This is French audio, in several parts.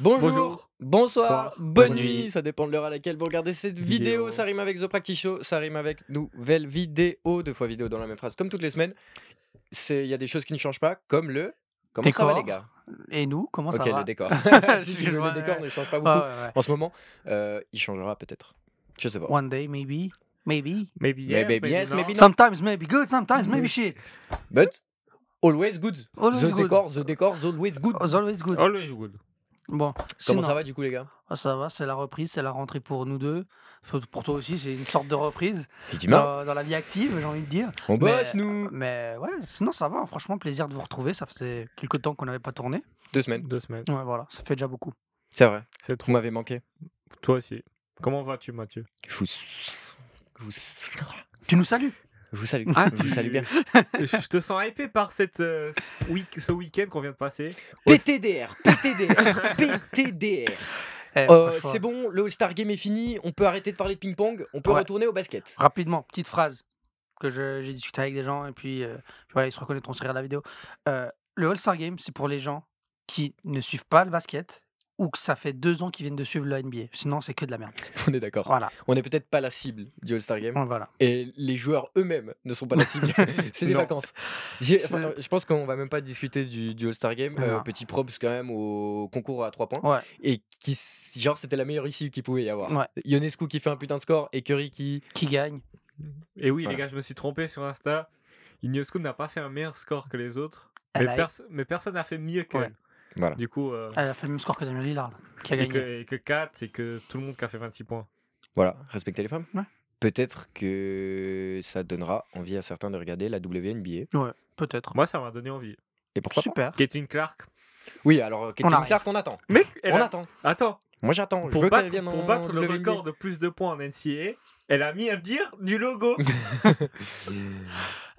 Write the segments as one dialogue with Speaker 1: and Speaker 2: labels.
Speaker 1: Bonjour,
Speaker 2: Bonjour.
Speaker 1: bonsoir,
Speaker 2: Soir.
Speaker 1: bonne
Speaker 2: Bonne
Speaker 1: nuit.
Speaker 2: nuit.
Speaker 1: ça dépend de l'heure à laquelle vous regardez cette vidéo.
Speaker 2: Vidéo.
Speaker 1: Ça rime avec The Practice Show, ça rime avec nouvelle vidéo, deux fois vidéo dans la même phrase, comme toutes les semaines. C'est- Il y a des choses qui ne changent pas, comme le. Comment ça va
Speaker 2: Décor.
Speaker 1: les gars
Speaker 2: Et nous, comment ça
Speaker 1: Ok,
Speaker 2: va
Speaker 1: le décor. si tu
Speaker 2: Je
Speaker 1: veux,
Speaker 2: vois,
Speaker 1: le décor
Speaker 2: ouais.
Speaker 1: ne change pas beaucoup.
Speaker 2: Ouais, ouais, ouais.
Speaker 1: En ce moment, euh, il changera peut-être. Je sais pas.
Speaker 2: One day, maybe. Maybe.
Speaker 3: Maybe
Speaker 1: Mais
Speaker 3: yes,
Speaker 1: baby, yes,
Speaker 3: not.
Speaker 1: maybe not.
Speaker 2: Sometimes maybe good, sometimes maybe
Speaker 1: Mm.
Speaker 2: shit.
Speaker 1: But always good.
Speaker 2: Always
Speaker 1: the
Speaker 2: good. Oh,
Speaker 1: décor, the décor, always good.
Speaker 2: It's always good.
Speaker 3: Always good.
Speaker 2: Bon.
Speaker 1: Comment
Speaker 2: sinon,
Speaker 1: ça va du coup les gars
Speaker 2: ah, Ça va, c'est la reprise, c'est la rentrée pour nous deux. Pour- Pour toi aussi, c'est une sorte de reprise
Speaker 1: Il dit mal.
Speaker 2: euh, dans la vie active, j'ai envie de dire.
Speaker 1: On
Speaker 2: mais- euh,
Speaker 1: bosse nous.
Speaker 2: Mais ouais, sinon ça va. hein, Franchement, plaisir de vous retrouver. Ça faisait quelques temps qu'on n'avait pas tourné.
Speaker 1: Deux semaines.
Speaker 3: Deux semaines.
Speaker 2: Ouais, voilà, ça fait déjà beaucoup.
Speaker 1: C'est vrai.
Speaker 3: C'est
Speaker 1: Vous
Speaker 3: trop.
Speaker 1: m'avez manqué.
Speaker 3: Toi aussi. Comment vas-tu, Mathieu
Speaker 1: Je vous. Je vous.
Speaker 2: Tu nous salues
Speaker 1: Je vous salue.
Speaker 3: Ah,
Speaker 1: je vous
Speaker 3: tu-
Speaker 1: salue bien.
Speaker 3: Je te sens hypé par cette, euh, ce week- ce week-end qu'on vient de passer.
Speaker 1: PTDR, PTDR, PTDR.
Speaker 2: Eh,
Speaker 1: Euh,
Speaker 2: franchement,
Speaker 1: c'est bon, le All-Star Game est fini. On peut arrêter de parler de ping-pong. On peut
Speaker 2: Ouais.
Speaker 1: retourner au basket.
Speaker 2: Rapidement, petite phrase que je- j'ai discuté avec des gens et puis euh, puis voilà, ils se reconnaîtront sur la vidéo. Euh, le All-Star Game, c'est pour les gens qui ne suivent pas le basket ou que ça fait deux ans qu'ils viennent de suivre la NBA. Sinon, c'est que de la merde.
Speaker 1: On est d'accord.
Speaker 2: Voilà.
Speaker 1: On n'est peut-être pas la cible du All-Star Game.
Speaker 2: Bon, voilà.
Speaker 1: Et les joueurs eux-mêmes ne sont pas la cible. c'est des
Speaker 3: Non.
Speaker 1: vacances. J'ai- enfin, non, je pense qu'on va même pas discuter du, du All-Star Game. Euh,
Speaker 2: Non.
Speaker 1: petit props quand même au concours à 3 points.
Speaker 2: Ouais.
Speaker 1: Et qui, s- genre, c'était la meilleure issue qu'il pouvait y avoir.
Speaker 2: Ouais.
Speaker 1: Ionescu qui fait un putain de score et Curry qui.
Speaker 2: Qui gagne
Speaker 3: Et oui,
Speaker 1: Voilà.
Speaker 3: les gars, je me suis trompé sur Insta. Ignosco n'a pas fait un meilleur score que les autres.
Speaker 2: Elle,
Speaker 3: mais,
Speaker 2: a,
Speaker 3: pers- mais personne n'a fait mieux qu'elle.
Speaker 2: Ouais.
Speaker 1: Voilà. Ah,
Speaker 3: Du coup, euh,
Speaker 2: elle a fait le même score que Damien Lillard, qui a
Speaker 3: et, que,
Speaker 2: gagné.
Speaker 3: et que 4, et que tout le monde qui a fait 26 points.
Speaker 1: Voilà,
Speaker 3: Ah.
Speaker 1: respecter les femmes.
Speaker 2: Ouais.
Speaker 1: Peut-être que ça donnera envie à certains de regarder la WNBA.
Speaker 2: Ouais, peut-être.
Speaker 3: Moi, ça m'a donné envie.
Speaker 1: Et pourquoi pas
Speaker 2: Super.
Speaker 3: Caitlin Clark.
Speaker 1: Oui, alors Caitlin
Speaker 2: arrive.
Speaker 1: Clark, on attend.
Speaker 3: Mec,
Speaker 1: on attend.
Speaker 3: Attends,
Speaker 1: Moi j'attends. Je
Speaker 3: pour
Speaker 1: veux
Speaker 3: battre,
Speaker 1: qu'elle vienne
Speaker 3: pour
Speaker 1: en
Speaker 3: battre le
Speaker 1: WNBA.
Speaker 3: record de plus de points en NCAA, elle a mis à dire du logo.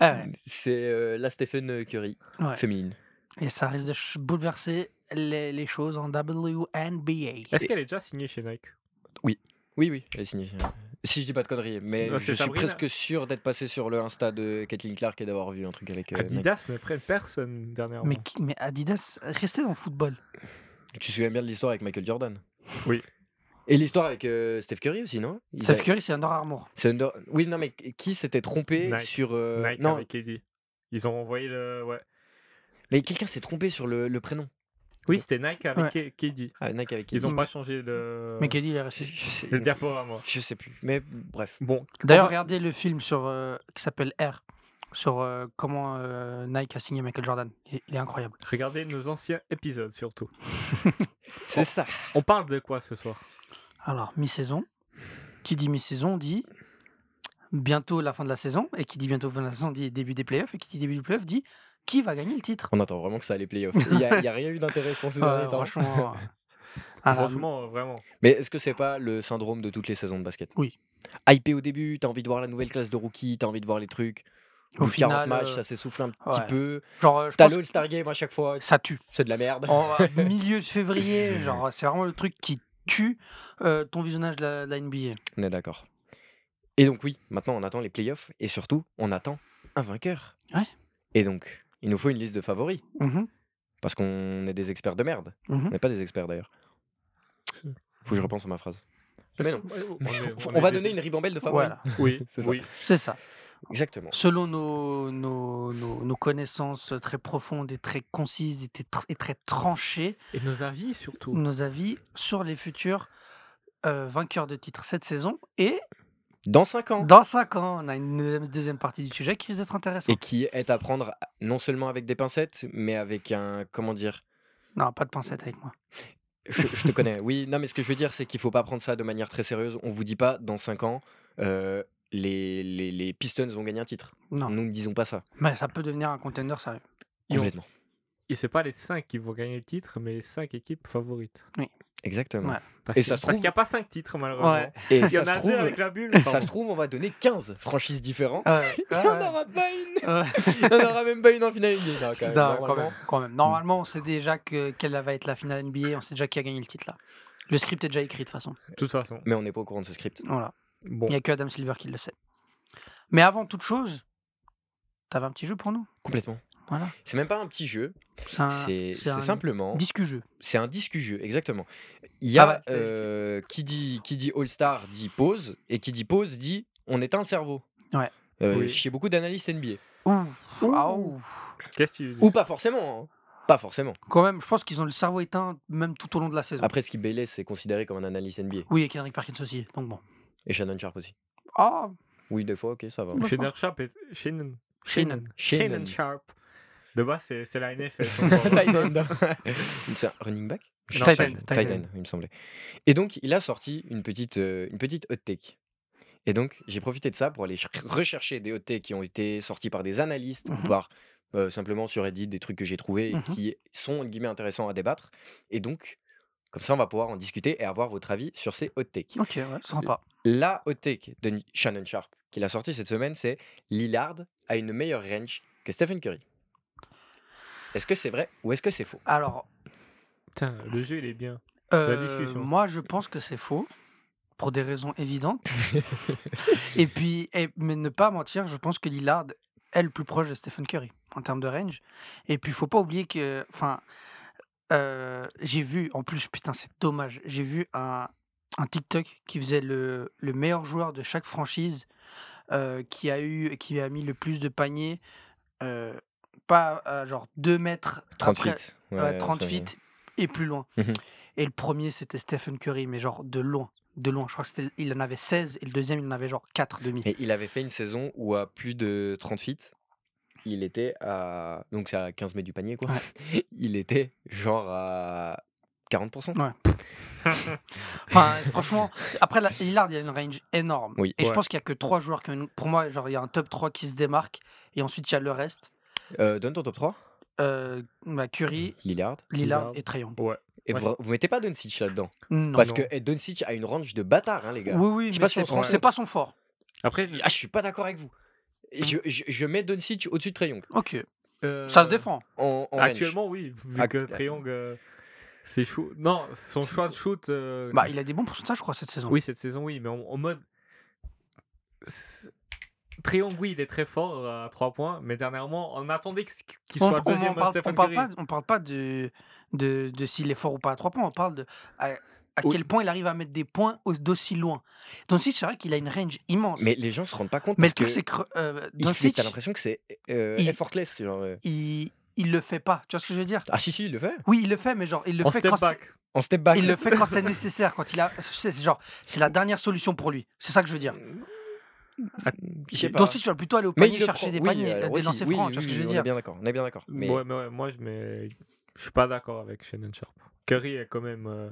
Speaker 2: Ah ouais.
Speaker 1: C'est euh, la Stephen Curry,
Speaker 2: Ouais.
Speaker 1: féminine.
Speaker 2: Et ça risque de ch- bouleverser les, les choses en WNBA.
Speaker 3: Est-ce qu'elle est déjà signée chez Nike
Speaker 1: Oui, oui, elle est signée. Si je dis pas de conneries, mais
Speaker 3: Non,
Speaker 1: je
Speaker 3: Bah, c'est
Speaker 1: suis
Speaker 3: Sabrina.
Speaker 1: presque sûr d'être passé sur le Insta de Caitlin Clark et d'avoir vu un truc avec. euh,
Speaker 3: Adidas ne prête personne dernièrement.
Speaker 2: Mais, qui- mais Adidas, restez dans le football.
Speaker 1: Mike. Tu te souviens bien de l'histoire avec Michael Jordan
Speaker 3: Oui.
Speaker 1: Et l'histoire avec euh, Steph Curry aussi, non Ils
Speaker 2: Steph
Speaker 1: a-
Speaker 2: Curry, c'est Under Armour.
Speaker 1: C'est Under- Oui, non, mais qui s'était trompé
Speaker 3: Nike.
Speaker 1: sur. euh,
Speaker 3: Nike
Speaker 1: Non,
Speaker 3: avec Eddie. Ils ont envoyé le. Ouais.
Speaker 1: mais quelqu'un s'est trompé sur le, le prénom.
Speaker 3: Oui, c'était Nike avec KD.
Speaker 1: Ah, Nike avec.
Speaker 3: Ils
Speaker 1: qui
Speaker 3: ont pas changé le.
Speaker 2: Mais Kelly, il est
Speaker 1: Je,
Speaker 2: resté.
Speaker 1: je sais,
Speaker 3: Le diaporama.
Speaker 1: je sais plus. Mais bref.
Speaker 3: Bon,
Speaker 2: D'ailleurs, regardez le film sur, euh, qui s'appelle R, sur euh, comment euh, Nike a signé Michael Jordan. Il, il est incroyable.
Speaker 3: regardez nos anciens épisodes surtout.
Speaker 2: Oh.
Speaker 1: C'est ça.
Speaker 3: On parle de quoi ce soir
Speaker 2: Alors, mi-saison. Qui dit mi-saison dit bientôt la fin de la saison. Et qui dit bientôt la fin de la saison dit début des playoffs. Et qui dit début des playoffs dit qui va gagner le titre.
Speaker 1: On attend vraiment que ça allait playoff. Il n'y a, il y a rien eu d'intéressant ces
Speaker 2: Ouais,
Speaker 1: derniers temps.
Speaker 2: franchement. euh, ah,
Speaker 3: Franchement, euh, vraiment.
Speaker 1: Mais est-ce que c'est pas le syndrome de toutes les saisons de basket
Speaker 2: Oui.
Speaker 1: Hypé au début, t'as envie de voir la nouvelle classe de rookie, t'as envie de voir les trucs.
Speaker 2: Au
Speaker 1: Au bout de 40
Speaker 2: final,
Speaker 1: matchs,
Speaker 2: euh,
Speaker 1: ça s'essouffle un petit
Speaker 2: ouais.
Speaker 1: peu.
Speaker 2: genre, euh, je
Speaker 1: T'as
Speaker 2: pense
Speaker 1: le All-Star Game à chaque fois,
Speaker 2: que ça tue.
Speaker 1: c'est de la merde.
Speaker 2: En euh, milieu de février, genre, c'est vraiment le truc qui tue euh, ton visionnage de la, de la NBA.
Speaker 1: On est d'accord. Et donc oui, maintenant on attend les playoffs et surtout on attend un vainqueur.
Speaker 2: Ouais.
Speaker 1: Et donc il nous faut une liste de favoris
Speaker 2: Mhm,
Speaker 1: parce qu'on est des experts de merde. On
Speaker 2: mhm.
Speaker 1: n'est pas des experts d'ailleurs. Faut que je repense à ma phrase. Mais non.
Speaker 3: On, est-
Speaker 1: Faut-
Speaker 3: on
Speaker 1: On,
Speaker 3: est
Speaker 1: va
Speaker 3: des-
Speaker 1: donner une ribambelle de favoris.
Speaker 2: Voilà,
Speaker 3: Oui,
Speaker 1: C'est ça.
Speaker 3: oui.
Speaker 2: c'est ça.
Speaker 1: Exactement.
Speaker 2: Selon nos, nos, nos- nos connaissances très profondes et très concises et, t- et très tranchées,
Speaker 3: Et nos avis
Speaker 1: Mm.
Speaker 3: surtout.
Speaker 2: nos avis sur les futurs euh, vainqueurs de titres cette saison. Et
Speaker 1: Dans 5 ans.
Speaker 2: dans 5 ans, on a une deuxième- deuxième partie du sujet qui risque d'être
Speaker 1: Et
Speaker 2: intéressante.
Speaker 1: qui est à prendre non seulement avec des pincettes, mais avec un. Comment dire
Speaker 2: Non, pas de pincette avec moi.
Speaker 1: je, je te connais. Oui, non, mais ce que je veux dire, c'est qu'il faut pas prendre ça de manière très sérieuse. On vous dit pas, dans 5 ans, euh, les, les, les Pistons vont gagner un titre.
Speaker 2: Non,
Speaker 1: Nous ne disons pas ça.
Speaker 2: mais ça peut devenir un contender sérieux.
Speaker 3: Ils vont-
Speaker 1: Complètement.
Speaker 3: Et c'est pas les 5 qui vont gagner le titre, mais les 5 équipes favorites.
Speaker 1: Exactement.
Speaker 2: Ouais.
Speaker 3: Parce
Speaker 1: Et
Speaker 3: que-
Speaker 1: ça se
Speaker 3: Parce
Speaker 1: trouve-
Speaker 3: qu'il n'y a pas 5 titres malheureusement.
Speaker 2: Ouais.
Speaker 1: Et
Speaker 3: Il y
Speaker 1: ça
Speaker 3: en
Speaker 1: se,
Speaker 3: a
Speaker 1: trouve,
Speaker 3: deux avec la bulle.
Speaker 1: ça se trouve, on va donner 15 franchises différentes.
Speaker 2: Euh, Ouais,
Speaker 1: Il n'y
Speaker 2: Ah, ouais,
Speaker 1: en
Speaker 2: ouais.
Speaker 1: aura pas une.
Speaker 2: Ouais.
Speaker 1: Il n'y en aura même pas une en finale. NBA, non, quand même,
Speaker 2: Non, quand,
Speaker 1: normalement. Mmh.
Speaker 2: même, quand même. Normalement, on sait déjà que, quelle va être la finale NBA, on sait déjà qui a gagné le titre là. Le script est déjà écrit de toute façon.
Speaker 3: De toute façon.
Speaker 1: Mais on n'est pas au courant de ce script.
Speaker 2: Voilà.
Speaker 3: Bon.
Speaker 2: Il n'y a que Adam Silver qui le sait. Mais avant toute chose, t'avais un petit jeu pour nous
Speaker 1: Complètement.
Speaker 2: Voilà.
Speaker 1: C'est même pas un petit jeu,
Speaker 2: C'est un-
Speaker 1: c'est c'est
Speaker 2: un
Speaker 1: simplement.
Speaker 2: Disque-jeu.
Speaker 1: C'est un disque-jeu, exactement. Il y a
Speaker 2: Ah ouais, je l'avais
Speaker 1: euh, qui dit, qui dit All-Star dit pause, et qui dit pause dit on éteint le cerveau.
Speaker 2: Ouais.
Speaker 1: Euh,
Speaker 3: Oui.
Speaker 1: Chez beaucoup d'analystes NBA.
Speaker 2: Ouf. Ah, ouf.
Speaker 3: Qu'est-ce que tu veux dire
Speaker 1: Ou pas forcément. hein. Pas forcément.
Speaker 2: Quand même, je pense qu'ils ont le cerveau éteint même tout au long de la saison.
Speaker 1: Après, Skip Bayless, c'est considéré comme un analyste NBA.
Speaker 2: Oui, et Kendrick Perkins aussi. Donc bon.
Speaker 1: Et Shannon Sharp aussi.
Speaker 2: Ah,
Speaker 1: Oui, des fois, ok, ça va.
Speaker 2: Moi, je
Speaker 3: Shannon Sharp et Shannon.
Speaker 2: Shannon.
Speaker 1: Shannon.
Speaker 3: Shannon Sharp. De base, c'est c'est la NFL.
Speaker 1: Tight end. Donc, c'est un running back
Speaker 2: Tight
Speaker 1: Tight
Speaker 2: end,
Speaker 1: end,
Speaker 2: tight
Speaker 1: tight
Speaker 2: end.
Speaker 1: end, il me semblait. Et donc, il a sorti une petite, euh, une petite hot take. Et donc, j'ai profité de ça pour aller ch- rechercher des hot takes qui ont été sortis par des analystes ou
Speaker 2: Mhm.
Speaker 1: par euh, simplement sur Reddit des trucs que j'ai trouvés et
Speaker 2: Mhm.
Speaker 1: qui sont, entre guillemets, intéressants à débattre. Et donc, comme ça, on va pouvoir en discuter et avoir votre avis sur ces hot takes.
Speaker 2: ok, ouais,
Speaker 1: Euh,
Speaker 2: sympa.
Speaker 1: La hot take de Ni- Shannon Sharp qu'il a sorti cette semaine, c'est Lillard a une meilleure range que Stephen Curry. Est-ce que c'est vrai ou est-ce que c'est faux
Speaker 2: Alors,
Speaker 3: Putain, le jeu, il est bien.
Speaker 2: euh,
Speaker 3: discussion.
Speaker 2: moi, je pense que c'est faux. Pour des raisons évidentes. et puis, et- mais ne pas mentir, je pense que Lillard est le plus proche de Stephen Curry en termes de range. Et puis, il faut pas oublier que. Enfin, euh, j'ai vu, en plus, putain, c'est dommage. J'ai vu un, un TikTok qui faisait le, le meilleur joueur de chaque franchise euh, qui, a eu, qui a mis le plus de paniers. euh, pas à genre 2 mètres
Speaker 1: 30
Speaker 2: après-
Speaker 1: feet.
Speaker 2: Ouais,
Speaker 1: ouais,
Speaker 2: 30
Speaker 1: entre-
Speaker 2: Euh, feet et plus loin.
Speaker 1: Mhm.
Speaker 2: Et le premier, c'était Stephen Curry, mais genre de loin. De loin, je crois qu'il en avait 16 et le deuxième, il en avait genre 4 demi.
Speaker 1: Mais il avait fait une saison où à plus de 30 feet, il était à. Donc c'est à 15 mètres du panier, quoi. Il était genre à 40%.
Speaker 2: Enfin, franchement, après, la- Lillard, il a une range énorme.
Speaker 1: Oui.
Speaker 2: et je
Speaker 3: Ouais.
Speaker 2: pense qu'il n'y a que 3 joueurs qui ont une- Pour moi, genre, il y a un top 3 qui se démarque et ensuite, il y a le reste.
Speaker 1: Euh, donne ton top 3.
Speaker 2: Euh, bah, Curry,
Speaker 1: Mmh. Lillard.
Speaker 2: Lillard,
Speaker 3: Lillard.
Speaker 2: et Trae Young.
Speaker 3: Ouais.
Speaker 1: Et
Speaker 2: Ouais.
Speaker 1: vous, vous mettez pas Doncic là-dedans.
Speaker 2: Non.
Speaker 1: Parce
Speaker 3: non.
Speaker 1: que eh, Doncic a une range de bâtard, hein, les gars.
Speaker 2: oui, oui,
Speaker 1: Je sais
Speaker 2: mais
Speaker 1: pas si on
Speaker 2: c'est
Speaker 1: se rend
Speaker 2: c'est
Speaker 1: compte.
Speaker 2: pas son fort.
Speaker 3: Après,
Speaker 1: Ah, je suis pas d'accord avec vous. Et Je, je, je mets Doncic au-dessus de Trae Young.
Speaker 2: Ok,
Speaker 3: euh,
Speaker 2: ça se défend.
Speaker 1: En, en range.
Speaker 3: Actuellement, oui. Vu
Speaker 1: Ac-
Speaker 3: que Triangle, euh, c'est chaud. Non, son
Speaker 1: C'est-
Speaker 3: choix de shoot. euh,
Speaker 2: Bah, il a des bons pourcentages, je crois, cette saison.
Speaker 3: Oui, cette saison, oui, mais en, en mode. c'est- Triangle, oui, il est très fort euh, à 3 points, mais dernièrement, on attendait que- qu'il
Speaker 2: On-
Speaker 3: soit
Speaker 2: on,
Speaker 3: deuxième
Speaker 2: en parle,
Speaker 3: à Stephen
Speaker 2: on parle
Speaker 3: Curry.
Speaker 2: pas, on parle pas de, de, de s'il est fort ou pas à 3 points, on parle de à, à
Speaker 3: Oui.
Speaker 2: quel point il arrive à mettre des points au- d'aussi loin. Doncic, c'est vrai qu'il a une range immense.
Speaker 1: Mais les gens se rendent pas compte.
Speaker 2: Mais le
Speaker 1: parce
Speaker 2: truc,
Speaker 1: que
Speaker 2: c'est que euh,
Speaker 1: il fait-
Speaker 2: Doncic,
Speaker 1: T'as l'impression que c'est euh,
Speaker 2: Il-
Speaker 1: effortless. Genre, euh.
Speaker 2: il, il le fait pas. Tu vois ce que je veux dire
Speaker 1: Ah, si, si, il le fait.
Speaker 2: Oui, il le fait, mais genre, il le
Speaker 3: En
Speaker 2: fait
Speaker 3: step
Speaker 2: quand c'est-
Speaker 3: back.
Speaker 1: En step back.
Speaker 2: il le fait quand c'est nécessaire, quand il a, c'est c'est genre, c'est la dernière solution pour lui. C'est ça que je veux dire.
Speaker 1: Je sais pas.
Speaker 2: Doncic, tu vas plutôt aller au
Speaker 1: Mais
Speaker 2: panier
Speaker 1: il le
Speaker 2: chercher
Speaker 1: prend.
Speaker 2: des
Speaker 1: Oui,
Speaker 2: paniers, euh,
Speaker 1: alors
Speaker 2: des
Speaker 1: aussi,
Speaker 2: lancers
Speaker 1: oui,
Speaker 2: francs. tu vois ce que
Speaker 1: oui,
Speaker 2: je veux
Speaker 1: on
Speaker 2: dire
Speaker 1: est bien d'accord, on est bien d'accord. Mais
Speaker 3: Ouais, mais ouais, moi, je, mets- je suis pas d'accord avec Shannon Sharp. Curry est quand même. euh,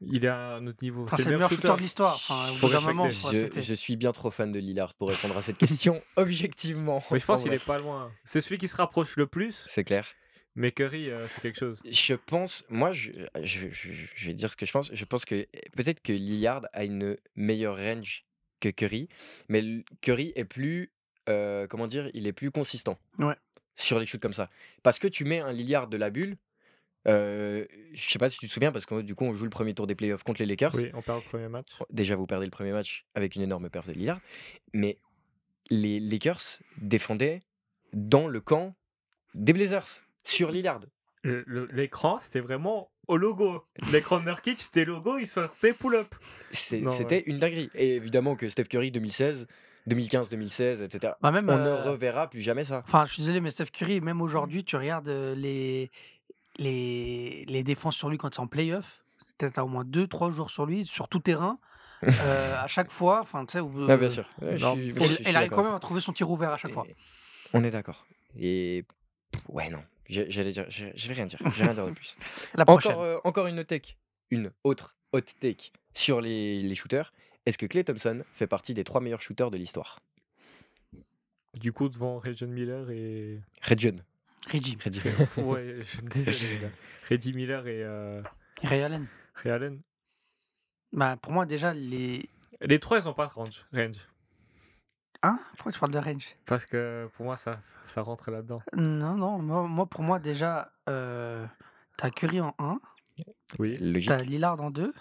Speaker 3: Il est à un autre niveau.
Speaker 2: Enfin, c'est le meilleur shooter de l'histoire. Enfin, au
Speaker 3: Faut
Speaker 2: bout d'un moment,
Speaker 3: respecter.
Speaker 2: faut
Speaker 1: je,
Speaker 2: respecter.
Speaker 1: je suis bien trop fan de Lillard pour répondre à cette question objectivement.
Speaker 3: Mais je pense
Speaker 1: En
Speaker 3: qu'il
Speaker 1: vrai.
Speaker 3: est pas loin. C'est celui qui se rapproche le plus,
Speaker 1: C'est clair.
Speaker 3: mais Curry, euh, c'est quelque chose.
Speaker 1: Je pense, moi, je, je, je- je vais dire ce que je pense. Je pense que peut-être que Lillard a une meilleure range que Curry, mais le- Curry est plus, euh, comment dire, il est plus consistant
Speaker 2: Ouais.
Speaker 1: sur les shoots comme ça. Parce que tu mets un Lillard de la bulle, euh, je sais pas si tu te souviens, parce que du coup, on joue le premier tour des playoffs contre les Lakers.
Speaker 3: Oui, on perd le premier match.
Speaker 1: Déjà, vous perdez le premier match avec une énorme perte de Lillard, mais les Lakers défendaient dans le camp des Blazers sur Lillard.
Speaker 3: Le- le- L'écran, c'était vraiment au logo. L'écran de Nurkic, c'était logo, il sortait pull-up.
Speaker 1: C'est-
Speaker 3: Non,
Speaker 1: C'était une dinguerie. Et évidemment que Steph Curry 2016, 2015, 2016, etc.
Speaker 2: Bah, même,
Speaker 1: On ne
Speaker 2: euh,
Speaker 1: reverra plus jamais ça.
Speaker 2: Enfin, je suis désolé, mais Steph Curry,
Speaker 1: Mmh.
Speaker 2: même aujourd'hui, tu regardes euh, les, les, les défenses sur lui quand c'est en playoff. Peut-être à au moins 2-3 jours sur lui, sur tout terrain. euh, à chaque fois, enfin, tu sais, au bout
Speaker 1: Ah,
Speaker 2: de-
Speaker 1: bien sûr. Ouais, je
Speaker 3: non,
Speaker 1: suis-
Speaker 2: Il-
Speaker 1: je suis
Speaker 2: il
Speaker 1: d'accord
Speaker 2: arrive quand
Speaker 1: avec
Speaker 2: même à trouver son tir ouvert à
Speaker 1: ça.
Speaker 2: chaque fois.
Speaker 1: Et- On est d'accord. Et pff, ouais, non. J'ai- J'allais dire, j'ai- je vais rien dire. Je vais rien dire de plus.
Speaker 2: La prochaine.
Speaker 1: Encore, euh, encore une tech, une autre hot take sur les, les shooters. Est-ce que Clay Thompson fait partie des trois meilleurs shooters de l'histoire
Speaker 3: Du coup, devant Reggie Miller et.
Speaker 1: Region.
Speaker 2: Reggie.
Speaker 3: Ouais, je suis désolé, là. Reggie Miller et euh,
Speaker 2: Ray Allen.
Speaker 3: Ray Allen.
Speaker 2: Bah, pour moi, déjà, les.
Speaker 3: Les trois, ils ont pas de range. range.
Speaker 2: Hein Pourquoi tu parles de range
Speaker 3: Parce que pour moi, ça, ça rentre là-dedans.
Speaker 2: Non, non, moi, moi, pour moi, déjà, euh, t'as Curry en 1,
Speaker 3: Oui.
Speaker 1: Logique.
Speaker 2: t'as Lillard en 2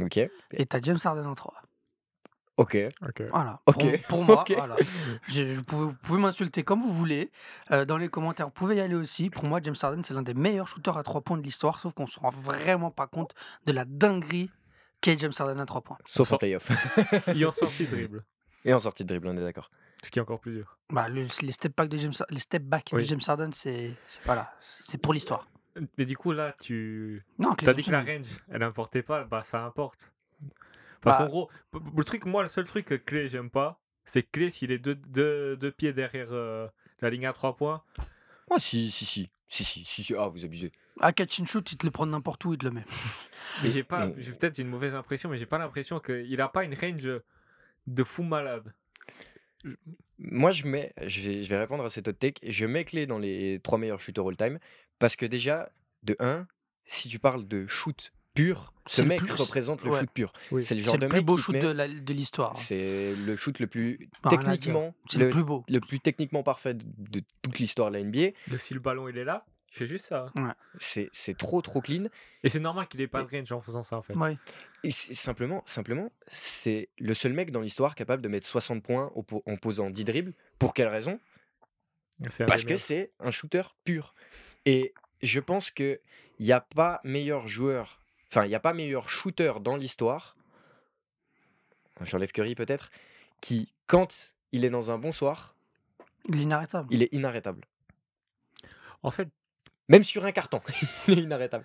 Speaker 1: Ok.
Speaker 2: et t'as James Harden en 3.
Speaker 1: Ok.
Speaker 4: Ok.
Speaker 2: Voilà.
Speaker 1: Ok.
Speaker 2: Pour, pour moi,
Speaker 1: Ok.
Speaker 2: voilà. Je- je pouvais- vous pouvez m'insulter comme vous voulez. Euh, dans les commentaires, vous pouvez y aller aussi. Pour moi, James Harden, c'est l'un des meilleurs shooters à 3 points de l'histoire, sauf qu'on se rend vraiment pas compte de la dinguerie qu'est James Harden à 3 points.
Speaker 1: Sauf en
Speaker 3: Sort-
Speaker 1: playoff.
Speaker 3: Il en sorti dribble.
Speaker 1: Et en sortie de dribble, on est d'accord.
Speaker 4: Ce qui est encore plus dur.
Speaker 2: Bah, le- les step back de James, les step back
Speaker 4: Oui.
Speaker 2: de James Harden, c'est c'est- voilà, c'est pour l'histoire.
Speaker 3: Mais du coup, là, tu.
Speaker 2: Non, que
Speaker 3: T'as dit
Speaker 2: les
Speaker 3: que
Speaker 2: Thompson-
Speaker 3: la range, elle importait pas, bah ça importe. Parce
Speaker 2: Bah.
Speaker 3: qu'en gros, p- p- le truc, moi, le seul truc que Clé, j'aime pas, c'est que Clé, s'il est deux, deux, deux pieds derrière euh, la ligne à trois points,
Speaker 1: Ah, si, si, si. Si, si, si, si. Ah, vous abusez.
Speaker 2: à catch and shoot, il te le prend n'importe où, il te le met.
Speaker 3: mais j'ai pas.
Speaker 1: mais-
Speaker 3: J'ai peut-être une mauvaise impression, mais j'ai pas l'impression qu'il a pas une range de fou malade.
Speaker 1: Moi, je mets, je vais, je vais répondre à cette hot take, je mets Clé dans les trois meilleurs shooters all-time, parce que déjà, de 1, si tu parles de shoot pur,
Speaker 2: C'est
Speaker 1: ce
Speaker 2: le
Speaker 1: mec
Speaker 2: plus-
Speaker 1: représente le
Speaker 2: ouais.
Speaker 1: shoot pur.
Speaker 4: Oui.
Speaker 1: C'est le genre
Speaker 2: C'est
Speaker 1: de
Speaker 2: le plus
Speaker 1: mec
Speaker 2: beau
Speaker 1: qui te
Speaker 2: shoot
Speaker 1: met-
Speaker 2: de la- de l'histoire.
Speaker 1: Ah.
Speaker 2: hein.
Speaker 1: C'est le shoot le plus
Speaker 2: Pas rien à dire.
Speaker 1: techniquement,
Speaker 2: C'est le
Speaker 1: le,
Speaker 2: plus beau.
Speaker 1: le plus techniquement parfait de, de toute l'histoire de la NBA.
Speaker 3: Le- si le ballon il est là, il fait juste ça.
Speaker 1: C'est c'est trop trop clean.
Speaker 3: Et c'est normal qu'il ait pas de range en faisant ça en fait.
Speaker 2: Ouais.
Speaker 1: Et c'est simplement, simplement, c'est le seul mec dans l'histoire capable de mettre 60 points au po- en posant 10 dribbles. Pour quelle raison
Speaker 3: C'est un
Speaker 1: Parce
Speaker 3: des
Speaker 1: que
Speaker 3: meilleurs.
Speaker 1: c'est un shooter pur. Et je pense qu'il n'y a pas meilleur joueur, enfin, il n'y a pas meilleur shooter dans l'histoire, j'enlève Curry peut-être, qui, quand il est dans un bon soir,
Speaker 2: Il est inarrêtable.
Speaker 1: il est inarrêtable.
Speaker 3: En fait,
Speaker 1: Même sur un carton, il est inarrêtable.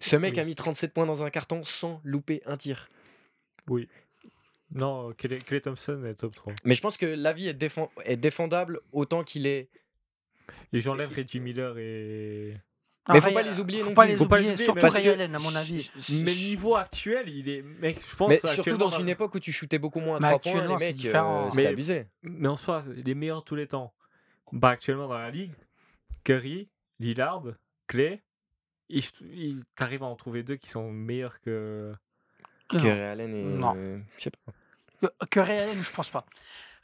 Speaker 1: Ce mec
Speaker 3: Oui.
Speaker 1: a mis 37 points dans un carton sans louper un tir.
Speaker 3: non, Clay, Clay Thompson est top 3.
Speaker 1: Mais je pense que la vie est, défend- est défendable autant qu'il est.
Speaker 3: Et j'enlève Reggie Miller et.
Speaker 1: Mais faut
Speaker 2: Ray-
Speaker 1: pas les oublier
Speaker 2: Ah, Faut
Speaker 1: non
Speaker 2: pas
Speaker 1: plus.
Speaker 2: les
Speaker 3: Faut pas les
Speaker 2: oublier,
Speaker 3: oublier,
Speaker 2: surtout
Speaker 3: parce
Speaker 2: Ray
Speaker 1: que-
Speaker 2: Allen, à mon avis.
Speaker 3: Mais niveau actuel, il est. Mec, je pense.
Speaker 1: Mais surtout
Speaker 3: actuellement,
Speaker 1: dans une époque où tu shootais beaucoup moins à
Speaker 2: Mais
Speaker 1: 3 points,
Speaker 2: actuellement,
Speaker 1: les
Speaker 2: c'est
Speaker 1: mecs,
Speaker 2: différent. hein.
Speaker 1: euh, c'était
Speaker 3: Mais-
Speaker 1: abusé.
Speaker 3: Mais en soi, les meilleurs de tous les temps. Bah, actuellement dans la ligue, Curry, Lillard, Clay, il, il- t'arrives à en trouver deux qui sont meilleurs que.
Speaker 1: Que
Speaker 2: Non.
Speaker 1: Ray Allen est.
Speaker 2: Non.
Speaker 1: euh, je sais pas.
Speaker 2: Que, que Ray Allen, je pense pas.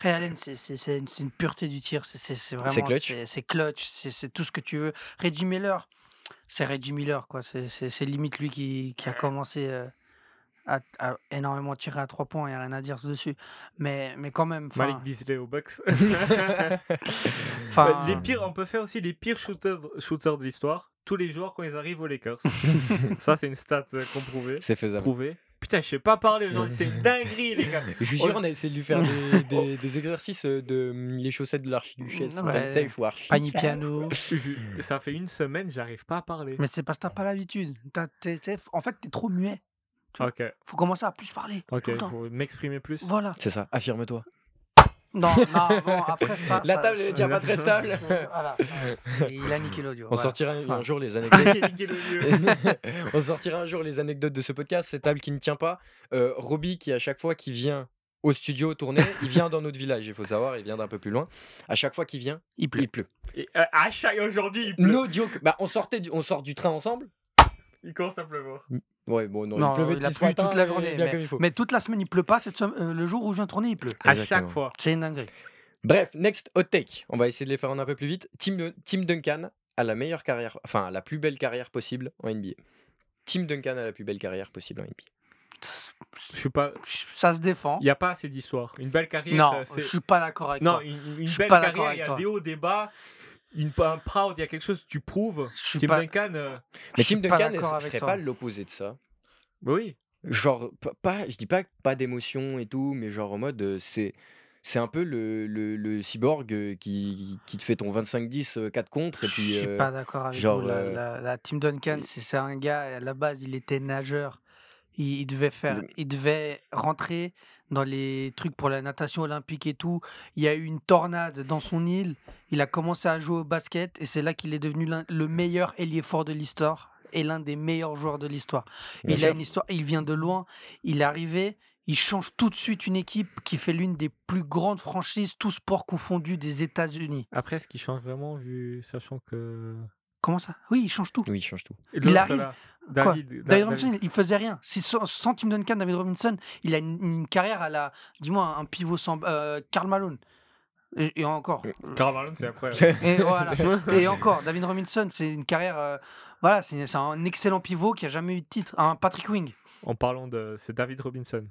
Speaker 2: Ray Allen, c'est- c'est c'est une, c'est une pureté du tir. c'est- C'est c'est vraiment.
Speaker 1: clutch.
Speaker 2: c'est- C'est clutch. C'est c'est tout ce que tu veux. Reggie Miller, c'est Reggie Miller, quoi. C'est- C'est c'est limite lui qui, qui a commencé euh, à, à énormément tirer à trois points. Il n'y a rien à dire dessus. Mais, mais quand même. 'fin,
Speaker 3: Malik Beasley au box.
Speaker 2: 'fin,
Speaker 3: Les pires, on peut faire aussi les pires shooters, shooters de l'histoire. Tous les joueurs quand ils arrivent aux Lakers. Ça, c'est une stat euh, qu'on prouvait.
Speaker 1: C'est faisable.
Speaker 3: Prouvée. Putain, je sais pas parler aujourd'hui, c'est une dinguerie, les gars.
Speaker 1: Je suis
Speaker 3: On-
Speaker 2: Oh.
Speaker 1: sûr, on a essayé de lui faire des, des- des exercices euh, de hum, les chaussettes de l'archiduchesse.
Speaker 2: Ouais.
Speaker 1: Comme safe ou archi.
Speaker 2: Pani piano.
Speaker 3: Je- ça fait une semaine, j'arrive pas à parler.
Speaker 2: Mais c'est parce que t'as pas l'habitude. T'as- t'es- t'es- En fait, t'es trop muet.
Speaker 3: Ok,
Speaker 2: Faut commencer à plus parler. tout
Speaker 3: ok,
Speaker 2: le temps.
Speaker 3: faut m'exprimer plus.
Speaker 2: Voilà.
Speaker 1: C'est ça, affirme-toi.
Speaker 2: Non, non, bon, après ça.
Speaker 1: La
Speaker 2: ça-
Speaker 1: table
Speaker 2: ça-
Speaker 1: est déjà pas très stable.
Speaker 2: Voilà. Il a niqué l'audio.
Speaker 1: On
Speaker 2: voilà.
Speaker 1: sortira un, un jour les anecdotes.
Speaker 3: Niquez- niquez le vieux.
Speaker 1: on sortira un jour les anecdotes de ce podcast. Cette table qui ne tient pas. Euh, Roby qui à chaque fois qu'il vient au studio tourner, il vient dans notre village. Il faut savoir, il vient d'un peu plus loin. À chaque fois qu'il vient,
Speaker 2: Il pleut.
Speaker 1: il pleut.
Speaker 3: Et, euh, ah, ça y est, aujourd'hui, il pleut.
Speaker 1: No joke. Bah on sortait, du- on sort du train ensemble.
Speaker 3: Il commence à pleuvoir.
Speaker 1: Ouais bon non,
Speaker 2: Non,
Speaker 1: il pleuvait
Speaker 2: il a
Speaker 1: depuis ce
Speaker 2: plu
Speaker 1: matin,
Speaker 2: toute la
Speaker 1: et
Speaker 2: journée.
Speaker 1: bien
Speaker 2: mais,
Speaker 1: comme il faut.
Speaker 2: mais toute la semaine, il pleut pas. Cette sem- euh, le jour où je viens de tourner, il pleut.
Speaker 3: À
Speaker 1: Exactement.
Speaker 3: chaque fois.
Speaker 2: C'est une dinguerie.
Speaker 1: Bref, next hot take. On va essayer de les faire en un peu plus vite. Tim, Tim Duncan a la meilleure carrière, enfin a la plus belle carrière possible en NBA. Tim Duncan a la plus belle carrière possible en NBA.
Speaker 3: Je suis pas.
Speaker 2: Ça se défend.
Speaker 3: Il n'y a pas assez d'histoire. Une belle carrière,
Speaker 2: Non,
Speaker 3: ça, c'est-
Speaker 2: je suis pas d'accord avec
Speaker 3: non
Speaker 2: toi.
Speaker 3: une, une
Speaker 2: Je suis
Speaker 3: belle
Speaker 2: pas d'accord
Speaker 3: carrière,
Speaker 2: avec
Speaker 3: il y a
Speaker 2: toi.
Speaker 3: des hauts, des bas. Une, un proud, il y a quelque chose que tu prouves.
Speaker 2: Je suis
Speaker 3: Tim
Speaker 2: pas.
Speaker 3: Duncan, euh,
Speaker 1: Mais
Speaker 2: Je suis
Speaker 1: Tim
Speaker 2: pas
Speaker 1: Duncan
Speaker 2: d'accord
Speaker 1: ne
Speaker 2: avec
Speaker 1: serait
Speaker 2: toi.
Speaker 1: pas l'opposé de ça.
Speaker 3: bah oui.
Speaker 1: Genre p- pas, je dis pas pas d'émotion et tout, mais genre en mode euh, c'est c'est un peu le, le, le cyborg euh, qui, qui te fait ton 25-10 euh, 4 contre et
Speaker 2: Je
Speaker 1: puis
Speaker 2: suis
Speaker 1: euh,
Speaker 2: pas d'accord avec
Speaker 1: genre,
Speaker 2: vous. La,
Speaker 1: euh,
Speaker 2: la- la Team Duncan, c'est c'est un gars. À la base, il était nageur. Il, il devait faire, il devait rentrer dans les trucs pour la natation olympique et tout. Il y a eu une tornade dans son île. Il a commencé à jouer au basket et c'est là qu'il est devenu l'un- le meilleur ailier fort de l'histoire et l'un des meilleurs joueurs de l'histoire.
Speaker 1: Bien
Speaker 2: Il a
Speaker 1: sûr.
Speaker 2: une histoire, il vient de loin, il est arrivé, il change tout de suite une équipe qui fait l'une des plus grandes franchises, tous sports confondus, des États-Unis.
Speaker 3: Après, ce qui change vraiment, vu sachant que.
Speaker 2: Comment ça Oui, il change tout.
Speaker 1: oui, bah, il change tout.
Speaker 3: L'autre,
Speaker 2: arrive-
Speaker 3: là,
Speaker 2: Quoi
Speaker 3: David, Da-
Speaker 2: David
Speaker 3: David-
Speaker 2: Robinson, il faisait rien. Si sans, sans Tim Duncan, David Robinson, il a une, une carrière à la, dis-moi, un pivot sans euh, Karl Malone. Et, et encore.
Speaker 1: Euh.
Speaker 3: Karl Malone, c'est après.
Speaker 2: Et voilà. Et encore, David Robinson, c'est une carrière, euh, voilà, c'est c'est un excellent pivot qui a jamais eu de titre. Un Patrick Wing.
Speaker 3: En parlant de. C'est David Robinson.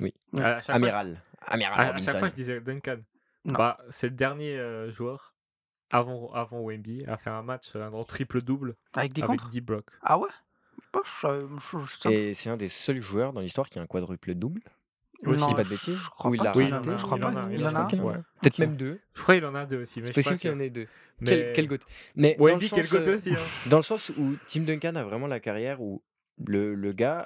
Speaker 1: Oui.
Speaker 2: Ouais.
Speaker 3: À chaque fois,
Speaker 1: Amiral. Amiral
Speaker 3: Ah, À, à
Speaker 1: Robinson.
Speaker 3: chaque fois, je disais Duncan.
Speaker 2: Non.
Speaker 3: Bah, c'est le dernier euh, joueur avant, avant Wemby à faire un match euh, en triple-double
Speaker 2: Avec des
Speaker 3: avec
Speaker 2: contres
Speaker 3: 10 blocs.
Speaker 2: Ah ouais Bah, je- je- je- je-
Speaker 1: Et c'est un des seuls joueurs dans l'histoire qui a un quadruple double.
Speaker 3: Oui,
Speaker 1: je
Speaker 2: non,
Speaker 1: dis pas de bêtises.
Speaker 2: Je crois
Speaker 1: Ou il
Speaker 2: pas.
Speaker 1: l'a
Speaker 2: qu'il
Speaker 1: raté,
Speaker 2: en a,
Speaker 1: je
Speaker 2: je
Speaker 1: crois
Speaker 2: crois
Speaker 1: pas.
Speaker 2: pas.
Speaker 1: Il
Speaker 2: Il
Speaker 1: en
Speaker 2: en
Speaker 1: a
Speaker 2: a.
Speaker 1: un.
Speaker 3: ouais.
Speaker 1: Peut-être
Speaker 2: Ok.
Speaker 1: même deux.
Speaker 3: Je crois qu'il en a deux aussi. Mais
Speaker 1: C'est
Speaker 3: je suis pas
Speaker 1: possible qu'il y en
Speaker 3: sûr.
Speaker 1: ait deux.
Speaker 3: Mais-
Speaker 1: Quel, quel goat. Mais dans le,
Speaker 3: Wemby,
Speaker 1: sens,
Speaker 3: quel goat
Speaker 1: euh,
Speaker 3: aussi. hein.
Speaker 1: dans le sens où Tim Duncan a vraiment la carrière où le, le gars,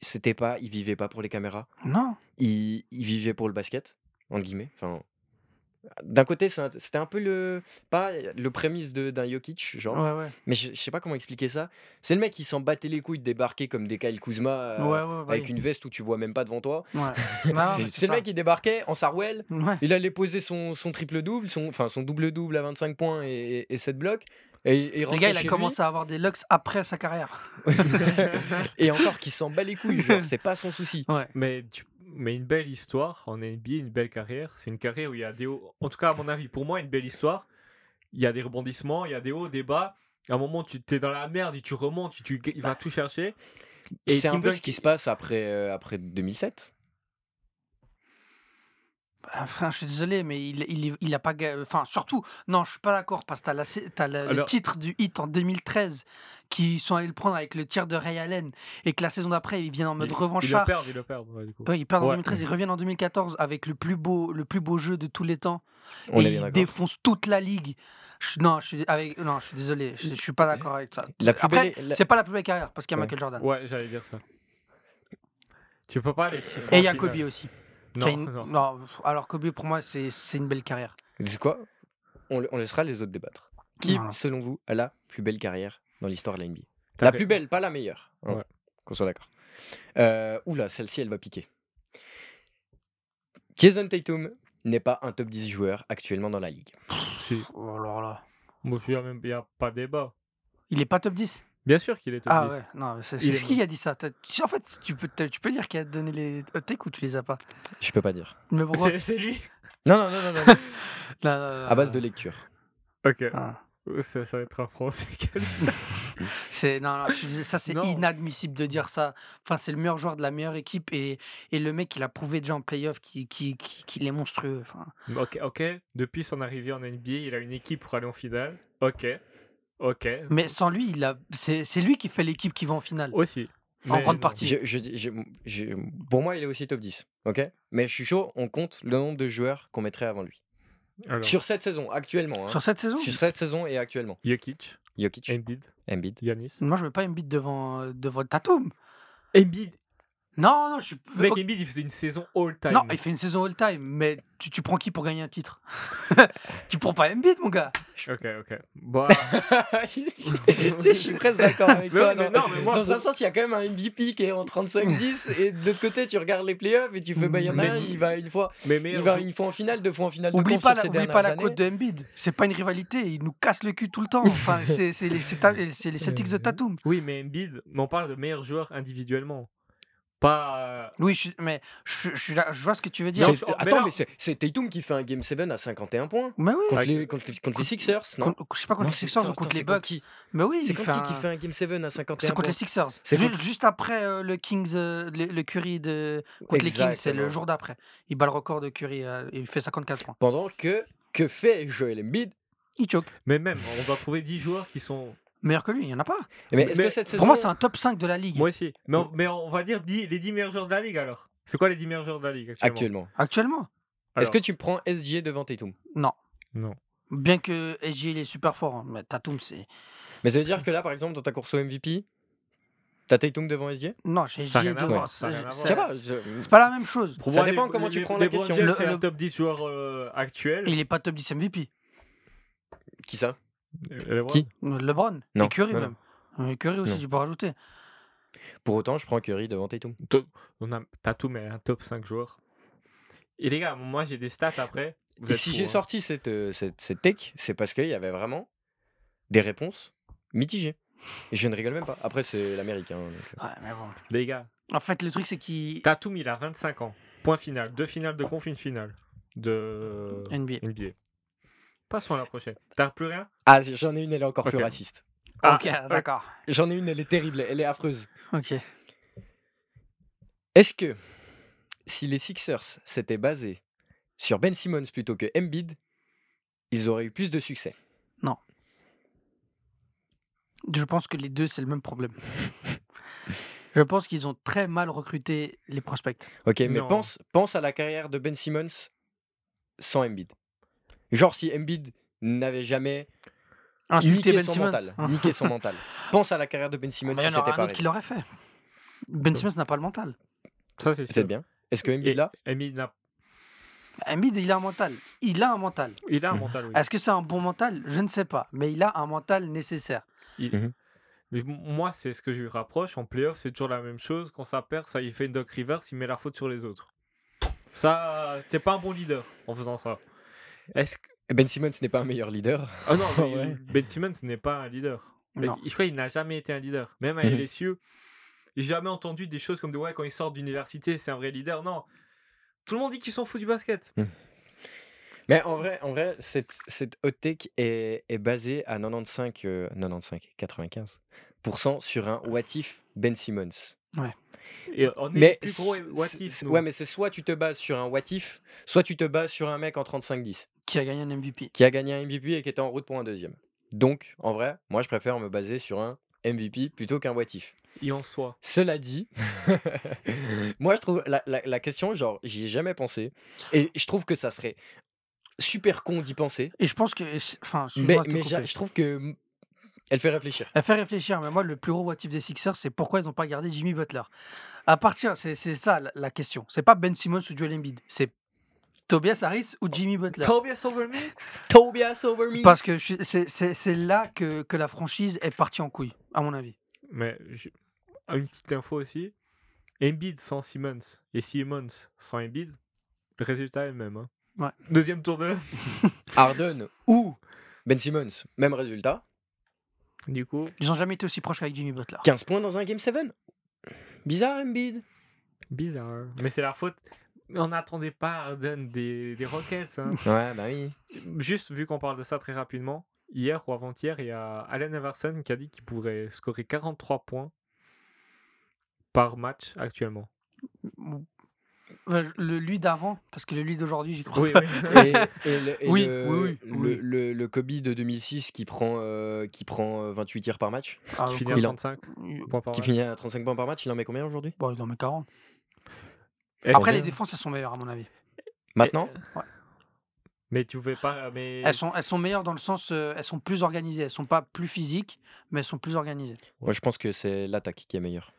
Speaker 1: c'était pas, il vivait pas pour les caméras.
Speaker 2: Non.
Speaker 1: il, il vivait pour le basket, entre guillemets. Enfin, d'un côté, c'est un- c'était un peu le pas le prémisse de- d'un Jokic, genre.
Speaker 2: Ouais, ouais.
Speaker 1: Mais je, je sais pas comment expliquer ça. C'est le mec qui s'en battait les couilles de débarquer comme des Kyle Kuzma euh,
Speaker 2: Ouais, ouais, ouais.
Speaker 1: avec
Speaker 2: ouais.
Speaker 1: une veste où tu vois même pas devant toi.
Speaker 2: Ouais. Bah, ouais,
Speaker 1: C'est le
Speaker 2: ça.
Speaker 1: mec qui débarquait en Sarwell.
Speaker 2: Ouais.
Speaker 1: Il allait poser son, son triple double, son enfin son double double à 25 points et, et, 7 blocs. Et, et
Speaker 2: Le
Speaker 1: rentrait
Speaker 2: gars, il a
Speaker 1: chez lui.
Speaker 2: commencé à avoir des lux après sa carrière.
Speaker 3: hein.
Speaker 1: et encore qui s'en bat les couilles, genre c'est pas son souci.
Speaker 2: Ouais.
Speaker 3: Mais, tu- mais une belle histoire en NBA, une belle carrière. C'est une carrière où il y a des hauts. En tout cas, à mon avis, pour moi, une belle histoire. Il y a des rebondissements, il y a des hauts, des bas. À un moment, tu t'es dans la merde et tu remontes, tu, tu- il va tout chercher.
Speaker 1: Et
Speaker 3: Et
Speaker 1: c'est un
Speaker 3: Tim
Speaker 1: peu ce
Speaker 3: Duncan-
Speaker 1: qui se passe après euh, après 2007.
Speaker 2: Bah, Enfin, je suis désolé, mais il, il, il a pas. ga- Enfin, surtout, non, je suis pas d'accord parce que t'as, la, sé- t'as le- le
Speaker 3: Alors-
Speaker 2: titre du hit en 2013 qui sont allés le prendre avec le tir de Ray Allen et que la saison d'après ils viennent en mode
Speaker 3: il-
Speaker 2: revanchard.
Speaker 3: Ils le perdent, ils le perdent. ouais, du coup.
Speaker 2: Ouais, ils perdent en
Speaker 3: Ouais.
Speaker 2: 2013, ils reviennent en 2014 avec le plus beau, le plus beau jeu de tous les temps
Speaker 1: On est
Speaker 2: et
Speaker 1: bien
Speaker 2: ils
Speaker 1: d'accord.
Speaker 2: défoncent toute la ligue. Je- non, je suis avec, non, je suis désolé, je, je suis pas d'accord avec ça.
Speaker 1: La plus
Speaker 2: Après,
Speaker 1: belle- la-
Speaker 2: c'est pas la plus belle carrière parce qu'il y a
Speaker 1: Ouais.
Speaker 2: Michael Jordan
Speaker 3: Ouais, j'allais dire ça. Tu peux pas les six fois
Speaker 2: et
Speaker 3: en
Speaker 2: il y a
Speaker 3: finale.
Speaker 2: Kobe aussi. qui a
Speaker 3: Non,
Speaker 2: une-
Speaker 3: non.
Speaker 2: non, alors Kobe pour moi c'est, c'est une belle carrière.
Speaker 1: C'est quoi on, la- on laissera les autres débattre. Qui,
Speaker 2: Voilà.
Speaker 1: selon vous, a la plus belle carrière dans l'histoire de la NBA
Speaker 3: T'as
Speaker 1: La
Speaker 3: fait-
Speaker 1: plus belle, pas la meilleure. hein,
Speaker 3: Ouais.
Speaker 1: Qu'on soit d'accord. Euh, oula, celle-ci, elle va piquer. Jason Tatum n'est pas un top 10 joueur actuellement dans la ligue.
Speaker 3: Si.
Speaker 2: Oh là là.
Speaker 3: Moi, je suis même, il n'y a pas débat.
Speaker 2: Il est pas top 10
Speaker 3: Bien sûr qu'il est top
Speaker 2: Ah
Speaker 3: 10.
Speaker 2: ouais, non, mais c'est,
Speaker 3: Il
Speaker 2: c'est
Speaker 3: est
Speaker 2: qui a dit ça T'as- tu- En fait, tu peux, t'as- tu peux dire qu'il a donné les hot takes ou tu les as pas
Speaker 1: Je peux pas dire.
Speaker 2: Mais pourquoi
Speaker 3: C'est- C'est lui
Speaker 1: Non, non, non, non, non.
Speaker 2: Non, non, non, non,
Speaker 1: à base de
Speaker 2: non.
Speaker 1: lecture.
Speaker 3: Ok,
Speaker 2: Ah.
Speaker 3: ça, ça va être un français.
Speaker 2: C'est, non, non, je suis désolé, ça c'est
Speaker 3: Non.
Speaker 2: inadmissible de dire ça. Enfin, c'est le meilleur joueur de la meilleure équipe et, et le mec il a prouvé déjà en playoff qu'il, qu'il, qu'il- qu'il est monstrueux. Enfin,
Speaker 3: ok, ok. Depuis son arrivée en NBA, il a une équipe pour aller en finale. Ok, ok.
Speaker 2: mais sans lui, il a, c'est, c'est lui qui fait l'équipe qui va en finale.
Speaker 3: Aussi.
Speaker 2: En grande
Speaker 3: non.
Speaker 2: partie.
Speaker 1: Je- je dis- je- je- pour moi, il est aussi top 10. ok Mais je suis chaud, on compte le nombre de joueurs qu'on mettrait avant lui.
Speaker 3: Alors,
Speaker 1: Sur cette saison, actuellement. hein.
Speaker 2: Sur cette saison
Speaker 1: Sur cette saison et actuellement.
Speaker 3: Jokic,
Speaker 1: Jokic,
Speaker 3: Embiid,
Speaker 1: Embiid,
Speaker 3: Yanis.
Speaker 2: Moi je veux pas Embiid devant, euh, devant Tatum.
Speaker 3: Embiid
Speaker 2: Non, non, je suis.
Speaker 3: Mec,
Speaker 2: Ok,
Speaker 3: Embiid, il faisait une saison all-time.
Speaker 2: Non, il fait une saison all-time, mais tu, tu prends qui pour gagner un titre Tu prends pas Embiid, mon
Speaker 1: Ah,
Speaker 2: gars
Speaker 3: Ok, ok. Bah,
Speaker 1: je, Ah, je- je suis presque d'accord avec
Speaker 3: Mais
Speaker 1: toi.
Speaker 3: oui, mais
Speaker 1: dans
Speaker 3: non, mais moi,
Speaker 1: dans un
Speaker 3: pour-
Speaker 1: sens, il y a quand même un MVP qui est en 35-10 et de l'autre côté, tu regardes les playoffs et tu fais, bah, il y en a
Speaker 3: Mais-
Speaker 1: un, il va une fois,
Speaker 3: mais
Speaker 1: il
Speaker 3: meilleur
Speaker 1: va
Speaker 3: jou-
Speaker 1: une fois en finale, deux fois en finale. de
Speaker 2: Oublie
Speaker 1: conf
Speaker 2: pas,
Speaker 1: sur
Speaker 2: la,
Speaker 1: ces
Speaker 2: oublie
Speaker 1: dernières
Speaker 2: pas la
Speaker 1: années.
Speaker 2: côte de Embiid. C'est pas une rivalité, il nous casse le cul tout le temps. Enfin, c'est c'est les, c'est ta- c'est les Celtics de
Speaker 1: Euh,
Speaker 2: Tatum.
Speaker 3: Oui, mais Embiid, mais on parle de meilleur joueur individuellement. Pas. euh,
Speaker 2: Oui, je, suis- mais je, je suis là- je vois ce que tu veux dire.
Speaker 1: C'est-
Speaker 3: Mais non,
Speaker 1: Attends,
Speaker 3: mais
Speaker 1: mais c'est- c'est Tatum qui fait un Game 7 à 51 points
Speaker 2: Mais oui,
Speaker 1: contre,
Speaker 3: Avec-
Speaker 1: les, contre, les- contre les Sixers, non
Speaker 2: contre- je sais pas contre
Speaker 1: Non,
Speaker 2: les
Speaker 1: c'est-
Speaker 2: Sixers ou
Speaker 1: attends,
Speaker 2: contre
Speaker 1: c'est
Speaker 2: les Bucks.
Speaker 1: qui
Speaker 2: Mais oui,
Speaker 1: C'est
Speaker 2: il
Speaker 1: contre qui qui
Speaker 2: un-
Speaker 1: fait un Game 7 à 51
Speaker 2: C'est contre
Speaker 1: points
Speaker 2: les Sixers.
Speaker 1: C'est
Speaker 2: Juste,
Speaker 1: contre-
Speaker 2: juste après euh, le Kings, euh, le, le Curry de contre les Kings, c'est
Speaker 1: Exactement.
Speaker 2: le jour d'après. Il bat le record de Curry, euh, il fait 54 points.
Speaker 1: Pendant que, que fait Joel Embiid
Speaker 2: Il choque.
Speaker 3: Mais même, on doit trouver 10 joueurs qui sont.
Speaker 2: Meilleur que lui, il y en a pas.
Speaker 1: Mais est-ce
Speaker 3: Mais-
Speaker 1: que cette saison.
Speaker 2: Pour moi, c'est un top 5 de la ligue.
Speaker 3: Moi aussi. Mais on, mais on va dire 10 les 10 meilleurs joueurs de la ligue alors. C'est quoi les 10 meilleurs joueurs de la ligue actuellement
Speaker 1: Actuellement.
Speaker 2: Actuellement.
Speaker 1: Est-ce
Speaker 3: Alors,
Speaker 1: que tu prends SG devant Tatum
Speaker 2: Non.
Speaker 3: Non.
Speaker 2: Bien que SG il est super fort, hein, mais Tatum c'est.
Speaker 1: Mais ça veut dire que là, par exemple, dans ta course au MVP, t'as Tatum devant SG
Speaker 2: Non, j'ai
Speaker 3: Ça a
Speaker 2: SG
Speaker 3: rien à
Speaker 2: devant.
Speaker 3: voir, ça a
Speaker 2: c'est-
Speaker 3: rien à
Speaker 2: c'est-
Speaker 1: Je sais pas.
Speaker 2: c'est
Speaker 1: je- hmm,
Speaker 2: pas la même chose.
Speaker 3: pour
Speaker 1: Ça
Speaker 3: moi,
Speaker 1: dépend
Speaker 3: les-
Speaker 1: comment tu
Speaker 3: les-
Speaker 1: prends
Speaker 3: les
Speaker 1: la question.
Speaker 3: James,
Speaker 2: Le-
Speaker 3: c'est
Speaker 2: le-
Speaker 3: le top 10 joueurs euh, actuels.
Speaker 2: Il est pas top 10 MVP.
Speaker 1: Qui ça
Speaker 3: Euh, LeBron.
Speaker 1: Qui
Speaker 2: LeBron.
Speaker 1: Non,
Speaker 2: Et Curry
Speaker 1: non,
Speaker 2: même. Euh, Curry aussi,
Speaker 1: Non.
Speaker 2: tu peux rajouter.
Speaker 1: Pour autant, je prends Curry devant Tatum.
Speaker 3: On a Tatum est un top 5 joueurs. Et les gars, moi j'ai des stats après. Vous
Speaker 1: Et
Speaker 3: êtes
Speaker 1: si
Speaker 3: fous,
Speaker 1: j'ai
Speaker 3: hein.
Speaker 1: sorti cette, euh, cette, cette tech, c'est parce qu'il y avait vraiment des réponses mitigées. Et je ne rigole même pas. Après, c'est l'Amérique. hein, donc, euh.
Speaker 2: Ouais, mais bon.
Speaker 3: Les gars,
Speaker 2: En fait, le truc c'est qu'il.
Speaker 3: Tatum il a 25 ans. Point final. Deux finales de conf, une finale de
Speaker 2: NBA.
Speaker 3: Passons à la prochaine. T'as plus rien
Speaker 1: Ah, j'en ai une, elle est encore plus
Speaker 3: Ok.
Speaker 1: raciste.
Speaker 3: Ah,
Speaker 2: ok, d'accord.
Speaker 1: J'en ai une, elle est terrible, elle est affreuse.
Speaker 2: Ok.
Speaker 1: Est-ce que si les Sixers s'étaient basés sur Ben Simmons plutôt que Embiid, ils auraient eu plus de succès.
Speaker 2: Je pense que les deux, c'est le même problème. Je pense qu'ils ont très mal recruté les prospects.
Speaker 1: Ok, mais
Speaker 3: Non.
Speaker 1: pense, pense à la carrière de Ben Simmons sans Embiid. Genre si Embiid n'avait jamais
Speaker 2: Insulter
Speaker 1: niqué
Speaker 2: Ben
Speaker 1: son
Speaker 2: Simmons. Ah,
Speaker 1: mental, niqué son mental. Pense à la carrière de Ben Simmons
Speaker 2: Mais
Speaker 1: si
Speaker 2: il y en
Speaker 1: c'était
Speaker 2: aura un
Speaker 1: pareil.
Speaker 2: autre qui l'aurait fait. Ben Simmons n'a pas le mental.
Speaker 3: Ça, c'est sûr.
Speaker 1: Peut-être bien. Est-ce que Embiid
Speaker 3: Et
Speaker 1: là
Speaker 3: Embiid n'a-
Speaker 2: Embiid, il a un mental. Il a un mental.
Speaker 3: il a un
Speaker 1: Mhm.
Speaker 3: mental, oui.
Speaker 2: Est-ce que c'est un bon mental Je ne sais pas. Mais il a un mental nécessaire.
Speaker 3: Il-
Speaker 1: Mhm.
Speaker 3: Mais m- moi, c'est ce que je lui rapproche. En playoff, c'est toujours la même chose. Quand ça perd, ça, il fait une Doc Rivers, il met la faute sur les autres. Ça, t'es pas un bon leader en faisant ça. Est-ce que...
Speaker 1: Ben Simmons n'est pas un meilleur leader.
Speaker 3: Ah non, mais
Speaker 1: Ouais.
Speaker 3: Ben Simmons n'est pas un leader. Mais
Speaker 2: Non.
Speaker 3: Je crois qu'il n'a jamais été un leader. Même à
Speaker 1: Mhm.
Speaker 3: LSU, j'ai jamais entendu des choses comme de ouais, quand il sort d'université, c'est un vrai leader. Non. Tout le monde dit qu'ils s'en fout du basket.
Speaker 1: Mais en vrai, en vrai cette, cette hot take est, est basée à 95, euh, 95 95% sur un what if Ben Simmons.
Speaker 3: Et on est
Speaker 1: Mais
Speaker 3: les plus gros
Speaker 1: c-
Speaker 3: what
Speaker 1: c-
Speaker 3: if,
Speaker 1: c-
Speaker 3: nous.
Speaker 1: ouais, mais c'est soit tu te bases sur un what if, soit tu te bases sur un mec en 35-10
Speaker 2: Qui a gagné un MVP
Speaker 1: qui a gagné un MVP et qui était en route pour un deuxième. Donc, en vrai, moi, je préfère me baser sur un MVP plutôt qu'un what if.
Speaker 3: Et en soi.
Speaker 1: Cela dit, moi, je trouve la, la- la question, genre, j'y ai jamais pensé. Et je trouve que ça serait super con d'y penser.
Speaker 2: Et je pense que. Enfin, excuse-moi
Speaker 1: Mais,
Speaker 2: de te
Speaker 1: mais
Speaker 2: couper.
Speaker 1: j'a- je trouve que mm, elle fait réfléchir.
Speaker 2: Elle fait réfléchir, mais moi, le plus gros what if des Sixers, c'est pourquoi ils n'ont pas gardé Jimmy Butler. À partir, c'est c'est ça la, la question. C'est pas Ben Simmons ou Joel Embiid, c'est Tobias Harris ou Jimmy Butler.
Speaker 3: Tobias Overman
Speaker 1: Tobias over me.
Speaker 2: Parce que je suis- c'est- c'est c'est là que, que la franchise est partie en couille, à mon avis.
Speaker 3: Mais je- ah, une petite info aussi. Embiid sans Simmons et Simmons sans Embiid, le résultat est le même. hein.
Speaker 2: Ouais.
Speaker 3: Deuxième tour de
Speaker 1: Harden ou Ben Simmons, même résultat.
Speaker 3: Du coup,
Speaker 2: Ils n'ont jamais été aussi proches qu'avec Jimmy Butler.
Speaker 1: 15 points dans un game 7. Bizarre, Embiid.
Speaker 3: bizarre. Mais c'est la faute. On n'attendait pas Harden des, des Rockets. hein.
Speaker 1: Ouais, bah oui.
Speaker 3: Juste vu qu'on parle de ça très rapidement, hier ou avant-hier, il y a Allen Everson qui a dit qu'il pourrait scorer 43 points par match actuellement.
Speaker 2: Euh, Le lui d'avant, parce que le lui d'aujourd'hui, j'y crois.
Speaker 3: Oui,
Speaker 2: pas.
Speaker 3: oui.
Speaker 1: et, et le, et
Speaker 2: Oui,
Speaker 1: le,
Speaker 2: oui, oui,
Speaker 1: le,
Speaker 2: oui.
Speaker 1: le- le Kobe de 2006 qui prend, euh, qui prend euh, 28 tirs par match,
Speaker 2: Ah,
Speaker 3: qui finit
Speaker 2: donc,
Speaker 3: à
Speaker 1: il en-
Speaker 3: 35
Speaker 2: euh,
Speaker 3: points par
Speaker 1: qui
Speaker 3: match.
Speaker 1: finit à 35 points par match, il en met combien aujourd'hui
Speaker 2: Bon, il en met 40.
Speaker 3: Est-ce
Speaker 2: Après,
Speaker 3: que-
Speaker 2: les défenses, elles sont meilleures, à mon avis. euh,
Speaker 1: Maintenant
Speaker 3: Mais tu pouvais pas. Mais...
Speaker 2: Elles sont, elles sont meilleures dans le sens, euh, elles sont plus organisées. Elles sont pas plus physiques, mais elles sont plus organisées.
Speaker 1: Moi je pense que c'est l'attaque qui est meilleure.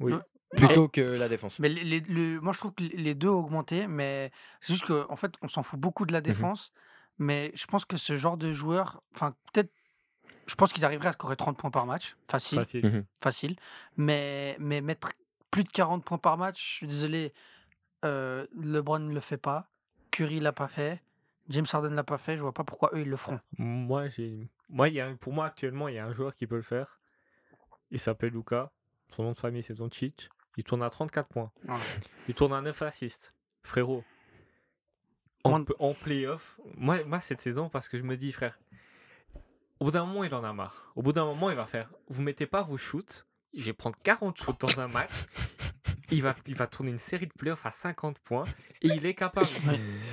Speaker 3: Oui.
Speaker 1: Plutôt que la défense.
Speaker 2: Mais les, les- le- moi, je trouve que les deux ont augmenté, mais c'est juste qu'en en fait, on s'en fout beaucoup de la défense. Mais je pense que ce genre de joueurs, enfin, peut-être, je pense qu'ils arriveraient à scorer 30 points par match, facile,
Speaker 3: Facile.
Speaker 2: facile. Mais, mais mettre plus de 40 points par match, je suis désolé, euh, LeBron ne le fait pas, Curry l'a pas fait, James Harden l'a pas fait, je vois pas pourquoi eux ils le feront.
Speaker 3: Moi, j'ai. Moi, il y a... un- pour moi, actuellement, il y a un joueur qui peut le faire. Il s'appelle Luca. Son nom de famille, c'est Doncic. Il tourne à 34 points.
Speaker 2: Voilà.
Speaker 3: Il tourne à 9 assists. Frérot. En,
Speaker 2: Rendre-
Speaker 3: p- en playoff, moi, moi, cette saison, parce que je me dis, frère, au bout d'un moment, il en a marre. Au bout d'un moment, il va faire Vous mettez pas vos shoots. Je vais prendre 40 shoots dans un match. il, va, il va tourner une série de playoffs à 50 points. Et il est capable.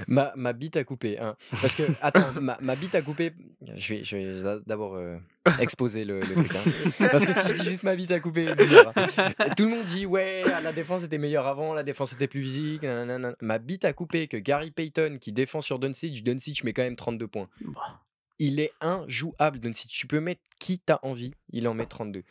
Speaker 1: Ma, ma bite à couper. hein. Parce que, attends, ma, ma bite à couper. Je vais, je vais d'a- d'abord euh, exposer le, le truc. hein. Parce que si je dis juste ma bite à couper, bizarre, hein. tout le monde dit Ouais, ah, la défense était meilleure avant, la défense était plus physique. nanana. Ma bite à couper que Gary Payton qui défend sur Doncic, Doncic met quand même 32 points.
Speaker 2: Bah.
Speaker 1: Il est injouable, Doncic. Tu peux mettre qui t'as envie, il en met 32.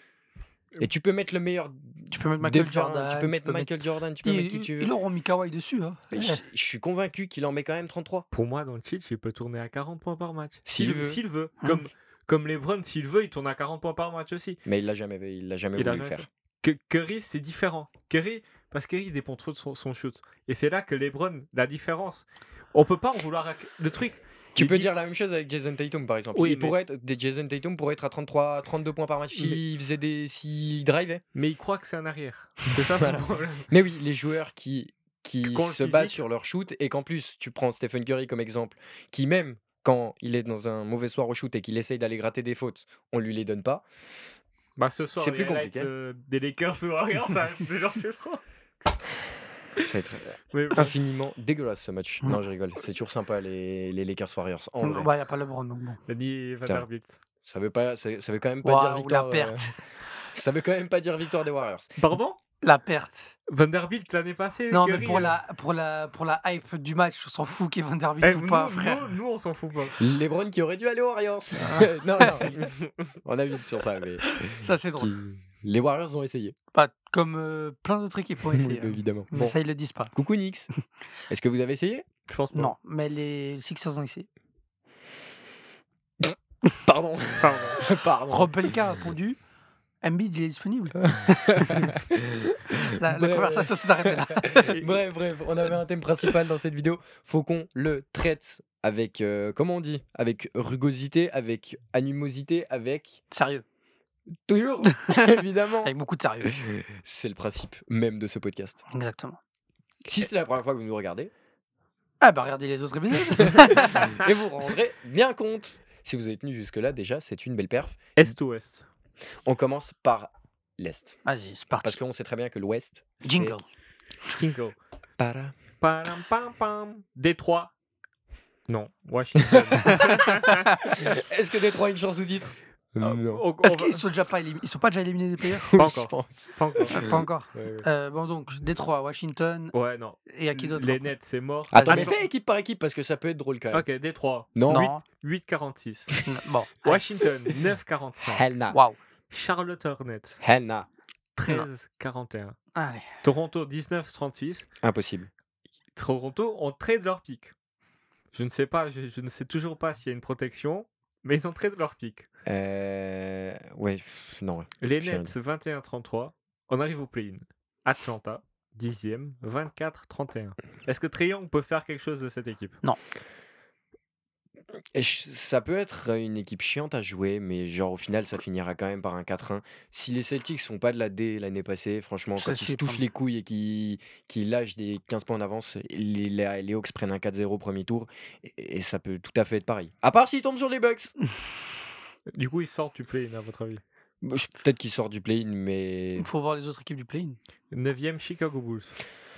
Speaker 1: Et tu peux mettre le meilleur.
Speaker 2: Tu peux mettre Michael
Speaker 1: défenseur,
Speaker 2: Jordan.
Speaker 1: tu peux mettre Michael Jordan, tu peux mettre
Speaker 2: Ils,
Speaker 1: qui tu veux.
Speaker 2: ils auront mis Kawhi dessus. hein.
Speaker 1: Je, je suis convaincu qu'il en met quand même 33.
Speaker 3: Pour moi, dans le cheat, il peut tourner à 40 points par match.
Speaker 1: S'il veut.
Speaker 3: S'il veut.
Speaker 2: Hein.
Speaker 3: Comme, comme LeBron, s'il veut, il tourne à 40 points par match aussi.
Speaker 1: Mais il l'a jamais, il l'a jamais
Speaker 3: Il a
Speaker 1: voulu le
Speaker 3: jamais
Speaker 1: faire.
Speaker 3: Que, Curry, c'est différent. Curry, parce que Curry dépend trop de son, son shoot. Et c'est là que LeBron, la différence. On peut pas en vouloir. à- Le truc.
Speaker 1: Tu
Speaker 3: il
Speaker 1: peux
Speaker 3: dit-
Speaker 1: dire la même chose avec Jason Tatum par exemple.
Speaker 3: Oui,
Speaker 1: il
Speaker 3: mais-
Speaker 1: pourrait être, des Jason Tatum pourrait être à 33, 32 points par match s'il faisait des, s'il drivait.
Speaker 3: Mais il croit que c'est un arrière. C'est ça son
Speaker 1: Voilà.
Speaker 3: problème.
Speaker 1: Mais oui, les joueurs qui qui
Speaker 3: Qui ont le
Speaker 1: se basent
Speaker 3: physique.
Speaker 1: sur leur shoot et qu'en plus tu prends Stephen Curry comme exemple, qui même quand il est dans un mauvais soir au shoot et qu'il essaye d'aller gratter des fautes, on lui les donne pas.
Speaker 3: Bah, ce soir,
Speaker 1: C'est
Speaker 3: les
Speaker 1: plus
Speaker 3: highlights,
Speaker 1: compliqué.
Speaker 3: euh, des Lakers ou Warriors, ça, genre, c'est trop.
Speaker 1: Ça va être
Speaker 3: Mais
Speaker 1: Ah.
Speaker 3: bon.
Speaker 1: infiniment dégueulasse ce match.
Speaker 2: Mm.
Speaker 1: Non, je rigole. C'est toujours sympa les, les Lakers Warriors. En vrai.
Speaker 2: Bah, il n'y a pas LeBron, donc bon.
Speaker 3: Denis
Speaker 1: Putain.
Speaker 3: Vanderbilt.
Speaker 1: Ça veut pas, ça, ça veut quand même pas dire
Speaker 2: Waouh, la
Speaker 1: victoire. euh,
Speaker 2: perte.
Speaker 1: ça veut quand même pas dire victoire des Warriors.
Speaker 3: Pardon
Speaker 2: La perte.
Speaker 3: Vanderbilt l'année passée.
Speaker 2: Non,
Speaker 3: Curry,
Speaker 2: mais pour
Speaker 3: là.
Speaker 2: la, pour, la, pour la hype du match, on s'en fout qu'il y ait Vanderbilt
Speaker 3: Eh,
Speaker 2: ou
Speaker 3: nous,
Speaker 2: pas,
Speaker 3: nous-
Speaker 2: frère.
Speaker 3: Nous, on s'en fout pas.
Speaker 1: Lebron qui aurait dû aller aux Warriors.
Speaker 2: Ah.
Speaker 1: non, non. On a vu sur ça, mais
Speaker 2: Ça, c'est drôle.
Speaker 1: qui- les Warriors ont essayé.
Speaker 2: Pas comme euh, plein d'autres équipes ont essayé. hein.
Speaker 1: évidemment.
Speaker 2: Mais
Speaker 1: Bon.
Speaker 2: ça, ils le disent pas.
Speaker 1: Coucou Nix. Est-ce que vous avez essayé
Speaker 3: Je pense pas.
Speaker 2: Non, mais les Sixers ont essayé.
Speaker 1: Pardon.
Speaker 3: Pardon.
Speaker 1: Pardon.
Speaker 2: Rob Pelka a répondu Embiid, il est disponible. La, la
Speaker 1: Bref.
Speaker 2: conversation s'est arrêtée là.
Speaker 1: bref, bref, on avait un thème principal dans cette vidéo. Faut qu'on le traite avec, euh, comment on dit Avec rugosité, avec animosité, avec.
Speaker 2: Sérieux,
Speaker 1: Toujours Évidemment
Speaker 2: avec beaucoup de sérieux.
Speaker 1: C'est le principe même de ce podcast.
Speaker 2: Exactement.
Speaker 1: Si c'est la première fois que vous nous regardez,
Speaker 2: Ah bah regardez les autres épisodes.
Speaker 1: et vous vous rendrez bien compte. Si vous avez tenu jusque-là, déjà, c'est une belle perf.
Speaker 3: Est-Ouest.
Speaker 1: On commence par l'Est.
Speaker 2: Vas-y, c'est parti.
Speaker 1: Parce qu'on sait très bien que l'Ouest. c'est-
Speaker 2: Jingle.
Speaker 3: Kingo.
Speaker 1: Para.
Speaker 3: Pam pam pam. Détroit. Non, Washington.
Speaker 1: Est-ce que Détroit a une chance au titre
Speaker 3: On- on-
Speaker 2: Est-ce
Speaker 3: on-
Speaker 2: qu'ils sont déjà pas éliminés Ils sont pas déjà éliminés des players
Speaker 3: Pas
Speaker 1: je
Speaker 3: encore.
Speaker 1: pense.
Speaker 3: Pas encore.
Speaker 2: Ah, Pas encore.
Speaker 1: Ouais, ouais.
Speaker 2: Euh, bon donc, Détroit, Washington
Speaker 3: Ouais, non.
Speaker 2: et à qui d'autre
Speaker 3: Les Nets, c'est mort.
Speaker 1: Attends,
Speaker 2: Ah,
Speaker 1: mais
Speaker 2: je-
Speaker 1: fais équipe par équipe parce que ça peut être drôle quand même.
Speaker 3: Ok, Détroit.
Speaker 1: Non.
Speaker 2: Non.
Speaker 3: 8,46.
Speaker 2: Bon.
Speaker 3: Washington, 9,45.
Speaker 1: Helna.
Speaker 2: Waouh.
Speaker 3: Charlotte Hornets,
Speaker 1: Helna.
Speaker 3: 13,41.
Speaker 2: Allez.
Speaker 3: Toronto, 19,36.
Speaker 1: Impossible.
Speaker 3: Toronto ont trade leur pic. Je ne sais pas, je, je ne sais toujours pas s'il y a une protection, mais ils ont trade leur pic.
Speaker 1: Euh... Ouais, pff, non. ouais.
Speaker 3: Les
Speaker 1: J'ai rien
Speaker 3: Nets, 21-33. On arrive au play-in. Atlanta, 10e, 24-31. Est-ce que Trae Young peut faire quelque chose de cette équipe
Speaker 1: Et je- ça peut être euh, une équipe chiante à jouer, mais genre au final, ça finira quand même par un 4-1. Si les Celtics font pas de la D l'année passée, franchement,
Speaker 2: Ça,
Speaker 1: quand ils se
Speaker 2: c'est
Speaker 1: touchent
Speaker 2: pas-
Speaker 1: les couilles et qu'ils qu'ils lâchent des 15 points d'avance, les, les, les Hawks prennent un 4-0 au premier tour, et, et ça peut tout à fait être pareil. À part s'ils tombent sur les Bucks
Speaker 3: Du coup, ils sortent du play-in, à votre avis.
Speaker 1: Bon, Bah, je- Peut-être qu'ils sortent du play-in, mais...
Speaker 2: Il faut voir les autres équipes du play-in.
Speaker 3: 9e, Chicago Bulls.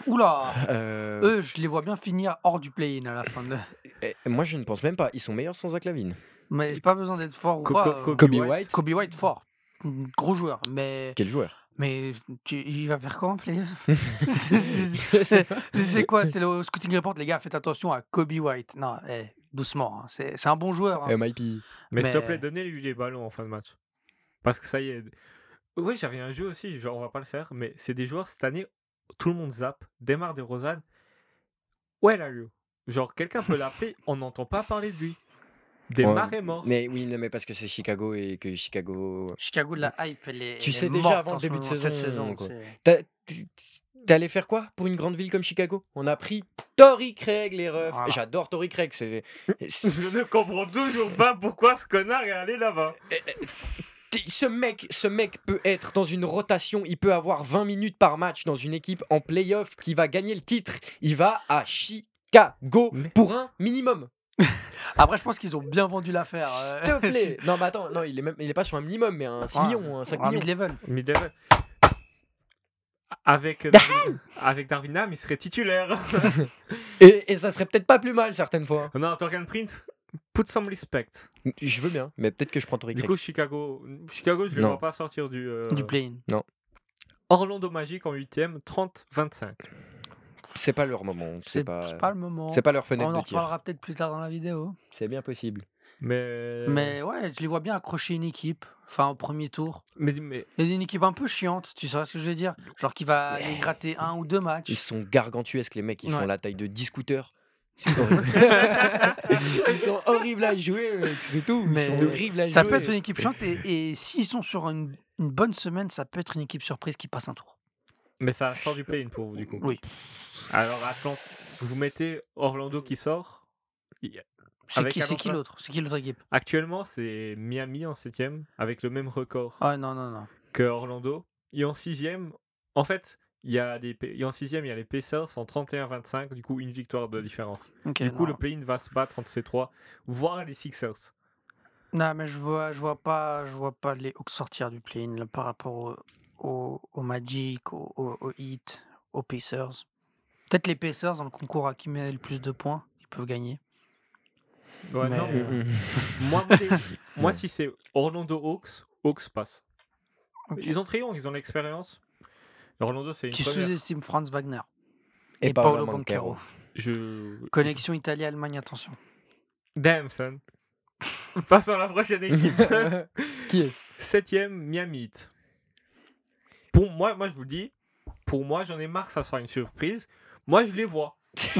Speaker 2: Oula
Speaker 1: Euh,
Speaker 2: Eux, je les vois bien finir hors du play-in à la fin de.
Speaker 1: eh, Moi, je ne pense même pas. Ils sont meilleurs sans Zach Lavine.
Speaker 2: Mais pas besoin d'être fort ou
Speaker 3: Co-
Speaker 2: pas.
Speaker 3: co-
Speaker 2: euh,
Speaker 3: Kobe
Speaker 1: Kobe
Speaker 3: White.
Speaker 1: White.
Speaker 2: Kobe White fort. Gros joueur. Mais,
Speaker 1: Quel joueur
Speaker 2: mais tu- il va faire quoi en play C'est quoi C'est le scouting report, les gars, faites attention à Kobe White. Non, eh, doucement. hein, C'est c'est un bon
Speaker 1: Ah.
Speaker 2: joueur. hein.
Speaker 1: MIP.
Speaker 3: Mais, s'il te
Speaker 2: Mais-
Speaker 3: plaît, donnez-lui les ballons en fin de match. Parce que ça y est. Oui, j'avais un jeu aussi, genre on va pas le faire, mais c'est des joueurs cette année, tout le monde zappe, démarre des Rosanne. Ouais, là, lui. Genre, quelqu'un peut l'appeler, on n'entend pas parler de lui. Démarre est mort.
Speaker 1: Mais oui, non, mais parce que c'est Chicago et que Chicago...
Speaker 2: Chicago, la hype, elle est.
Speaker 1: Tu
Speaker 2: elle
Speaker 1: sais
Speaker 2: est
Speaker 1: déjà
Speaker 2: morte
Speaker 1: avant
Speaker 2: en
Speaker 1: le
Speaker 2: ce
Speaker 1: début de
Speaker 2: moment, cette
Speaker 1: saison,
Speaker 2: saison.
Speaker 1: quoi.
Speaker 2: c'est-
Speaker 1: T'as- t- t- T'es allé faire quoi pour une grande ville comme Chicago On a pris Tory Craig, les refs.
Speaker 2: Voilà.
Speaker 1: J'adore Tory Craig. C'est...
Speaker 3: Je
Speaker 1: c'est-
Speaker 3: ne comprends toujours pas pourquoi ce connard est allé là-bas.
Speaker 1: ce, mec, ce mec peut être dans une rotation. Il peut avoir 20 minutes par match dans une équipe en playoff qui va gagner le titre. Il va à Chicago
Speaker 3: Mais-
Speaker 1: pour un minimum.
Speaker 2: Après, je pense qu'ils ont bien vendu l'affaire.
Speaker 1: S'il
Speaker 2: euh,
Speaker 1: te plaît. non, mais attends, non, il, est même, il est pas sur un minimum, mais un 6
Speaker 2: Ouais,
Speaker 1: millions, un 5
Speaker 2: un
Speaker 1: millions.
Speaker 2: mid-level.
Speaker 3: Mid-level. Avec Darwin, avec Darwin Ham, il serait titulaire.
Speaker 1: Et, et ça serait peut-être pas plus mal certaines fois.
Speaker 3: non, Torian Prince, put some respect.
Speaker 1: Je veux bien, mais peut-être que je prends Tory
Speaker 3: Du
Speaker 1: Craig.
Speaker 3: coup, Chicago, Chicago je ne
Speaker 1: Non.
Speaker 3: vois pas sortir du, euh,
Speaker 2: Du play-in.
Speaker 3: Orlando Magic en 8ème, 30-25.
Speaker 1: C'est pas leur moment. C'est,
Speaker 2: C'est
Speaker 1: pas.
Speaker 2: c'est pas le moment.
Speaker 1: C'est pas leur
Speaker 2: On
Speaker 1: fenêtre
Speaker 2: en
Speaker 1: de tir.
Speaker 2: reparlera peut-être plus tard dans la vidéo.
Speaker 1: C'est bien possible.
Speaker 3: Mais...
Speaker 2: Mais ouais, je les vois bien accrocher une équipe. Enfin, au premier tour.
Speaker 3: mais, mais-
Speaker 2: Il y a une équipe un peu chiante, tu sais ce que je veux dire Genre qui va aller gratter un ou deux matchs.
Speaker 1: Ils sont gargantuesques, les mecs. Ils font
Speaker 2: Ouais.
Speaker 1: la taille de 10 scooters. C'est horrible. Ils sont horribles à jouer, mec. C'est tout. Ils
Speaker 2: Mais
Speaker 1: sont horribles à jouer.
Speaker 2: Ça peut être une équipe chiante et, et s'ils sont sur une, une bonne semaine, ça peut être une équipe surprise qui passe un tour.
Speaker 3: mais ça sort du play-in pour vous, du coup.
Speaker 2: Oui.
Speaker 3: Alors, Atlanta, vous mettez Orlando qui sort.
Speaker 2: C'est
Speaker 3: Avec
Speaker 2: qui, c'est
Speaker 3: Atlanta.
Speaker 2: qui l'autre C'est qui l'autre équipe
Speaker 3: Actuellement, c'est Miami en 7ème, avec le même record
Speaker 2: Ah non, non, non.
Speaker 3: que Orlando. Et en 6ème, en fait, il y a des, P- et en 6ème, il y a les Pacers en 31-25, du coup, une victoire de différence.
Speaker 2: Ok,
Speaker 3: Du coup,
Speaker 2: non.
Speaker 3: le play-in va se battre entre ces trois, voire les Sixers.
Speaker 2: Non, mais je vois, je vois pas, je vois pas les Hawks sortir du play-in là, par rapport au, au- au Magic, au, au, au Heat, aux Pacers. Peut-être les Pacers dans le concours à qui met le plus de points, ils peuvent gagner.
Speaker 3: Ouais,
Speaker 2: Mais,
Speaker 3: non,
Speaker 2: euh,
Speaker 3: Moi, moi, les- moi,
Speaker 1: Ouais.
Speaker 3: si c'est Orlando Hawks, Hawks passe.
Speaker 2: Ok.
Speaker 3: Ils ont très long, ils ont l'expérience. Orlando, c'est une
Speaker 2: Tu
Speaker 3: première.
Speaker 2: sous-estimes Franz Wagner
Speaker 1: Et, Paolo Banquero.
Speaker 3: Je...
Speaker 2: Connexion Italie-Allemagne, attention.
Speaker 3: Damn, son. Passons à la prochaine équipe.
Speaker 1: Qui est-ce
Speaker 3: Septième, Miami Heat. Pour moi, moi, je vous le dis, pour moi, j'en ai marre que ça soit une surprise. Moi, je les vois.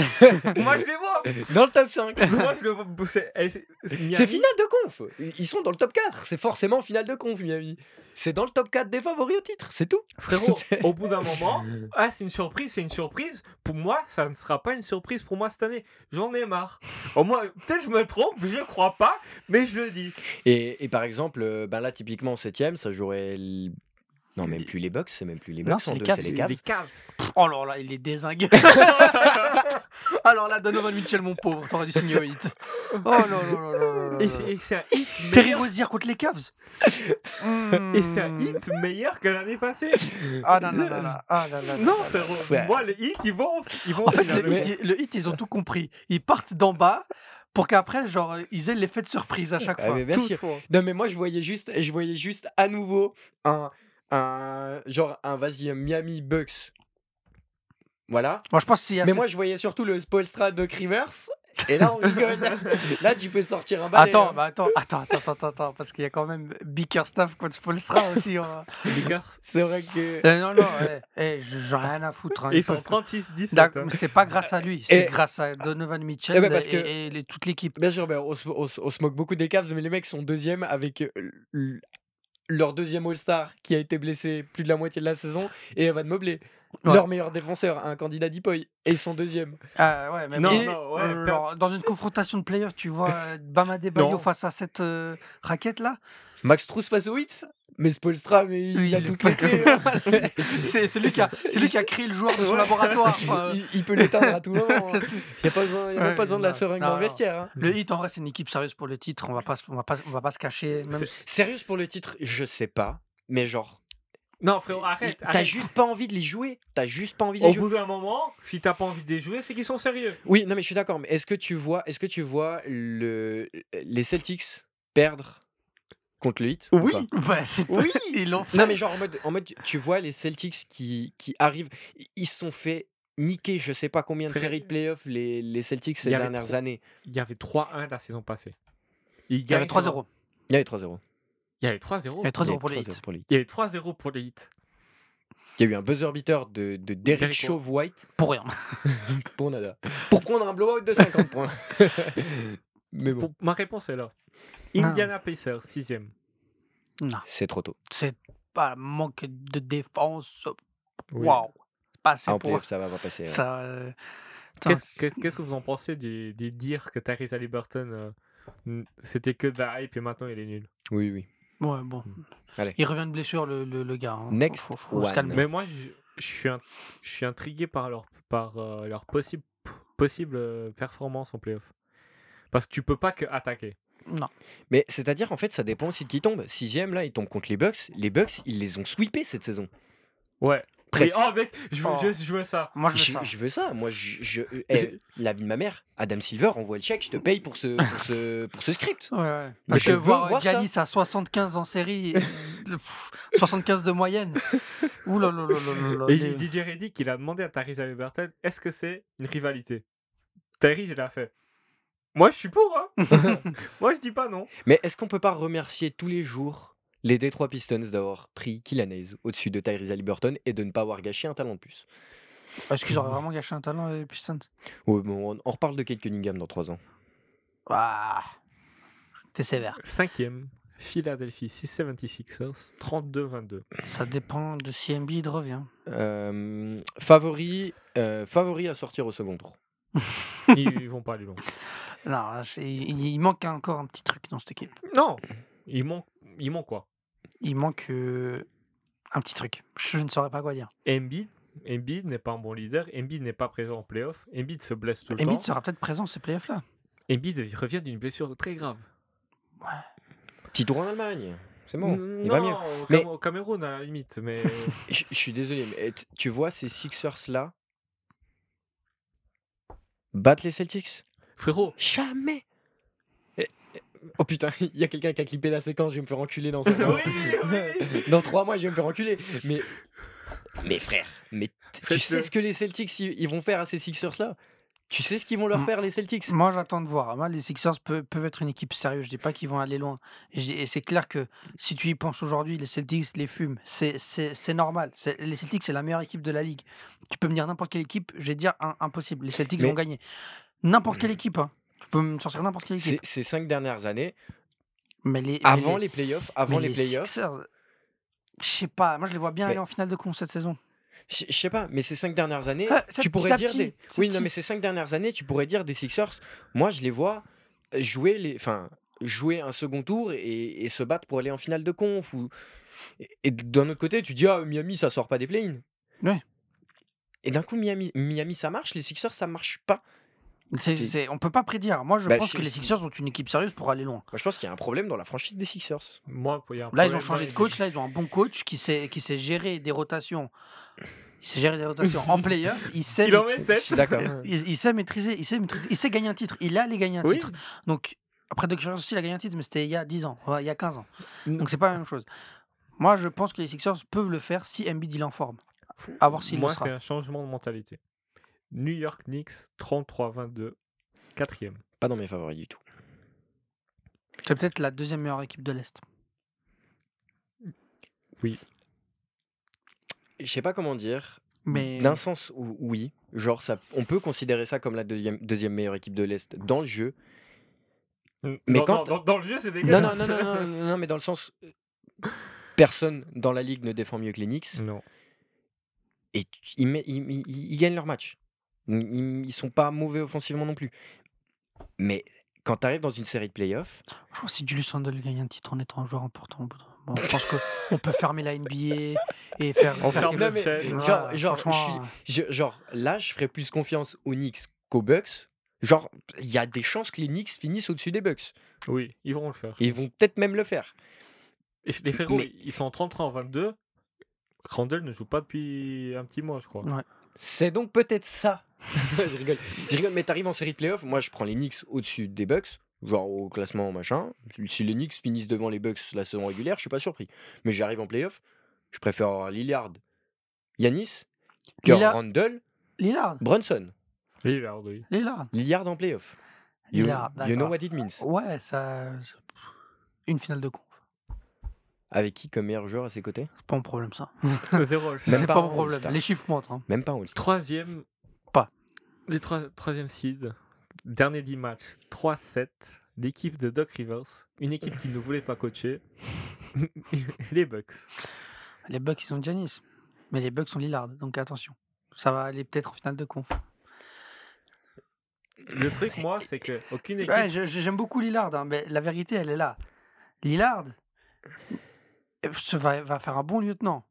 Speaker 3: moi, je les vois.
Speaker 1: Dans le top 5
Speaker 3: Moi, je le vois. C'est eh, c'est- c'est
Speaker 1: C'est
Speaker 3: Miami.
Speaker 1: finale de conf Ils sont dans le top 4 C'est forcément finale de conf, Miami C'est dans le top 4 des favoris au titre, c'est tout
Speaker 3: Frérot, au bout d'un
Speaker 2: Oh.
Speaker 3: moment, ah, c'est une surprise, c'est une surprise. Pour moi, ça ne sera pas une surprise pour moi cette année. J'en ai marre. Au moins, peut-être je me trompe, je crois pas, mais je le dis.
Speaker 1: Et, et par exemple, euh, ben là, typiquement, en 7ème, ça jouerait. l- Non, même plus les Bucks, c'est même plus les
Speaker 2: Non,
Speaker 1: Bucks
Speaker 2: c'est
Speaker 1: en
Speaker 2: les
Speaker 1: deux,
Speaker 2: Cavs,
Speaker 1: c'est les
Speaker 2: c'est
Speaker 1: Cavs.
Speaker 3: Les Cavs.
Speaker 2: Oh là là, il est dézingué. Alors là, Donovan Mitchell, mon pauvre, t'aurais dû signer au hit. Oh là là là là là là.
Speaker 3: Et c'est et c'est un hit
Speaker 2: Terry
Speaker 3: meilleur.
Speaker 2: Rozier contre les Cavs. Hmm.
Speaker 3: Et c'est un hit meilleur que l'année passée.
Speaker 2: Ah non, non, non, non. Ah, là, là, là,
Speaker 3: Non,
Speaker 2: là, là.
Speaker 3: frérot.
Speaker 1: Ouais.
Speaker 3: Moi, les hits, ils vont. Ils vont
Speaker 2: En fait,
Speaker 3: finir
Speaker 2: le,
Speaker 3: le-
Speaker 2: hit, le hit, ils ont tout compris. Ils partent d'en bas pour qu'après, genre, ils aient l'effet de surprise à chaque
Speaker 1: Ah,
Speaker 2: fois.
Speaker 1: mais bien
Speaker 3: Tout
Speaker 1: sûr.
Speaker 3: faux.
Speaker 1: Non, mais moi, je voyais juste, je voyais juste à nouveau un. un genre, un vas-y, un Miami Bucks. Voilà.
Speaker 2: Moi, je pense qu'il y a
Speaker 1: Mais
Speaker 2: cette-
Speaker 1: moi, je voyais surtout le Spoilstra Doc Rivers. Et là, on rigole. là, tu peux sortir un balai.
Speaker 2: Attends,
Speaker 1: hein.
Speaker 2: bah attends, attends, attends, attends, attends, parce qu'il y a quand même Bickerstaff contre Spolstra aussi. hein.
Speaker 3: Les Cavs.
Speaker 1: C'est vrai que.
Speaker 2: Euh, non, non, eh, eh, j'ai rien à foutre. hein,
Speaker 3: Ils
Speaker 2: ils
Speaker 3: sont
Speaker 2: peuvent-
Speaker 3: 36-17.
Speaker 2: D'ac-
Speaker 3: hein.
Speaker 2: mais C'est pas grâce à lui, c'est
Speaker 1: Et-
Speaker 2: grâce à Donovan Mitchell
Speaker 1: Eh
Speaker 2: et,
Speaker 1: ben, parce que-
Speaker 2: et les- toute l'équipe.
Speaker 1: Bien sûr, ben, on, se, on se- on se moque beaucoup des Cavs, mais les mecs sont deuxième avec euh, l- leur deuxième All-Star qui a été blessé plus de la moitié de la saison et Evan Mobley,
Speaker 2: Ouais.
Speaker 1: leur meilleur défenseur, un candidat d'Ipoy, et ils sont deuxième.
Speaker 2: Ah, ouais, mais
Speaker 3: Non,
Speaker 2: bon,
Speaker 3: non, ouais,
Speaker 2: euh,
Speaker 3: per-
Speaker 2: genre, dans une confrontation de playoffs, tu vois euh, Bama
Speaker 3: Non.
Speaker 2: Debayo face à cette euh, raquette là.
Speaker 1: Max Truss face aux Hits Mais Spolstra, mais il, a
Speaker 2: Il-
Speaker 1: toutes les clés. hein.
Speaker 2: c'est celui qui a, c'est lui qui a créé le joueur de son laboratoire. enfin, euh,
Speaker 1: il, il peut l'éteindre à tout moment. hein. Il n'y a, pas besoin, y a même
Speaker 2: Ouais,
Speaker 1: pas besoin de la
Speaker 2: non,
Speaker 1: seringue
Speaker 2: non,
Speaker 1: dans
Speaker 2: non.
Speaker 1: le vestiaire. hein.
Speaker 2: Le hit en vrai c'est une équipe sérieuse pour le titre, on va pas se- on va pas on va pas se cacher même
Speaker 3: C'est-
Speaker 2: si-
Speaker 1: Sérieux pour le titre, je sais pas. Mais genre,
Speaker 3: Non, frérot, arrête.
Speaker 1: t'as
Speaker 3: arrête.
Speaker 1: juste pas envie de les jouer. T'as juste pas envie de les
Speaker 3: Au
Speaker 1: jouer.
Speaker 3: bout d'un moment, si t'as pas envie de les jouer, c'est qu'ils sont sérieux.
Speaker 1: Oui, non, mais je suis d'accord. Mais est-ce que tu vois, est-ce que tu vois le, les Celtics perdre contre le Heat ou pas
Speaker 2: Bah, c'est pas-
Speaker 1: Oui.
Speaker 2: ils l'ont fait.
Speaker 1: Non, mais genre en mode, en mode, tu vois les Celtics qui, qui arrivent, ils se sont fait niquer, je sais pas combien de
Speaker 3: Frère.
Speaker 1: séries de playoffs les, les Celtics ces
Speaker 3: Il y avait
Speaker 1: dernières
Speaker 3: trop-
Speaker 1: années.
Speaker 3: Il y avait 3-1 la saison passée.
Speaker 2: il y avait 3-0.
Speaker 1: Il y avait 3-0.
Speaker 3: Il y avait
Speaker 2: Il y avait
Speaker 3: 3-0.
Speaker 2: 3-0 pour les hits.
Speaker 1: pour les Heat.
Speaker 3: Il y avait 3-0 pour les hits.
Speaker 1: Il y a eu un buzzer beater de, de Derrick
Speaker 3: Derrick
Speaker 1: Chauve White
Speaker 2: Pour rien.
Speaker 1: pour Nada. Pour prendre un blowout de 50 points. mais bon,
Speaker 3: Pour- Ma réponse est là.
Speaker 2: Ah.
Speaker 3: Indiana Pacers, 6ème.
Speaker 2: Non,
Speaker 1: c'est trop tôt.
Speaker 2: c'est pas manque de défense.
Speaker 3: Oui.
Speaker 2: Waouh. Pas assez
Speaker 1: Ah, en
Speaker 2: pour
Speaker 1: playoff, ça va pas passer. ouais.
Speaker 2: ça. euh, putain,
Speaker 3: Qu'est-ce que- qu'est-ce que vous en pensez des, des dires que Tyrese Halliburton, euh, n- c'était que de la hype et maintenant il est nul
Speaker 1: Oui, oui.
Speaker 2: Ouais, bon.
Speaker 1: Mmh. Allez.
Speaker 2: Il revient de blessure, le, le, le gars. hein.
Speaker 1: Next
Speaker 2: Faut- faut se
Speaker 1: one.
Speaker 2: calmer.
Speaker 3: Mais moi, je, je suis, int- je suis intrigué par leur, par, euh, leur possible, possible euh, performance en playoff. Parce que tu peux pas que attaquer.
Speaker 2: Non.
Speaker 1: Mais c'est-à-dire, en fait, ça dépend aussi de qui tombe. Sixième, là, ils tombent contre les Bucks. Les Bucks, ils les ont sweepés cette saison.
Speaker 3: Ouais.
Speaker 1: Presque.
Speaker 3: oh mec, je veux,
Speaker 2: Oh.
Speaker 3: je- je veux ça.
Speaker 2: Moi, je veux
Speaker 1: Je,
Speaker 2: ça.
Speaker 1: je veux ça. Moi, je. je- euh, eh,
Speaker 3: C'est-
Speaker 1: la vie de ma mère, Adam Silver, envoie le chèque, je te paye pour ce, pour ce, pour ce script.
Speaker 2: Ouais, ouais.
Speaker 1: Mais
Speaker 2: Parce que
Speaker 1: je veux
Speaker 2: voir,
Speaker 1: voir ça.
Speaker 2: Giannis à 75 en série, euh, pff, 75 de moyenne. Ouh là là là Oh là là là.
Speaker 3: Et
Speaker 2: des-
Speaker 3: DJ Reddick, il a demandé à Tyrese Halliburton est-ce que c'est une rivalité Tyrese, il a fait. Moi, je suis pour, hein Moi, je dis pas non.
Speaker 1: Mais est-ce qu'on peut pas remercier tous les jours les Detroit Pistons d'avoir pris Killanese au-dessus de Tyrese Halliburton et de ne pas avoir gâché un talent de plus
Speaker 2: Est-ce qu'ils auraient Ah, vraiment gâché un talent, euh, les Pistons
Speaker 1: Ouais, bon, on, on reparle de Kate Cunningham dans trois ans.
Speaker 2: Ah, T'es sévère.
Speaker 3: Cinquième, Philadelphie 676ers, 32-22.
Speaker 2: Ça dépend de si Embiid revient.
Speaker 1: Euh, favori, euh, favori à sortir au second tour.
Speaker 3: Ils vont pas aller loin.
Speaker 2: Non, je- il, il manque encore un petit truc dans cette équipe.
Speaker 3: Non Il manque, il manque quoi
Speaker 2: Il manque euh, un petit truc. Je ne saurais pas quoi dire.
Speaker 3: Embiid Embiid n'est pas un bon leader, Embiid n'est pas présent en playoff, Embiid se blesse tout le
Speaker 2: Embiid
Speaker 3: temps.
Speaker 2: sera peut-être présent ces playoffs là.
Speaker 3: Embiid il revient d'une blessure très grave.
Speaker 1: Petit tour en Allemagne. C'est bon.
Speaker 3: N-
Speaker 1: il
Speaker 3: non,
Speaker 1: va mieux.
Speaker 3: au
Speaker 1: Mais-
Speaker 3: Cam- au Cameroun à la limite, mais
Speaker 1: eh, Je je suis désolé, mais t- tu vois ces Sixers là, battre les Celtics
Speaker 3: Frérot,
Speaker 1: Jamais Et- et- Oh putain, il y a quelqu'un qui a clippé la séquence, je vais me faire enculer dans un mois. Dans trois mois, je vais me faire enculer. Mais, mais frère, mais t- tu
Speaker 3: Faites-le.
Speaker 1: sais ce que les Celtics ils ils vont faire à ces Sixers-là Tu sais ce qu'ils vont leur
Speaker 2: Mm.
Speaker 1: faire, les Celtics
Speaker 2: Moi, j'attends de voir. Moi, les Sixers pe- peuvent être une équipe sérieuse. Je dis pas qu'ils vont aller loin. Je dis- Et c'est clair que si tu y penses aujourd'hui, les Celtics les fument. C'est- C'est c'est normal. C'est- Les Celtics, c'est la meilleure équipe de la ligue. Tu peux me dire n'importe quelle équipe, je vais dire un- impossible. Les Celtics
Speaker 1: Mais-
Speaker 2: vont gagner. N'importe quelle équipe. hein. Tu peux me sortir n'importe quelle
Speaker 1: Ces,
Speaker 2: équipe.
Speaker 1: ces cinq dernières années,
Speaker 2: Mais les, mais
Speaker 1: avant les playoffs, avant
Speaker 2: mais
Speaker 1: les playoffs,
Speaker 2: Sixers, je sais pas. Moi, je les vois bien
Speaker 1: Mais-
Speaker 2: aller en finale de con cette saison.
Speaker 1: je je sais pas, mais ces cinq dernières années,
Speaker 2: Ah, c'est
Speaker 1: tu
Speaker 2: petit
Speaker 1: pourrais
Speaker 2: à
Speaker 1: dire
Speaker 2: petit,
Speaker 1: des.
Speaker 2: c'est
Speaker 1: Oui,
Speaker 2: petit.
Speaker 1: non, mais ces cinq dernières années, tu pourrais dire des Sixers. Moi, je les vois jouer les. Enfin, jouer un second tour et, et se battre pour aller en finale de conf. Ou... Et, et d'un autre côté, tu dis ah Miami, ça sort pas des play-ins.
Speaker 2: Ouais.
Speaker 1: Et d'un coup, Miami, Miami, ça marche. Les Sixers, ça marche pas.
Speaker 2: C'est-
Speaker 1: Puis-
Speaker 2: c'est- on peut pas prédire. Moi, je
Speaker 1: Bah,
Speaker 2: pense
Speaker 1: si-
Speaker 2: que les
Speaker 1: si-
Speaker 2: Sixers ont une équipe sérieuse pour aller loin.
Speaker 1: Moi, je pense qu'il y a un problème dans la franchise des Sixers.
Speaker 3: moi, il y a un
Speaker 2: Là, ils
Speaker 3: problème
Speaker 2: ont changé
Speaker 1: bah,
Speaker 3: dans
Speaker 2: de
Speaker 3: les
Speaker 2: coach. Là, ils ont un bon coach qui sait, qui sait gérer des rotations. Il sait gérer des rotations en player. Il sait,
Speaker 3: Il en
Speaker 2: ma-
Speaker 3: met
Speaker 1: Je
Speaker 3: 7.
Speaker 1: suis d'accord.
Speaker 2: il, il sait maîtriser. Il sait maîtriser. Il sait gagner un titre. Il a allé gagner un
Speaker 3: Oui.
Speaker 2: titre. Donc, après Doc Rivers aussi, il a gagné un titre, mais c'était il y a 10 ans, ouais, il y a 15 ans.
Speaker 3: Mm.
Speaker 2: Donc, c'est pas la même chose. Moi, je pense que les Sixers peuvent le faire si Embiid il est en forme. À voir s'il le
Speaker 3: Moi, c'est
Speaker 2: sera.
Speaker 3: un changement de mentalité. New York Knicks, 33-22, quatrième.
Speaker 1: Pas dans mes favoris du tout.
Speaker 2: C'est peut-être la deuxième meilleure équipe de l'Est.
Speaker 1: Je sais pas comment dire.
Speaker 2: Mais
Speaker 1: D'un sens où oui, genre ça, on peut considérer ça comme la deuxième, deuxième meilleure équipe de l'est dans le jeu. Mais
Speaker 3: dans,
Speaker 1: quand-
Speaker 3: dans, dans le jeu, c'est
Speaker 1: Non,
Speaker 3: dégueulasse.
Speaker 1: non, non, non, non, non, non, non, mais dans le sens, euh, personne dans la ligue ne défend mieux que les Knicks
Speaker 3: Non.
Speaker 1: et tu- ils, met- ils- ils- ils- ils gagnent leur match. Ils, ils sont pas mauvais offensivement non plus. Mais quand t'arrives dans une série de playoffs,
Speaker 2: Franchement, si Julius Randle gagne un titre en étant un joueur important, au bout d'un moment, je pense qu'on peut fermer la NBA et faire.
Speaker 3: On
Speaker 2: faire
Speaker 3: ferme
Speaker 2: quelque
Speaker 1: Non,
Speaker 3: le
Speaker 1: mais-
Speaker 3: chaîne.
Speaker 2: Voilà,
Speaker 1: Genre- genre,
Speaker 2: franchement,
Speaker 1: je- genre là, je ferais plus confiance aux Knicks qu'aux Bucks. Genre, il y a des chances que les Knicks finissent au-dessus des Bucks.
Speaker 3: Oui, ils vont le faire.
Speaker 1: Ils vont peut-être même le faire.
Speaker 3: Et Les frérots,
Speaker 1: Mais-
Speaker 3: ils sont en 33-22. Randall ne joue pas depuis un petit mois, je crois.
Speaker 2: Ouais.
Speaker 1: C'est donc peut-être ça. je rigole. Je rigole, mais t'arrives en série de playoffs. Moi, je prends les Knicks au-dessus des Bucks, genre au classement, machin. Si les Knicks finissent devant les Bucks la saison régulière, je suis pas surpris. Mais j'arrive en playoffs, je préfère avoir Lillard, Yanis, que
Speaker 2: Lillard-
Speaker 1: Randle,
Speaker 2: euh, Lillard.
Speaker 1: Brunson.
Speaker 3: Lillard, oui.
Speaker 2: Lillard.
Speaker 1: Lillard en playoffs. You,
Speaker 2: Lillard,
Speaker 1: you know
Speaker 2: d'accord.
Speaker 1: what it means.
Speaker 2: Ouais, ça. Une finale de conf.
Speaker 1: Avec qui comme meilleur joueur à ses côtés
Speaker 2: C'est pas mon problème, ça.
Speaker 3: Zéro. le
Speaker 1: Même
Speaker 2: C'est
Speaker 1: pas
Speaker 2: pas
Speaker 1: en
Speaker 2: mon problème.
Speaker 1: All-Star.
Speaker 2: Les chiffres montrent. hein.
Speaker 1: Même pas en All-Star.
Speaker 3: Troisième.
Speaker 2: Pas.
Speaker 3: Les trois, troisième seed. Dernier 10 matchs. 3-7. L'équipe de Doc Rivers. Une équipe qui ne voulait pas coacher. les Bucks.
Speaker 2: Les Bucks, ils sont Janis. Mais les Bucks sont Lillard. Donc attention. Ça va aller peut-être en finale de conf.
Speaker 3: Le truc, moi, c'est que aucune équipe.
Speaker 2: Ouais, je- je- j'aime beaucoup Lillard, hein, mais la vérité, elle est là. Lillard euh, se va, va faire un bon lieutenant.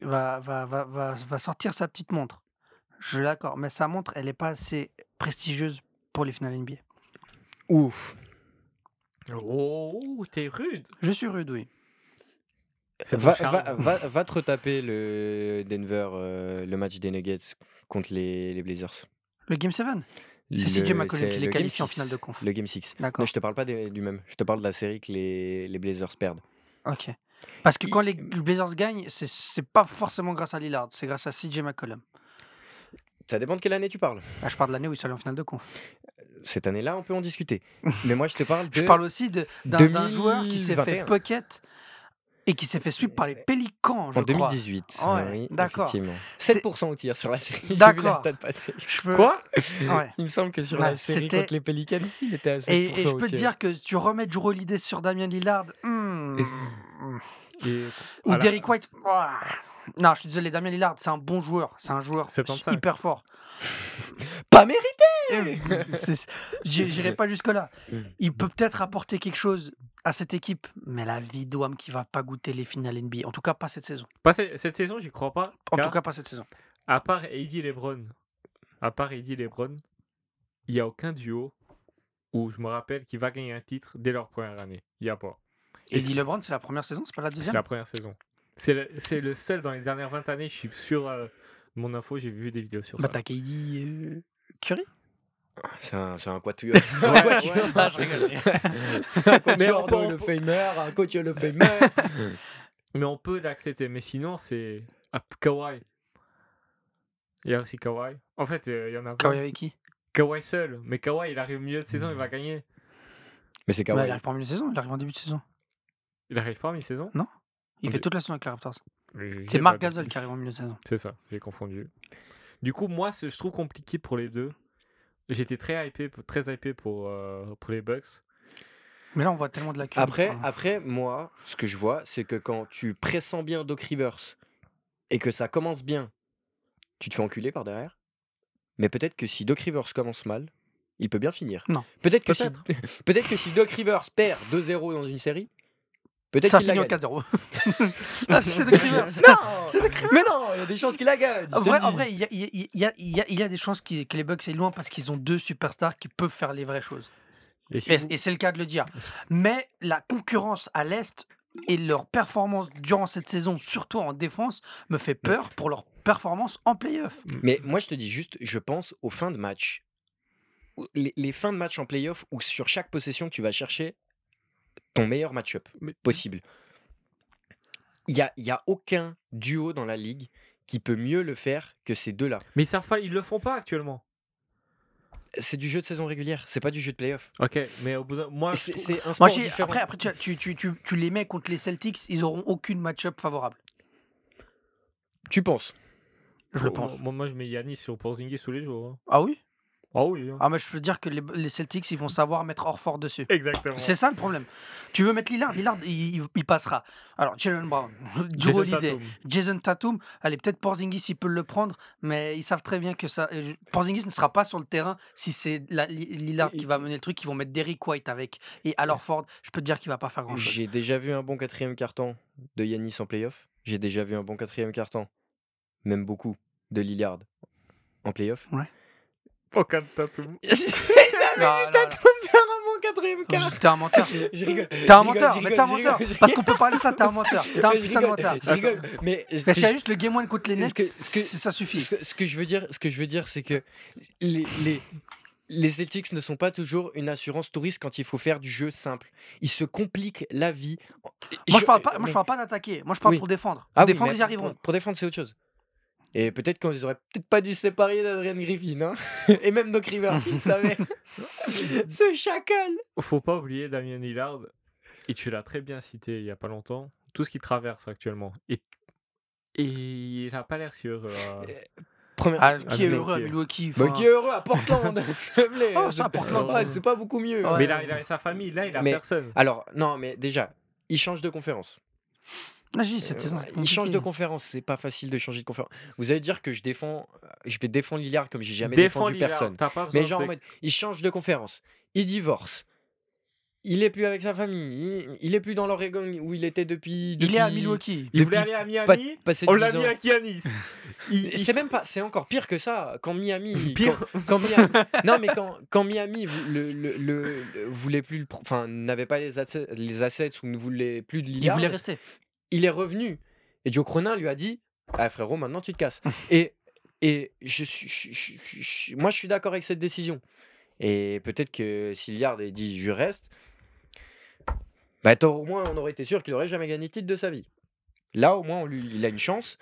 Speaker 2: Va, va, va, va, va sortir sa petite montre. Je l'accorde. Mais sa montre, elle n'est pas assez prestigieuse pour les finales NBA.
Speaker 1: Ouf.
Speaker 3: Oh, t'es rude.
Speaker 2: Je suis rude, oui.
Speaker 1: Va,
Speaker 3: ton
Speaker 1: va-
Speaker 3: charme.
Speaker 1: va- va te retaper le Denver, euh, le match des Nuggets contre les, les Blazers.
Speaker 2: Le Game 7 C'est
Speaker 1: Le-
Speaker 2: CJ McCollum qui
Speaker 1: c'est
Speaker 2: les
Speaker 1: le game
Speaker 2: qualifie en
Speaker 1: six,
Speaker 2: finale de conf.
Speaker 1: Le Game 6.
Speaker 2: D'accord.
Speaker 1: Non, je te parle pas des- du même. Je te parle de la série que les, les Blazers perdent.
Speaker 2: Ok. Parce que
Speaker 1: Il-
Speaker 2: quand les Blazers gagnent, c'est- c'est pas forcément grâce à Lillard, c'est grâce à CJ McCollum.
Speaker 1: Ça dépend de quelle année tu parles.
Speaker 2: Là, je parle de l'année où ils sont allés en finale de conf.
Speaker 1: Cette année-là, on peut en discuter. Mais moi, je te parle de.
Speaker 2: Je parle aussi de- d'un d'un
Speaker 1: 2021.
Speaker 2: joueur qui s'est fait pocket et qui s'est fait sweep par les Pélicans, je
Speaker 1: en
Speaker 2: crois. Ah
Speaker 1: 2018.
Speaker 2: Ouais,
Speaker 1: oui,
Speaker 2: d'accord.
Speaker 1: effectivement.
Speaker 2: C'est-
Speaker 1: 7% au tir sur la série. J'ai vu la
Speaker 2: D'accord.
Speaker 1: stat passer.
Speaker 2: Je peux-
Speaker 1: Quoi
Speaker 2: Ouais.
Speaker 1: Il me semble que sur
Speaker 2: Ouais,
Speaker 1: la série
Speaker 2: c'était-
Speaker 1: contre les Pelicans, il était à 7%
Speaker 2: Et, et je
Speaker 1: au
Speaker 2: peux te
Speaker 1: tir.
Speaker 2: dire que tu remets Drew Holiday sur Damien Lillard hmm,
Speaker 3: Et-
Speaker 2: ou
Speaker 3: voilà.
Speaker 2: Derrick White. ouah. Non, je suis désolé, Damien Lillard, c'est un bon joueur, c'est un joueur
Speaker 3: 75.
Speaker 2: hyper fort. Eh
Speaker 1: Pas mérité
Speaker 2: C'est- j'ai- J'irai pas jusque-là. Il peut peut-être apporter quelque chose à cette équipe, mais la vie d'Ouam qui va pas goûter les finales NBA. En tout cas, pas cette saison.
Speaker 3: Pas cette, cette saison, j'y crois pas.
Speaker 2: En
Speaker 3: car
Speaker 2: tout cas, pas cette saison.
Speaker 3: à part Eddie Lebron, à part Eddie Lebron, il n'y a aucun duo où je me rappelle qui va gagner un titre dès leur première année. Il n'y a pas.
Speaker 2: Et
Speaker 3: Est-ce
Speaker 2: dit
Speaker 3: que-
Speaker 2: LeBron, c'est la première saison, c'est pas la
Speaker 3: C'est
Speaker 2: deuxième
Speaker 3: la première saison. C'est le, c'est le seul dans les dernières 20 années, je suis sûr euh, de mon info, j'ai vu des vidéos sur
Speaker 2: Bah,
Speaker 3: ça.
Speaker 2: t'as KD, euh, Curry
Speaker 1: C'est un, c'est un quatuor. C'est un quatuor.
Speaker 2: Ah, je rigole.
Speaker 1: C'est un quatuor
Speaker 3: on peut-
Speaker 1: de
Speaker 3: on
Speaker 1: le
Speaker 3: peut-
Speaker 1: Famer, un coach le Famer.
Speaker 3: Mais on peut l'accepter. Mais sinon, c'est ah, Kawhi. Il y a aussi Kawhi. En fait, euh, il y en a
Speaker 2: Quand il y
Speaker 3: plein.
Speaker 2: avait qui
Speaker 3: Kawhi seul. Mais Kawhi, il arrive au milieu de saison, il
Speaker 2: Mmh.
Speaker 3: va gagner.
Speaker 1: Mais c'est
Speaker 2: Bah,
Speaker 1: Kawhi.
Speaker 2: Il arrive pas en milieu de saison, il arrive en début de saison.
Speaker 3: Il arrive pas à mi-saison.
Speaker 2: Il
Speaker 3: Ok.
Speaker 2: fait toute la saison avec les Raptors.
Speaker 3: Mais j'ai- j'ai
Speaker 2: C'est Marc
Speaker 3: pas
Speaker 2: Gasol
Speaker 3: compris.
Speaker 2: qui arrive en milieu de saison.
Speaker 3: C'est ça, j'ai confondu. Du coup, moi, c'est- je trouve compliqué pour les deux. J'étais très hypé, pour- très hypé pour, euh, pour les Bucks.
Speaker 2: Mais là, on voit tellement de la Ah.
Speaker 1: Après, ah, après, moi, ce que je vois, c'est que quand tu pressens bien Doc Rivers et que ça commence bien, tu te fais enculer par derrière. Mais peut-être que si Doc Rivers commence mal, il peut bien finir.
Speaker 2: Non.
Speaker 1: Peut-être que, si,
Speaker 3: Peut-être.
Speaker 1: peut que si Doc Rivers perd 2-0 dans une série, peut-être
Speaker 2: ça
Speaker 1: qu'il la
Speaker 2: finit en
Speaker 1: gagne.
Speaker 2: 4-0. Ah, c'est de Rivers.
Speaker 1: Non Mais non, il y a des chances qu'il la gagne.
Speaker 2: En
Speaker 1: je te
Speaker 2: vrai,
Speaker 1: le
Speaker 2: en
Speaker 1: dis.
Speaker 2: vrai, il y a, il y a- il y a- il y a- il y a des chances qui- que les Bucks aient loin parce qu'ils ont deux superstars qui peuvent faire les vraies choses.
Speaker 3: Et si
Speaker 2: Et,
Speaker 3: vous-
Speaker 2: et c'est le cas de le dire. Mais la concurrence à l'Est et leur performance durant cette saison, surtout en défense, me fait peur pour leur performance en playoff.
Speaker 1: Mais moi, je te dis juste, je pense aux fins de match. Où- Les, les fins de match en playoff où sur chaque possession, tu vas chercher ton meilleur match-up
Speaker 3: Mais-
Speaker 1: possible. Il n'y a, il y a aucun duo dans la ligue qui peut mieux le faire que ces deux-là.
Speaker 3: Mais ils savent pas, ils le font pas actuellement.
Speaker 1: C'est du jeu de saison régulière, c'est pas du jeu de playoff.
Speaker 3: Ok, mais au bout d'un- moi, Ah, je
Speaker 1: C'est
Speaker 3: trouve-
Speaker 1: c'est un
Speaker 2: Moi,
Speaker 1: sport
Speaker 2: j'ai-
Speaker 1: différent.
Speaker 2: après, après tu, tu- tu- tu- tu les mets contre les Celtics, ils auront aucune match-up favorable.
Speaker 1: Tu penses
Speaker 2: Je le pense.
Speaker 3: Moi, moi, je mets Yanis sur Porzingis tous les jours. hein.
Speaker 2: Ah oui
Speaker 3: Ah oui. hein.
Speaker 2: Ah, mais je peux te dire que les, les Celtics, ils vont savoir mettre Orford dessus.
Speaker 3: Exactement.
Speaker 2: C'est ça le problème. Tu veux mettre Lillard, Lillard, il, il- il passera. Alors, Jalen Brown, Drew
Speaker 3: Jason
Speaker 2: Holiday,
Speaker 3: Tatum.
Speaker 2: Jason Tatum, allez, peut-être Porzingis, il peut le prendre, mais ils savent très bien que ça. euh, Porzingis ne sera pas sur le terrain si c'est la- Li- Lillard qui va mener le truc. Ils vont mettre Derrick White avec. Et alors, Ford, je peux te dire qu'il va pas faire grand-chose.
Speaker 1: J'ai déjà vu un bon quatrième carton de Yanis en playoff. J'ai déjà vu un bon quatrième carton, même beaucoup, de Lillard en playoff.
Speaker 3: Aucun Tatum.
Speaker 2: Non, non, non.
Speaker 1: mon quatrième quart.
Speaker 2: Ah, T'es un menteur.
Speaker 1: hein. Je rigole.
Speaker 2: T'es un
Speaker 1: je rigole,
Speaker 2: menteur,
Speaker 1: je
Speaker 2: mais
Speaker 1: rigole,
Speaker 2: t'es un
Speaker 1: je
Speaker 2: menteur.
Speaker 1: rigole, je
Speaker 2: Parce qu'on peut parler ça, t'es un menteur. T'es un
Speaker 1: rigole,
Speaker 2: putain de menteur.
Speaker 1: Je rigole, mais ce que
Speaker 2: Mais je sais
Speaker 1: je-
Speaker 2: juste le game one contre les
Speaker 1: Est-ce
Speaker 2: Nets,
Speaker 1: que- est-ce que-
Speaker 2: c- ça suffit.
Speaker 1: ce que- ce que je veux dire, ce que je veux dire, c'est que les, les, les Celtics ne sont pas toujours une assurance touriste quand il faut faire du jeu simple. Ils se compliquent la vie. euh,
Speaker 2: Moi je parle pas, moi, je
Speaker 1: mais-
Speaker 2: parle pas d'attaquer, moi je parle
Speaker 1: Oui.
Speaker 2: pour défendre. Pour
Speaker 1: Ah oui,
Speaker 2: défendre
Speaker 1: mais
Speaker 2: ils y arriveront.
Speaker 1: Pour, pour défendre, c'est autre chose. Et peut-être qu'on les aurait peut-être pas dû se séparer d'Adrian Griffin, hein. Et même Doc Rivers, s'il le savait. Ce chacal.
Speaker 3: Faut pas oublier Damien Lillard. Et tu l'as très bien cité il y a pas longtemps. Tout ce qu'il traverse actuellement. Et, et il a pas l'air si heureux. hein.
Speaker 1: Première.
Speaker 2: Ah, qui est
Speaker 1: mais-
Speaker 2: heureux à Milwaukee
Speaker 1: Bah,
Speaker 2: enfin,
Speaker 1: qui est heureux à Portland, s'il te plaît.
Speaker 2: Oh, ça, à Portland.
Speaker 1: Ouais, c'est pas beaucoup mieux.
Speaker 2: Ouais.
Speaker 3: Mais là, il a sa famille. Là, il a
Speaker 1: Mais- Ah,
Speaker 3: personne.
Speaker 1: Alors, non, mais déjà, il change de conférence.
Speaker 2: Ah, j'ai dit, cette saison,
Speaker 1: Euh,
Speaker 2: c'est
Speaker 1: il change de
Speaker 2: compliqué.
Speaker 1: conférence, c'est pas facile de changer de conférence. Vous allez dire que je défends, euh, je vais défendre Lillard comme j'ai jamais
Speaker 3: Défends
Speaker 1: défendu
Speaker 3: Lillard,
Speaker 1: personne.
Speaker 3: t'as pas besoin
Speaker 1: Mais
Speaker 3: de
Speaker 1: genre, en
Speaker 3: te-
Speaker 1: mode, il change de conférence, il divorce, il est plus avec sa famille, il, il est plus dans l'Oregon où il était depuis.
Speaker 2: Il est à
Speaker 1: depuis-
Speaker 2: Milwaukee.
Speaker 3: Il voulait
Speaker 1: depuis
Speaker 3: aller à
Speaker 1: pas-
Speaker 3: Miami.
Speaker 1: passé
Speaker 3: On
Speaker 1: 10
Speaker 3: Oh, l'a mis
Speaker 1: ans.
Speaker 3: à Kianis. Il- il-
Speaker 1: C'est même pas, c'est encore pire que ça. Quand Miami,
Speaker 3: Pire.
Speaker 1: Quand, quand Miami non mais quand, quand Miami vou- le, le, le- le- voulait plus, le pro- enfin n'avait pas les assets, les assets ou ne voulait plus de
Speaker 2: Il
Speaker 1: Lillard,
Speaker 2: voulait rester.
Speaker 1: il est revenu. Et Joe Cronin lui a dit Ah frérot, maintenant tu te casses. et et je, suis- je- je- je- je- moi, je suis d'accord avec cette décision. Et peut-être que si Lillard ait dit Je reste, bah, t'aurais- au moins, on aurait été sûr qu'il aurait jamais gagné de titre de sa vie. Là, au moins, on lui, il a une chance.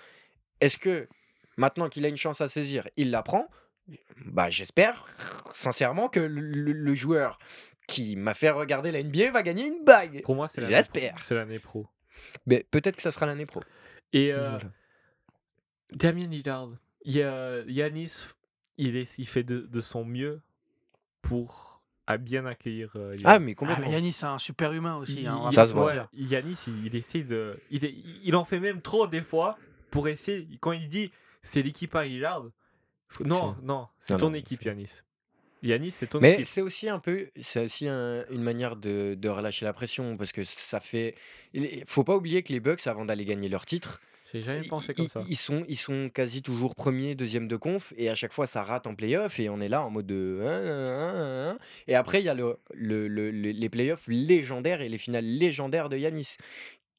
Speaker 1: Est-ce que maintenant qu'il a une chance à saisir, il la prend bah, J'espère sincèrement que le, le- le joueur qui m'a fait regarder la NBA va gagner une bague.
Speaker 3: Pour moi, c'est l'année
Speaker 1: J'espère.
Speaker 3: pro. C'est l'année pro.
Speaker 1: Mais peut-être que ça sera l'année pro.
Speaker 3: Et euh, Damien Lillard, il y a- Yanis, il, est, il fait de, de son mieux pour à bien accueillir euh, Lillard.
Speaker 1: Ah, mais
Speaker 2: Ah,
Speaker 1: complètement.
Speaker 2: mais Yanis, c'est un super humain aussi. hein, on va
Speaker 1: il-
Speaker 2: pas
Speaker 1: ça
Speaker 2: se
Speaker 1: se voit.
Speaker 3: ouais,
Speaker 2: mentir.
Speaker 3: Yanis, il, il essaie de. Il, est- il en fait même trop des fois pour essayer. Quand il dit c'est l'équipe à Lillard, faut- non, non, c'est
Speaker 1: non,
Speaker 3: ton
Speaker 1: non,
Speaker 3: équipe,
Speaker 1: c'est-
Speaker 3: Yanis. Yanis, c'est ton
Speaker 1: Mais
Speaker 3: équipe.
Speaker 1: c'est aussi un peu, c'est aussi un- une manière de, de relâcher la pression parce que ça fait. Il faut pas oublier que les Bucks, avant d'aller gagner leur titre,
Speaker 3: J'ai jamais
Speaker 1: i-
Speaker 3: pensé
Speaker 1: i-
Speaker 3: comme ça.
Speaker 1: Ils, sont, ils sont quasi toujours premiers, deuxième de conf, et à chaque fois ça rate en playoff, et on est là en mode de. hein, hein, hein, hein. Et après, il y a le, le- le- le- les playoffs légendaires et les finales légendaires de Yanis.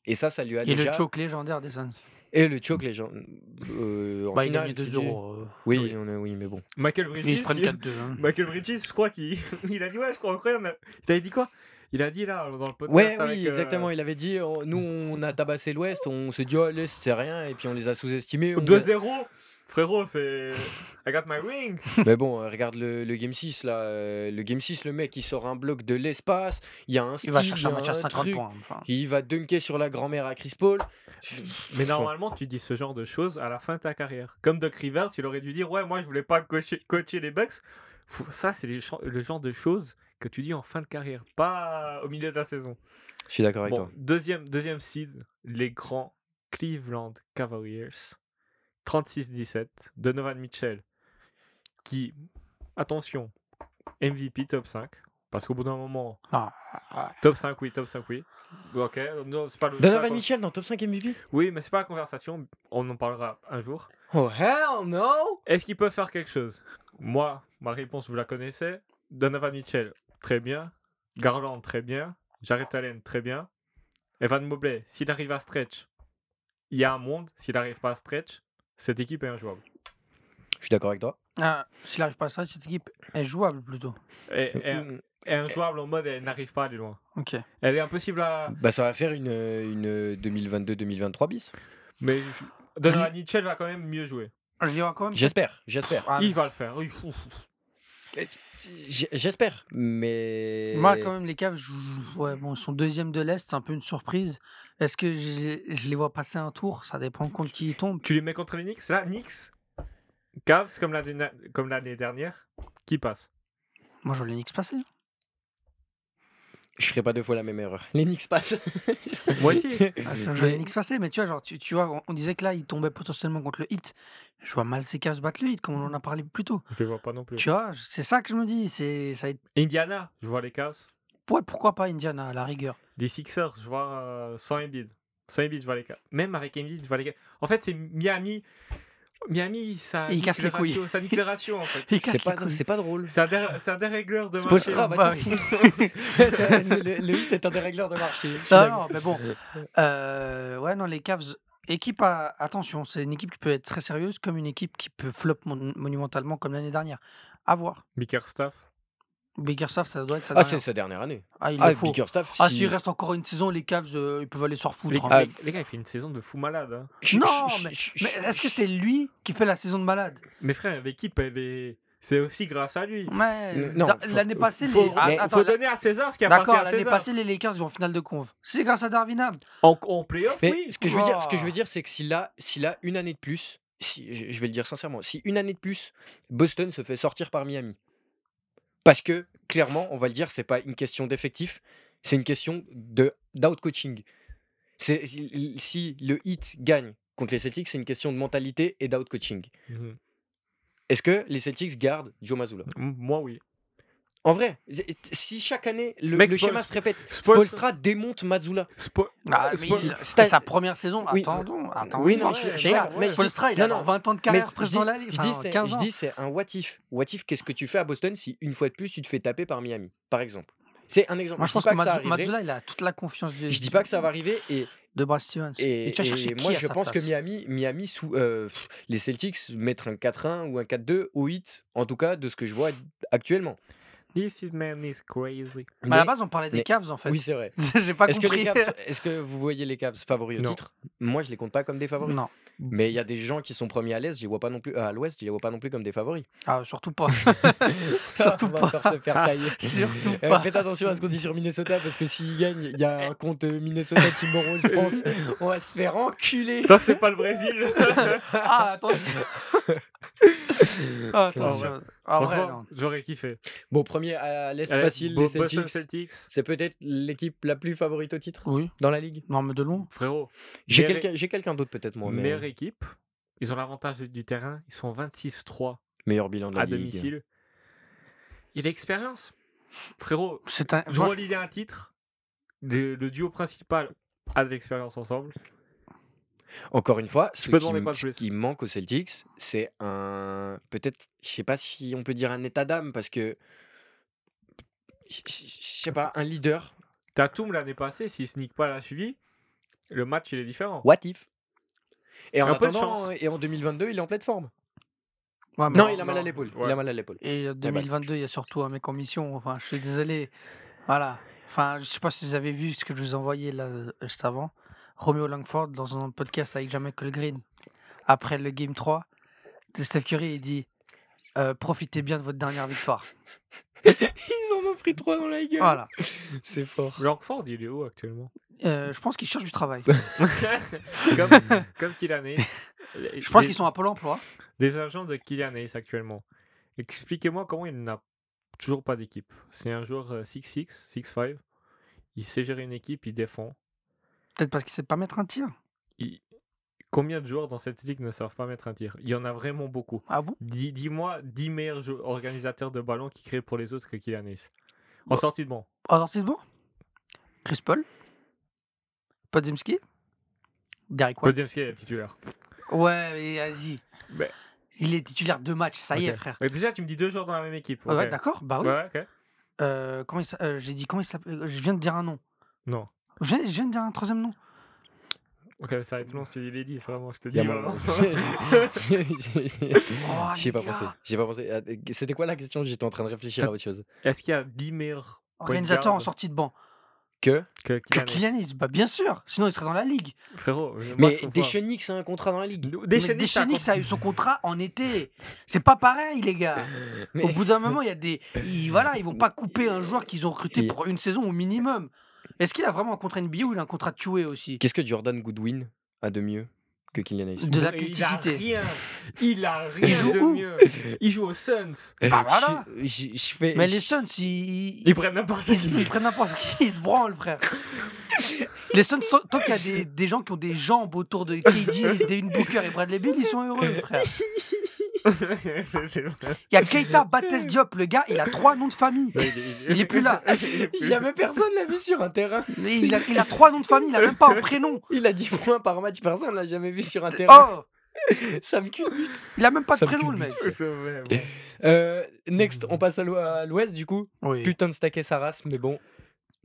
Speaker 1: Et ça, ça lui a
Speaker 2: Et
Speaker 1: déjà.
Speaker 2: le choke légendaire des Suns.
Speaker 1: Et le choc, les gens. euh, en
Speaker 2: Bah, il a
Speaker 1: finale,
Speaker 2: gagné
Speaker 1: tu
Speaker 2: 2
Speaker 1: dis-
Speaker 2: euros. euh,
Speaker 1: Oui,
Speaker 3: Oui.
Speaker 1: on est- oui, mais bon.
Speaker 3: Michael
Speaker 2: mais Ils
Speaker 3: Bridges.
Speaker 2: se prennent
Speaker 3: il-
Speaker 2: 4-2. hein.
Speaker 3: Michael Bridges, je crois qu'il il a dit ouais, je crois incroyable. Il t'avait dit quoi Il a dit là dans le podcast.
Speaker 1: Ouais,
Speaker 3: avec,
Speaker 1: oui,
Speaker 3: euh,
Speaker 1: exactement. Il avait dit on- nous, on a tabassé l'Ouest, on s'est dit, oh, l'Est, c'est rien, et puis on les a sous-estimés. on les a-
Speaker 3: 2-0 Frérot, c'est. I got my ring
Speaker 1: Mais bon, euh, regarde le, le Game 6, là. euh, Le Game 6, le mec, il sort un bloc de l'espace, il y a un
Speaker 2: Il
Speaker 1: style,
Speaker 2: va chercher
Speaker 1: il
Speaker 2: un
Speaker 1: y a
Speaker 2: match à 50
Speaker 1: truc,
Speaker 2: points. enfin.
Speaker 1: Il va dunker sur la grand-mère à Chris Paul.
Speaker 3: Mais normalement, tu dis ce genre de choses à la fin de ta carrière. Comme Doc Rivers, il aurait dû dire Ouais, moi je voulais pas coacher, coacher les Bucks. Faut- Ça, c'est les ch- le genre de choses que tu dis en fin de carrière, pas au milieu de la saison.
Speaker 1: Je suis d'accord avec
Speaker 3: Bon,
Speaker 1: toi.
Speaker 3: deuxième, deuxième seed, les grands Cleveland Cavaliers. 36-17, Donovan Mitchell, qui, attention, MVP top 5, parce qu'au bout d'un moment,
Speaker 2: Ah, ah,
Speaker 3: top 5 oui, top 5 oui. Ok, non, c'est pas le. c'est pas la
Speaker 1: Donovan
Speaker 3: con-
Speaker 1: Mitchell dans top 5 MVP
Speaker 3: Oui, mais c'est pas la conversation, on en parlera un jour.
Speaker 1: Oh
Speaker 3: hein
Speaker 1: hell no
Speaker 3: Est-ce qu'ils peuvent faire quelque chose Moi, ma réponse, vous la connaissez. Donovan Mitchell, très bien. Garland, très bien. Jared Allen, très bien. Evan Mobley, s'il arrive à stretch, il y a un monde. S'il n'arrive pas à stretch, cette équipe est injouable.
Speaker 1: Je suis d'accord avec toi.
Speaker 2: ah, S'il n'arrive pas à ça, cette équipe est jouable plutôt.
Speaker 3: Et, euh, et- et injouable en mode, elle n'arrive pas à aller loin.
Speaker 2: Ok.
Speaker 3: Elle est impossible à...
Speaker 1: Bah, ça va faire une, euh, une euh, 2022-2023 bis.
Speaker 3: Ah, Mais je- Donovan Mitchell va quand même mieux jouer.
Speaker 2: Je dirais quand même.
Speaker 1: J'espère, j'espère.
Speaker 2: Ah,
Speaker 3: Il va le faire. Oui, fou, fou.
Speaker 1: J- J'espère, mais.
Speaker 2: Moi, quand même, les Cavs jouent- ouais, bon, sont deuxième de l'Est, c'est un peu une surprise. Est-ce que je, je les vois passer un tour Ça dépend contre qui ils tombent.
Speaker 3: Tu les mets contre les Knicks, là, Knicks, Cavs, comme l'année comme l'année dernière, qui passe
Speaker 2: Moi, je vois les Knicks passer.
Speaker 1: Je ferai pas deux fois la même erreur. Les Knicks passent.
Speaker 3: Moi aussi.
Speaker 2: Ah, Je vois
Speaker 1: Mais-
Speaker 2: les Knicks passer, mais tu vois, genre, tu, tu vois on, on disait que là, ils tombaient potentiellement contre le hit. Je vois mal ces Cavs battre le hit, comme on en a parlé plus tôt.
Speaker 3: Je les vois pas non plus.
Speaker 2: Tu vois, c'est ça que je me dis. C'est, ça va être-
Speaker 3: Indiana, je vois les Cavs.
Speaker 2: Ouais, pourquoi pas Indiana, à la rigueur
Speaker 3: Les Sixers, je vois euh, sans Embiid. Sans Embiid, je vois les Cavs. Même avec Embiid, je vois les Cavs. En fait, c'est Miami. Miami, ça
Speaker 2: Il
Speaker 3: nique
Speaker 2: casse les couilles.
Speaker 3: ratio, ça nique les ratios, en fait.
Speaker 2: Ils
Speaker 1: C'est
Speaker 2: cassent
Speaker 1: pas,
Speaker 2: les couilles.
Speaker 1: c'est pas drôle.
Speaker 3: C'est un, dé- c'est un dérégleur de
Speaker 1: C'est
Speaker 3: marché.
Speaker 1: Spolstra,
Speaker 2: Bah
Speaker 1: va te
Speaker 2: oui.
Speaker 1: C'est- c'est- c'est- le, le hit est un dérégleur de marché. je suis
Speaker 2: Non,
Speaker 1: d'accord.
Speaker 2: non, mais bon. Euh, ouais, non, les Cavs. Équipe à... Attention, c'est une équipe qui peut être très sérieuse, comme une équipe qui peut flop mon- monumentalement, comme l'année dernière. À voir.
Speaker 3: Bickerstaff.
Speaker 2: Bickerstaff, ça doit être ça.
Speaker 1: Ah, c'est sa dernière année.
Speaker 2: ah, il
Speaker 1: Ah,
Speaker 2: le faut.
Speaker 1: Bickerstaff.
Speaker 2: Ah,
Speaker 1: si-
Speaker 2: s'il reste encore une saison, les Cavs, euh, ils peuvent aller se faire foutre.
Speaker 3: Les,
Speaker 2: hein.
Speaker 1: Ah,
Speaker 3: les- les gars, il fait une saison de fou malade. hein.
Speaker 1: Chut,
Speaker 2: Non,
Speaker 1: chut, chut, chut,
Speaker 2: Mais est-ce que c'est lui qui fait la saison de malade
Speaker 3: Mais frère, l'équipe, elle est. C'est aussi grâce à lui.
Speaker 2: Ouais,
Speaker 1: Non,
Speaker 2: da-
Speaker 1: faut-
Speaker 2: l'année passée,
Speaker 3: Faut,
Speaker 2: les... Ah,
Speaker 1: mais
Speaker 2: attends,
Speaker 3: faut
Speaker 2: la-
Speaker 3: donner à César ce qui appartient
Speaker 2: D'accord,
Speaker 3: à
Speaker 2: l'année
Speaker 3: César. Ah,
Speaker 2: passée, les Lakers ils vont en finale de conf. C'est grâce à Darwin Ham.
Speaker 3: En, en playoff,
Speaker 1: Mais
Speaker 3: oui.
Speaker 1: ce que je veux dire, ce que je
Speaker 2: Oh.
Speaker 1: veux dire, c'est que s'il a, s'il a une année de plus, si je je vais le dire sincèrement, si une année de plus, Boston se fait sortir par Miami, parce que clairement, on va le dire, c'est pas une question d'effectif, c'est une question de d'out coaching. C'est si- si le Heat gagne contre les Celtics, c'est une question de mentalité et d'out coaching.
Speaker 3: Mhm.
Speaker 1: Est-ce que les Celtics gardent Joe Mazzulla
Speaker 3: Moi, oui.
Speaker 1: En vrai, si chaque année le,
Speaker 3: Mec,
Speaker 1: le
Speaker 3: Spoels-
Speaker 1: schéma se répète,
Speaker 3: Spoelstra-
Speaker 1: Spolstra démonte Mazzulla.
Speaker 3: Spo-
Speaker 2: Ah, mais
Speaker 3: Spo-
Speaker 2: il- C'était
Speaker 1: T'as-
Speaker 2: sa première saison.
Speaker 1: Oui.
Speaker 2: Attendons, attendons.
Speaker 1: Oui, non,
Speaker 2: je-
Speaker 1: ouais,
Speaker 2: les gars,
Speaker 1: ouais, ouais.
Speaker 2: Spoelstra, il
Speaker 1: Non,
Speaker 2: a genre
Speaker 1: non.
Speaker 2: 20 ans de
Speaker 1: Mais
Speaker 2: carrière,
Speaker 1: je dis,
Speaker 2: président de la Ligue.
Speaker 1: je dis,
Speaker 2: enfin,
Speaker 1: c'est-
Speaker 2: 15
Speaker 1: je
Speaker 2: ans.
Speaker 1: dis, c'est un what if. What if, qu'est-ce que tu fais à Boston si une fois de plus tu te fais taper par Miami, par exemple C'est un exemple.
Speaker 2: Moi,
Speaker 1: je
Speaker 2: je
Speaker 1: dis
Speaker 2: pense
Speaker 1: pas
Speaker 2: que
Speaker 1: que, ça
Speaker 2: Mazzu-
Speaker 1: arriverait.
Speaker 2: Mazzola, il a toute la confiance de,
Speaker 1: Je dis pas que ça va arriver et,
Speaker 2: de Brad Stevens.
Speaker 1: et,
Speaker 2: Et tu
Speaker 1: et
Speaker 2: vas chercher qui
Speaker 1: moi
Speaker 2: à
Speaker 1: je
Speaker 2: sa
Speaker 1: pense que
Speaker 2: place
Speaker 1: Miami, Miami sous, euh, pff, les Celtics mettre un 4-1 ou un 4-2 au 8 en tout cas de ce que je vois actuellement.
Speaker 3: This is man is crazy.
Speaker 2: Mais Bah, à la
Speaker 1: Mais-
Speaker 2: base, on parlait des
Speaker 1: mais-
Speaker 2: Cavs en fait.
Speaker 1: oui c'est vrai.
Speaker 2: J'ai pas
Speaker 1: Est-ce que, les
Speaker 2: compris.
Speaker 1: Cavs- est-ce que vous voyez les Cavs favoris au
Speaker 3: Non.
Speaker 1: titre Moi je les compte pas comme des favoris.
Speaker 2: Non,
Speaker 1: Mais il y a des gens qui sont premiers à l'est, je les vois pas non plus euh, à l'ouest, je les vois pas non plus comme des favoris.
Speaker 2: Ah, surtout pas. surtout
Speaker 1: On va
Speaker 2: pas.
Speaker 1: encore se faire tailler.
Speaker 2: Surtout
Speaker 1: Euh,
Speaker 2: pas. Eh.
Speaker 1: faites attention à ce qu'on dit sur Minnesota parce que s'ils gagnent, il y a un compte euh, Minnesota Timberwolves France. ben, On va se faire enculer.
Speaker 3: Toi, c'est pas le Brésil.
Speaker 2: Ah, attention. ah, attention. Ah, ouais,
Speaker 3: Franchement,
Speaker 2: non.
Speaker 3: j'aurais kiffé.
Speaker 1: Bon, premier à l'Est
Speaker 3: Allez,
Speaker 1: facile,
Speaker 3: Eh, Bo-
Speaker 1: les
Speaker 3: Boston
Speaker 1: Celtics.
Speaker 3: Celtics.
Speaker 1: C'est peut-être l'équipe la plus favorite au titre
Speaker 2: Oui,
Speaker 1: dans la ligue.
Speaker 2: non, mais de loin.
Speaker 3: Frérot,
Speaker 1: J'ai
Speaker 3: Mais-
Speaker 1: quelqu'un j'ai quelqu'un d'autre peut-être moi. mais-
Speaker 3: meilleure équipe. Ils ont l'avantage du- du terrain. Ils sont 26-3
Speaker 1: Meilleur bilan de la
Speaker 3: à
Speaker 1: ligue.
Speaker 3: domicile. Il a l'expérience. Frérot,
Speaker 2: C'est un.
Speaker 3: je
Speaker 2: moi,
Speaker 3: relis un titre. Le, le duo principal a de l'expérience ensemble.
Speaker 1: Encore une fois, ce
Speaker 3: peux
Speaker 1: qui,
Speaker 3: demander pas de
Speaker 1: ce
Speaker 3: plus.
Speaker 1: qui manque aux Celtics, c'est un peut-être, je sais pas si on peut dire un état d'âme parce que je je- je sais pas, un leader.
Speaker 3: Tatum l'année passée, s'il ne sneak pas la suivi, le match il est différent.
Speaker 1: What if Et en
Speaker 3: Un peu de
Speaker 1: attendant,
Speaker 3: chance.
Speaker 1: et en 2022, il est en pleine forme.
Speaker 2: Ouais, mais
Speaker 1: Non,
Speaker 2: bon,
Speaker 1: il a mal à
Speaker 2: non.
Speaker 1: l'épaule. Il
Speaker 3: Ouais.
Speaker 1: a mal à l'épaule.
Speaker 2: Et en 2022, il y a surtout un mec en mission. Enfin, je suis désolé. Voilà. Enfin, je sais pas si vous avez vu ce que je vous envoyais là euh, juste avant. Romeo Langford dans un podcast avec Jamel Colgreen. Après le Game 3, Steph Curry, il dit euh, Profitez bien de votre dernière victoire.
Speaker 1: Ils en ont pris trois dans la gueule.
Speaker 2: Voilà.
Speaker 1: C'est fort.
Speaker 3: Langford, il est où actuellement
Speaker 2: Euh, je pense qu'ils cherchent du travail.
Speaker 3: Comme, comme Kylian Hayes.
Speaker 2: Je pense
Speaker 3: Les-
Speaker 2: qu'ils sont à Pôle emploi.
Speaker 3: Les agents de Kylian Hayes actuellement. Expliquez-moi comment il n'a toujours pas d'équipe. C'est un joueur euh, 6'6, 6'5. Il sait gérer une équipe, il défend.
Speaker 2: Peut-être parce qu'ils ne savent pas mettre un tir.
Speaker 3: Il- Combien de joueurs dans cette ligue ne savent pas mettre un tir Il y en a vraiment beaucoup.
Speaker 2: Ah bon
Speaker 3: Dis- Dis-moi 10 meilleurs jou- organisateurs de ballon qui créent pour les autres que Kylian Hayes. En sortie de banc.
Speaker 2: Alors, c'est bon Chris Paul Podzimski Derek White
Speaker 3: Deuxième est titulaire.
Speaker 2: Ouais, mais vas-y.
Speaker 3: Mais-
Speaker 2: Il est titulaire deux matchs, ça y est,
Speaker 3: Bah. Ok.
Speaker 2: frère.
Speaker 3: Mais déjà, tu me dis deux joueurs dans la même équipe.
Speaker 2: Ouais,
Speaker 3: ok.
Speaker 2: d'accord, bah oui.
Speaker 3: Ouais, ok.
Speaker 2: Euh, comment il s'a- euh, J'ai dit comment il s'appelle euh, Je viens de dire un nom.
Speaker 3: Non.
Speaker 2: Je viens, je viens de dire un troisième nom.
Speaker 3: Ok, ça va être long si tu dis les 10, vraiment, je te
Speaker 1: Il
Speaker 3: dis. euh,
Speaker 1: y a
Speaker 3: vraiment.
Speaker 1: mon- J'ai- j'ai- j'ai-
Speaker 2: Oh,
Speaker 1: J'y ai pas
Speaker 2: les gars.
Speaker 1: pensé. J'y ai pas pensé. Ah, C'était quoi la question J'étais en train de
Speaker 3: Euh,
Speaker 1: réfléchir à autre chose.
Speaker 3: Est-ce qu'il y a 10 meilleurs point
Speaker 2: Organisateur en
Speaker 3: guards
Speaker 2: sortie de banc.
Speaker 1: Que
Speaker 3: que
Speaker 2: Que
Speaker 3: Kylian Hayes
Speaker 2: Kylian Hayes, bah bien sûr, sinon il serait dans la ligue.
Speaker 3: Frérot, moi, je
Speaker 1: Mais
Speaker 3: trouve pas.
Speaker 1: Deschenix c'est un contrat dans la ligue.
Speaker 3: Nous-
Speaker 2: Mais
Speaker 3: Deschenix, ça
Speaker 2: Deschenix,
Speaker 3: compte-
Speaker 2: ça a eu son contrat en été. C'est pas pareil, les gars.
Speaker 1: Mais-
Speaker 2: Au bout d'un moment, il y a des. Ils, voilà, ils vont pas couper un joueur qu'ils ont recruté
Speaker 1: Il-
Speaker 2: pour une saison au minimum. Est-ce qu'il a vraiment un contrat NBA ou il a un contrat tué aussi
Speaker 1: Qu'est-ce que Jordan Goodwin a de mieux que Kylian Hayes
Speaker 2: De l'athléticité.
Speaker 3: Bah, il a rien. Il a rien
Speaker 2: joue
Speaker 3: de
Speaker 2: où
Speaker 3: mieux. Il joue aux Suns.
Speaker 2: Bah voilà.
Speaker 1: Je- Je je fais.
Speaker 2: Mais les Suns, ils,
Speaker 3: Ils prennent n'importe
Speaker 2: Ils,
Speaker 3: qui.
Speaker 2: ils prennent n'importe qui, ils se branlent, frère. Les Suns, tant- tant qu'il y a des, des gens qui ont des jambes autour de KD, Devin Booker et Bradley Bill, ils sont heureux, frère.
Speaker 3: C'est- c'est vrai.
Speaker 2: Il y a Keita Bates Diop, le gars, il a trois noms de famille. Il est plus là.
Speaker 3: Il est plus-
Speaker 1: Jamais personne l'a vu sur un terrain.
Speaker 2: Mais il, a, il a trois noms de famille, il a même pas un prénom.
Speaker 1: Il a 10 points par match, personne l'a jamais vu sur un terrain.
Speaker 2: Oh,
Speaker 1: Ça me culbute.
Speaker 2: il a même pas de
Speaker 1: Ça me
Speaker 2: prénom, le mec.
Speaker 1: culbute.
Speaker 3: C'est vrai, bon.
Speaker 1: Euh, next, on passe à l'ou- à l'ouest du coup.
Speaker 2: Oui.
Speaker 1: Putain de stacker sa race, mais bon.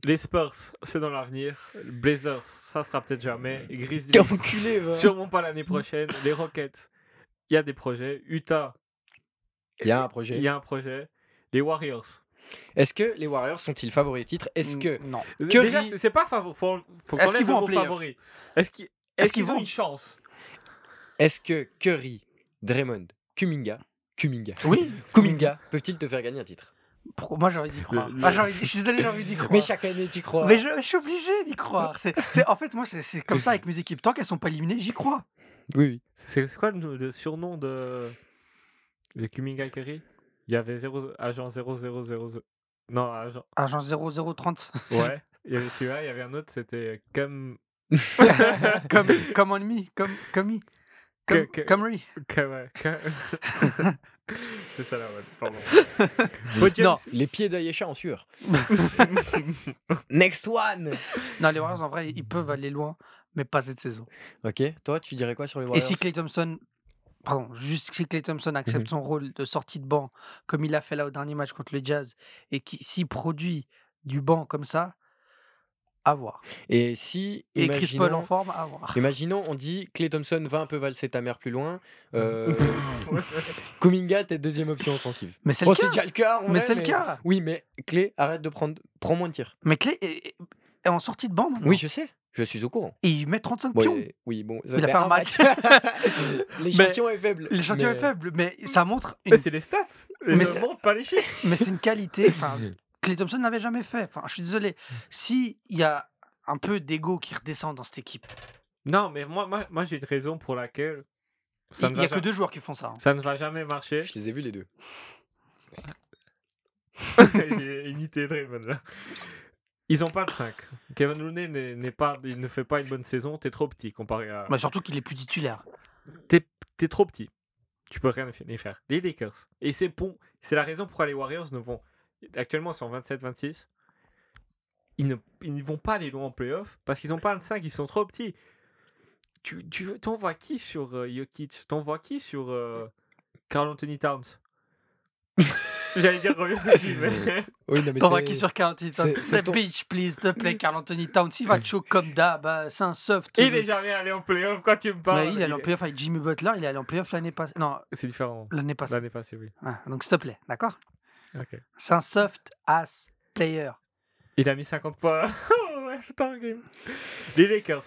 Speaker 3: Les Spurs, c'est dans l'avenir. Blazers, ça sera peut-être jamais. Grizzlies,
Speaker 1: Quel enculé, va.
Speaker 3: sûrement pas l'année prochaine. Les Rockets, il y a des projets. Utah,
Speaker 1: Il y a un
Speaker 3: il
Speaker 1: projet.
Speaker 3: y a un projet. Les Warriors.
Speaker 1: Est-ce que les Warriors sont-ils favoris au titre Est-ce que
Speaker 2: Mm, Non.
Speaker 1: Curry-
Speaker 3: Déjà, c'est- c'est pas favori. Faut, faut
Speaker 2: Est-ce
Speaker 3: qu'on
Speaker 2: qu'ils
Speaker 3: lève
Speaker 2: vont
Speaker 3: le
Speaker 2: en
Speaker 3: mot
Speaker 2: playoff
Speaker 3: favori. Est-ce qu'ils
Speaker 2: Est-ce
Speaker 3: est-ce qu'ils
Speaker 2: qu'ils
Speaker 3: ont
Speaker 2: vont
Speaker 3: une chance
Speaker 1: est-ce que Curry, Draymond, Kuminga, Kuminga,
Speaker 2: Oui.
Speaker 1: Kuminga peuvent-ils te faire gagner un titre
Speaker 2: Pourquoi Moi, j'ai envie d'y croire.
Speaker 3: Le- le-
Speaker 2: Ah, j'ai envie d'y- je suis désolé, j'ai envie d'y croire.
Speaker 1: Mais chaque année, tu crois.
Speaker 2: Mais je, je suis obligé d'y croire. C'est- c'est- en fait, moi, c'est- c'est comme ça avec mes équipes. Tant qu'elles sont pas éliminées, j'y crois.
Speaker 1: Oui, oui.
Speaker 3: C'est c'est quoi le, le surnom de, de Kuminga Kerry Il y avait 0, agent 0000. Non, agent.
Speaker 2: Agent 0030.
Speaker 3: Ouais. Il y avait celui-là, il y avait un autre, c'était comme.
Speaker 2: comme, comme ennemi, comme, comme, i- comme,
Speaker 3: Que- que-
Speaker 2: comme lui.
Speaker 3: comme, euh, comme- C'est ça la mode, pardon. Bo James-
Speaker 2: Non.
Speaker 1: Les pieds d'Ayesha en sueur. Next one
Speaker 2: Non, les Warriors, en vrai, ils peuvent aller loin, mais pas cette saison.
Speaker 1: Ok, toi, tu dirais quoi sur les
Speaker 2: Et
Speaker 1: Warriors Mhm.
Speaker 2: si Clay Thompson, pardon, juste si Clay Thompson accepte son rôle de sortie de banc, comme il l'a fait là au dernier match contre le Jazz, et qui s'il produit du banc comme ça, à voir.
Speaker 1: Et si,
Speaker 2: Et Chris Paul en
Speaker 1: imaginons,
Speaker 2: forme, à voir.
Speaker 1: imaginons, on dit Clay Thompson va un peu valser ta mère plus loin, euh, Kuminga, t'es deuxième option offensive.
Speaker 2: Mais c'est le
Speaker 1: Oh, c'est
Speaker 2: cas.
Speaker 1: déjà le cas en
Speaker 2: Mais
Speaker 1: vrai,
Speaker 2: c'est le cas.
Speaker 1: Oui, mais Clay, arrête de prendre... Prends moins de tirs.
Speaker 2: Mais Clay est, est- est en sortie de banc maintenant.
Speaker 1: Oui, je sais, je suis au courant.
Speaker 2: Et il met 35
Speaker 1: Bon,
Speaker 2: pions.
Speaker 1: euh, oui, bon, ça
Speaker 2: Il a
Speaker 1: fait
Speaker 2: fait un
Speaker 1: L'échantillon est faible.
Speaker 2: L'échantillon
Speaker 1: mais-
Speaker 2: est faible, mais ça montre une
Speaker 3: Mais c'est les stats Mais
Speaker 2: Mais
Speaker 3: ne
Speaker 2: c'est-
Speaker 3: montre pas les chiffres
Speaker 2: mais c'est une qualité enfin, Clay Thompson n'avait jamais fait. Enfin, je suis désolé. Si il y a un peu d'ego qui redescend dans cette équipe,
Speaker 3: Non, mais moi, moi, moi, j'ai une raison pour laquelle. Ça
Speaker 2: il
Speaker 3: ne,
Speaker 2: n'y a
Speaker 3: va
Speaker 2: que
Speaker 3: jamais,
Speaker 2: deux joueurs qui font ça. hein.
Speaker 3: ça ne va jamais marcher.
Speaker 1: Je les ai vus les deux.
Speaker 3: J'ai imité Draymond là. Ils ont pas de 5. Kevin Looney n'est n'est pas, il ne fait pas une bonne saison. T'es trop petit comparé à.
Speaker 2: Mais Bah, surtout qu'il est plus titulaire.
Speaker 3: T'es t'es trop petit. Tu peux rien y faire. Les Lakers. Et c'est bon. C'est la raison pourquoi les Warriors ne vont. Actuellement, ils sont 27-26. Ils ne ils ne vont pas aller loin en playoff parce qu'ils n'ont pas de 5. Ils sont trop petits. Tu, tu veux- t'envoies qui euh, sur euh, Jokic T'envoies qui sur Carl Anthony Towns J'allais dire Romeo Lucci, mais.
Speaker 4: Oui, non, mais
Speaker 2: T'en
Speaker 4: c'est-
Speaker 2: qui sur Carl Anthony Towns.
Speaker 4: c'est- c'est
Speaker 2: C'est
Speaker 4: ton-
Speaker 2: bitch, please, s'il te plaît, Carl Anthony Towns. Il va te chaud comme d'hab. euh, C'est un soft. tout
Speaker 3: Il
Speaker 2: le-
Speaker 3: est jamais allé en playoff quand tu me parles.
Speaker 2: Ouais, il est allé en playoff avec Jimmy Butler. Il est allé en playoff l'année passée. Non,
Speaker 3: C'est différent.
Speaker 2: l'année passée.
Speaker 3: L'année passée, oui.
Speaker 4: Bah.
Speaker 2: Ah, donc, s'il te plaît, d'accord
Speaker 3: Ok.
Speaker 2: C'est un soft ass player.
Speaker 3: Il a mis 50 points. Oh, ouais, putain, le game. Les Lakers.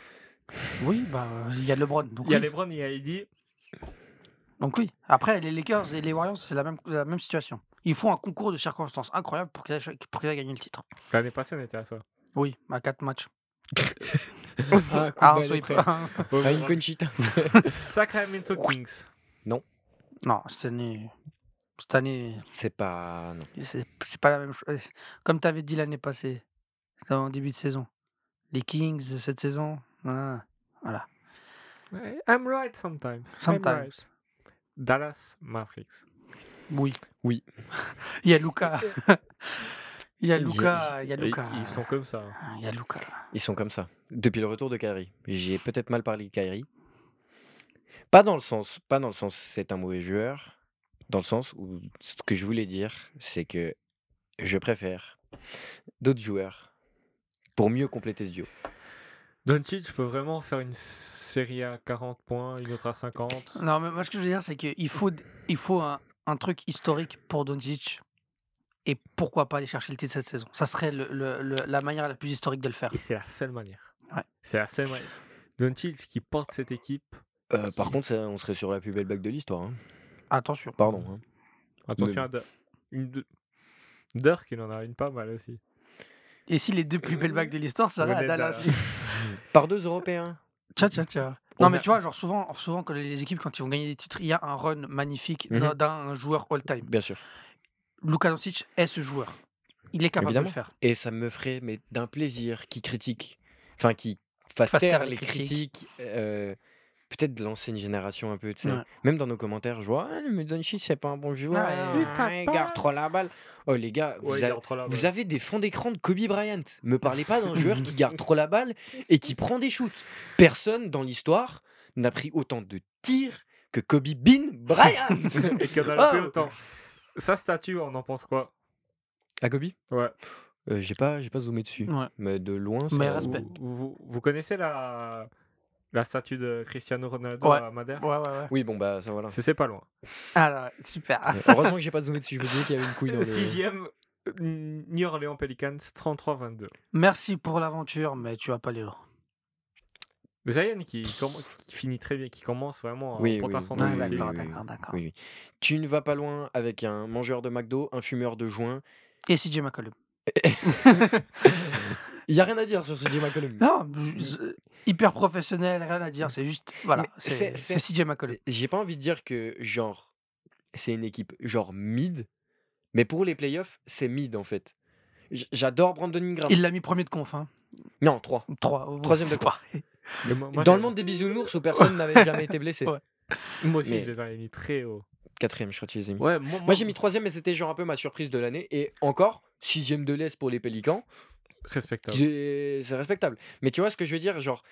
Speaker 2: Oui, bah, euh, il y a LeBron. Donc,
Speaker 3: Il y a
Speaker 2: oui.
Speaker 3: LeBron, il y a Eddie.
Speaker 2: donc oui. Après, les Lakers et les Warriors, c'est la même, la même situation. Ils font un concours de circonstances incroyable pour qu'ils aient, pour qu'ils aient gagné le titre.
Speaker 3: L'année passée, on était à ça.
Speaker 2: Oui, à 4 matchs.
Speaker 4: Ah, coup de
Speaker 2: Ah, un
Speaker 4: balle
Speaker 2: sweep.
Speaker 4: après. Ah, une
Speaker 3: Bon,
Speaker 4: conchita.
Speaker 3: Sacramento Kings.
Speaker 2: non, cette année. Cette année,
Speaker 1: C'est pas. Non.
Speaker 2: c'est c'est pas la même chose. Comme tu avais dit l'année passée, c'était en début de saison. Les Kings, de cette saison. ah, Voilà.
Speaker 3: I'm right sometimes.
Speaker 2: Sometimes.
Speaker 3: I'm right. Dallas Mavericks.
Speaker 2: Oui.
Speaker 1: Oui.
Speaker 2: Il y a
Speaker 3: Ah.
Speaker 2: Luca. Il y a
Speaker 1: Ils-
Speaker 2: Luca. Il y a
Speaker 3: Et
Speaker 2: Luca.
Speaker 3: Ils sont comme ça.
Speaker 2: Il y a Luca.
Speaker 1: Ils sont comme ça. Depuis le retour de Kyrie. J'y ai peut-être mal parlé de Kyrie. Pas dans le sens, pas dans le sens c'est un mauvais joueur. Dans le sens où ce que je voulais dire, c'est que je préfère d'autres joueurs pour mieux compléter ce duo.
Speaker 3: Doncic peut vraiment faire une série à 40 points, une autre à 50.
Speaker 2: Non, mais moi, ce que je veux dire, c'est qu'il faut, il faut un, un truc historique pour Doncic. Et pourquoi pas aller chercher le titre cette saison Ça serait le- le- le- la manière la plus historique de le faire.
Speaker 3: Et c'est la seule manière.
Speaker 2: Ouais.
Speaker 3: C'est la seule manière. Doncic qui porte cette équipe.
Speaker 1: Euh, par contre, ça, on serait sur la plus belle bague de l'histoire. hein.
Speaker 2: Attention.
Speaker 1: Pardon. hein.
Speaker 3: Attention
Speaker 1: Mais-
Speaker 3: à Dirk. Une de- Dirk, il en a une pas mal aussi.
Speaker 2: Et si les deux plus belles vagues de l'histoire, ça
Speaker 3: Venez
Speaker 2: serait
Speaker 3: de
Speaker 2: à Dallas.
Speaker 3: Dallas.
Speaker 1: Par deux Européens.
Speaker 2: Tiens, tiens, tiens.
Speaker 3: On
Speaker 2: Non,
Speaker 3: a-
Speaker 2: mais tu vois, genre souvent, souvent, quand les équipes, quand ils vont gagner des titres, il y a un run magnifique
Speaker 1: Mhm.
Speaker 2: d'un- d'un joueur all-time.
Speaker 1: Bien sûr.
Speaker 2: Luka Doncic est ce joueur. Il est capable de
Speaker 1: Évidemment.
Speaker 2: le faire.
Speaker 1: Et ça me ferait mais d'un plaisir qui critique, enfin qui fasse
Speaker 2: Fasse
Speaker 1: taire
Speaker 2: taire les
Speaker 1: les critiques, euh, peut-être de lancer une génération un peu, tu sais.
Speaker 2: Ouais.
Speaker 1: Même dans nos commentaires, je vois, ah, mais Doncic c'est pas un bon joueur,
Speaker 2: Ah,
Speaker 1: il
Speaker 2: il se
Speaker 3: tape pas.
Speaker 1: garde trop la balle. Oh les gars, vous,
Speaker 3: Ouais, il
Speaker 1: avez-
Speaker 3: est entre là, ouais.
Speaker 1: vous avez des fonds d'écran de Kobe Bryant. Me parlez pas d'un joueur qui garde trop la balle et qui prend des shoots. Personne dans l'histoire n'a pris autant de tirs que Kobe Bean Bryant.
Speaker 3: Et qu'il y en a le plus
Speaker 1: Oh.
Speaker 3: autant. Sa statue, on en pense quoi
Speaker 1: à Kobe
Speaker 3: Ouais.
Speaker 1: Euh, j'ai pas, j'ai pas zoomé dessus,
Speaker 2: Ouais.
Speaker 1: mais de loin.
Speaker 2: Mmh. Mais
Speaker 1: ça-
Speaker 2: respect.
Speaker 3: Vous, vous- vous connaissez la, la statue de Cristiano Ronaldo
Speaker 2: Ouais.
Speaker 3: à Madère
Speaker 2: Ouais, ouais, ouais.
Speaker 1: Oui, bon bah ça voilà.
Speaker 3: C'est c'est pas loin.
Speaker 2: Alors, super.
Speaker 1: Ouais, Heureusement que j'ai pas zoomé dessus, je me disais qu'il y avait une couille dans le...
Speaker 3: Sixième, euh, New Orleans Pelicans, 33-22.
Speaker 2: Merci pour l'aventure, mais tu vas pas les loin.
Speaker 3: Zion qui, comm- qui finit très bien, qui commence vraiment à
Speaker 1: Oui,
Speaker 3: prendre
Speaker 1: oui,
Speaker 3: à son
Speaker 1: oui,
Speaker 3: nom
Speaker 1: oui,
Speaker 3: aussi.
Speaker 2: Ah, d'accord,
Speaker 1: oui,
Speaker 2: d'accord,
Speaker 1: oui.
Speaker 2: d'accord.
Speaker 1: Oui, oui. Tu ne vas pas loin avec un mangeur de McDo, un fumeur de joint.
Speaker 2: Et CJ McCollum.
Speaker 1: Il y a rien à dire sur CJ McCollum.
Speaker 2: Non, je- je- hyper professionnel, rien à dire. C'est juste, voilà,
Speaker 1: Mm. Mais
Speaker 2: c'est
Speaker 1: c'est-
Speaker 2: c'est CJ McCollum.
Speaker 1: Euh, J'ai pas envie de dire que genre c'est une équipe genre mid, mais pour les playoffs c'est mid en fait. J- J'adore Brandon Ingram.
Speaker 2: Il l'a mis premier de conf, hein.
Speaker 1: Non, 3.
Speaker 2: Trois. oh,
Speaker 1: Troisième
Speaker 2: c'est
Speaker 1: de conf.
Speaker 2: pareil.
Speaker 3: Mais moi- moi,
Speaker 1: Dans le
Speaker 3: je-
Speaker 1: monde des bisounours où personne n'avait jamais été blessé.
Speaker 2: Ouais.
Speaker 3: moi aussi,
Speaker 1: mais-
Speaker 3: je les avais mis très haut.
Speaker 1: Quatrième, je crois que tu les as mis.
Speaker 3: Ouais, moi,
Speaker 1: Moi j'ai mis troisième, mais c'était genre un peu ma surprise de l'année. Et encore, sixième de l'Est pour les Pélicans.
Speaker 3: Respectable.
Speaker 1: C'est c'est respectable. Mais tu vois ce que je veux dire, genre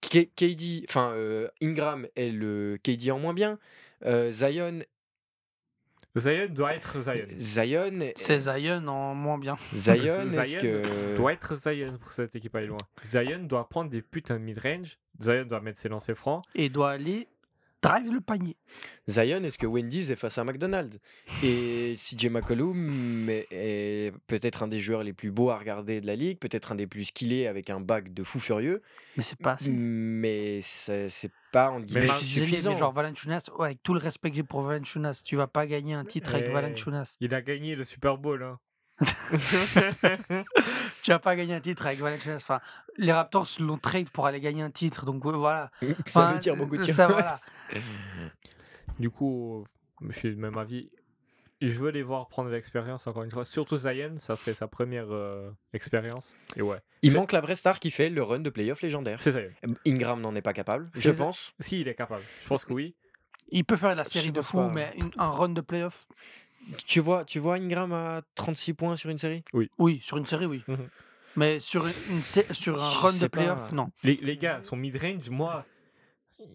Speaker 1: K- KD, enfin euh, Ingram est le KD en moins bien. euh, Zion,
Speaker 3: Zion doit être Zion.
Speaker 1: Euh, Zion,
Speaker 2: C'est Zion en moins bien.
Speaker 1: Zion,
Speaker 3: Z-
Speaker 1: est-ce
Speaker 3: Zion
Speaker 1: que
Speaker 3: Doit être Zion pour que cette équipe aille loin. Zion doit prendre des putains de mid-range. Zion doit mettre ses lancers francs.
Speaker 2: Et il doit aller drive le panier.
Speaker 1: Zion, est-ce que Wendy's est face à un McDonald's Et CJ McCollum est, est peut-être un des joueurs les plus beaux à regarder de la ligue, peut-être un des plus skillés avec un bac de fou furieux,
Speaker 2: Mais c'est pas assez.
Speaker 1: mais c'est c'est pas en
Speaker 3: Mais
Speaker 1: guillemets
Speaker 2: Mais je
Speaker 3: Mar-
Speaker 2: suis désolé,
Speaker 1: suffisant.
Speaker 2: mais genre Valanciunas, ouais, avec tout le respect que j'ai pour Valanciunas, tu vas pas gagner un titre avec
Speaker 3: Eh.
Speaker 2: Valanciunas.
Speaker 3: Il a gagné le Super Bowl. hein.
Speaker 2: Tu vas pas gagner un titre avec Valanciunas. Enfin, les Raptors l'ont trade pour aller gagner un titre, donc ouais, voilà.
Speaker 1: ça
Speaker 2: Enfin, euh,
Speaker 1: me tire beaucoup de
Speaker 2: ça,
Speaker 1: tirs.
Speaker 2: voilà.
Speaker 3: du coup, euh, je suis du même avis. Je veux les voir prendre de l'expérience encore une fois. Surtout Zion, ça serait sa première euh, expérience. Et ouais,
Speaker 1: Il manque la vraie star qui fait le run de playoff légendaire.
Speaker 3: c'est Zion.
Speaker 1: Ingram n'en est pas capable,
Speaker 3: C'est
Speaker 1: je
Speaker 3: ça.
Speaker 1: pense.
Speaker 3: Si, il est capable. Je pense que oui.
Speaker 2: Il peut faire la
Speaker 1: Je
Speaker 2: série de
Speaker 1: pense
Speaker 2: fou,
Speaker 1: pas.
Speaker 2: mais une- un run de playoff
Speaker 1: Tu vois, tu vois Ingram à 36 points sur une série
Speaker 2: Oui, sur une série, oui.
Speaker 3: Mhm.
Speaker 2: Mais sur, une, sé- sur un
Speaker 1: Je
Speaker 2: run de
Speaker 1: sais pas.
Speaker 2: playoff, non.
Speaker 3: Les, les gars, son mid-range, moi,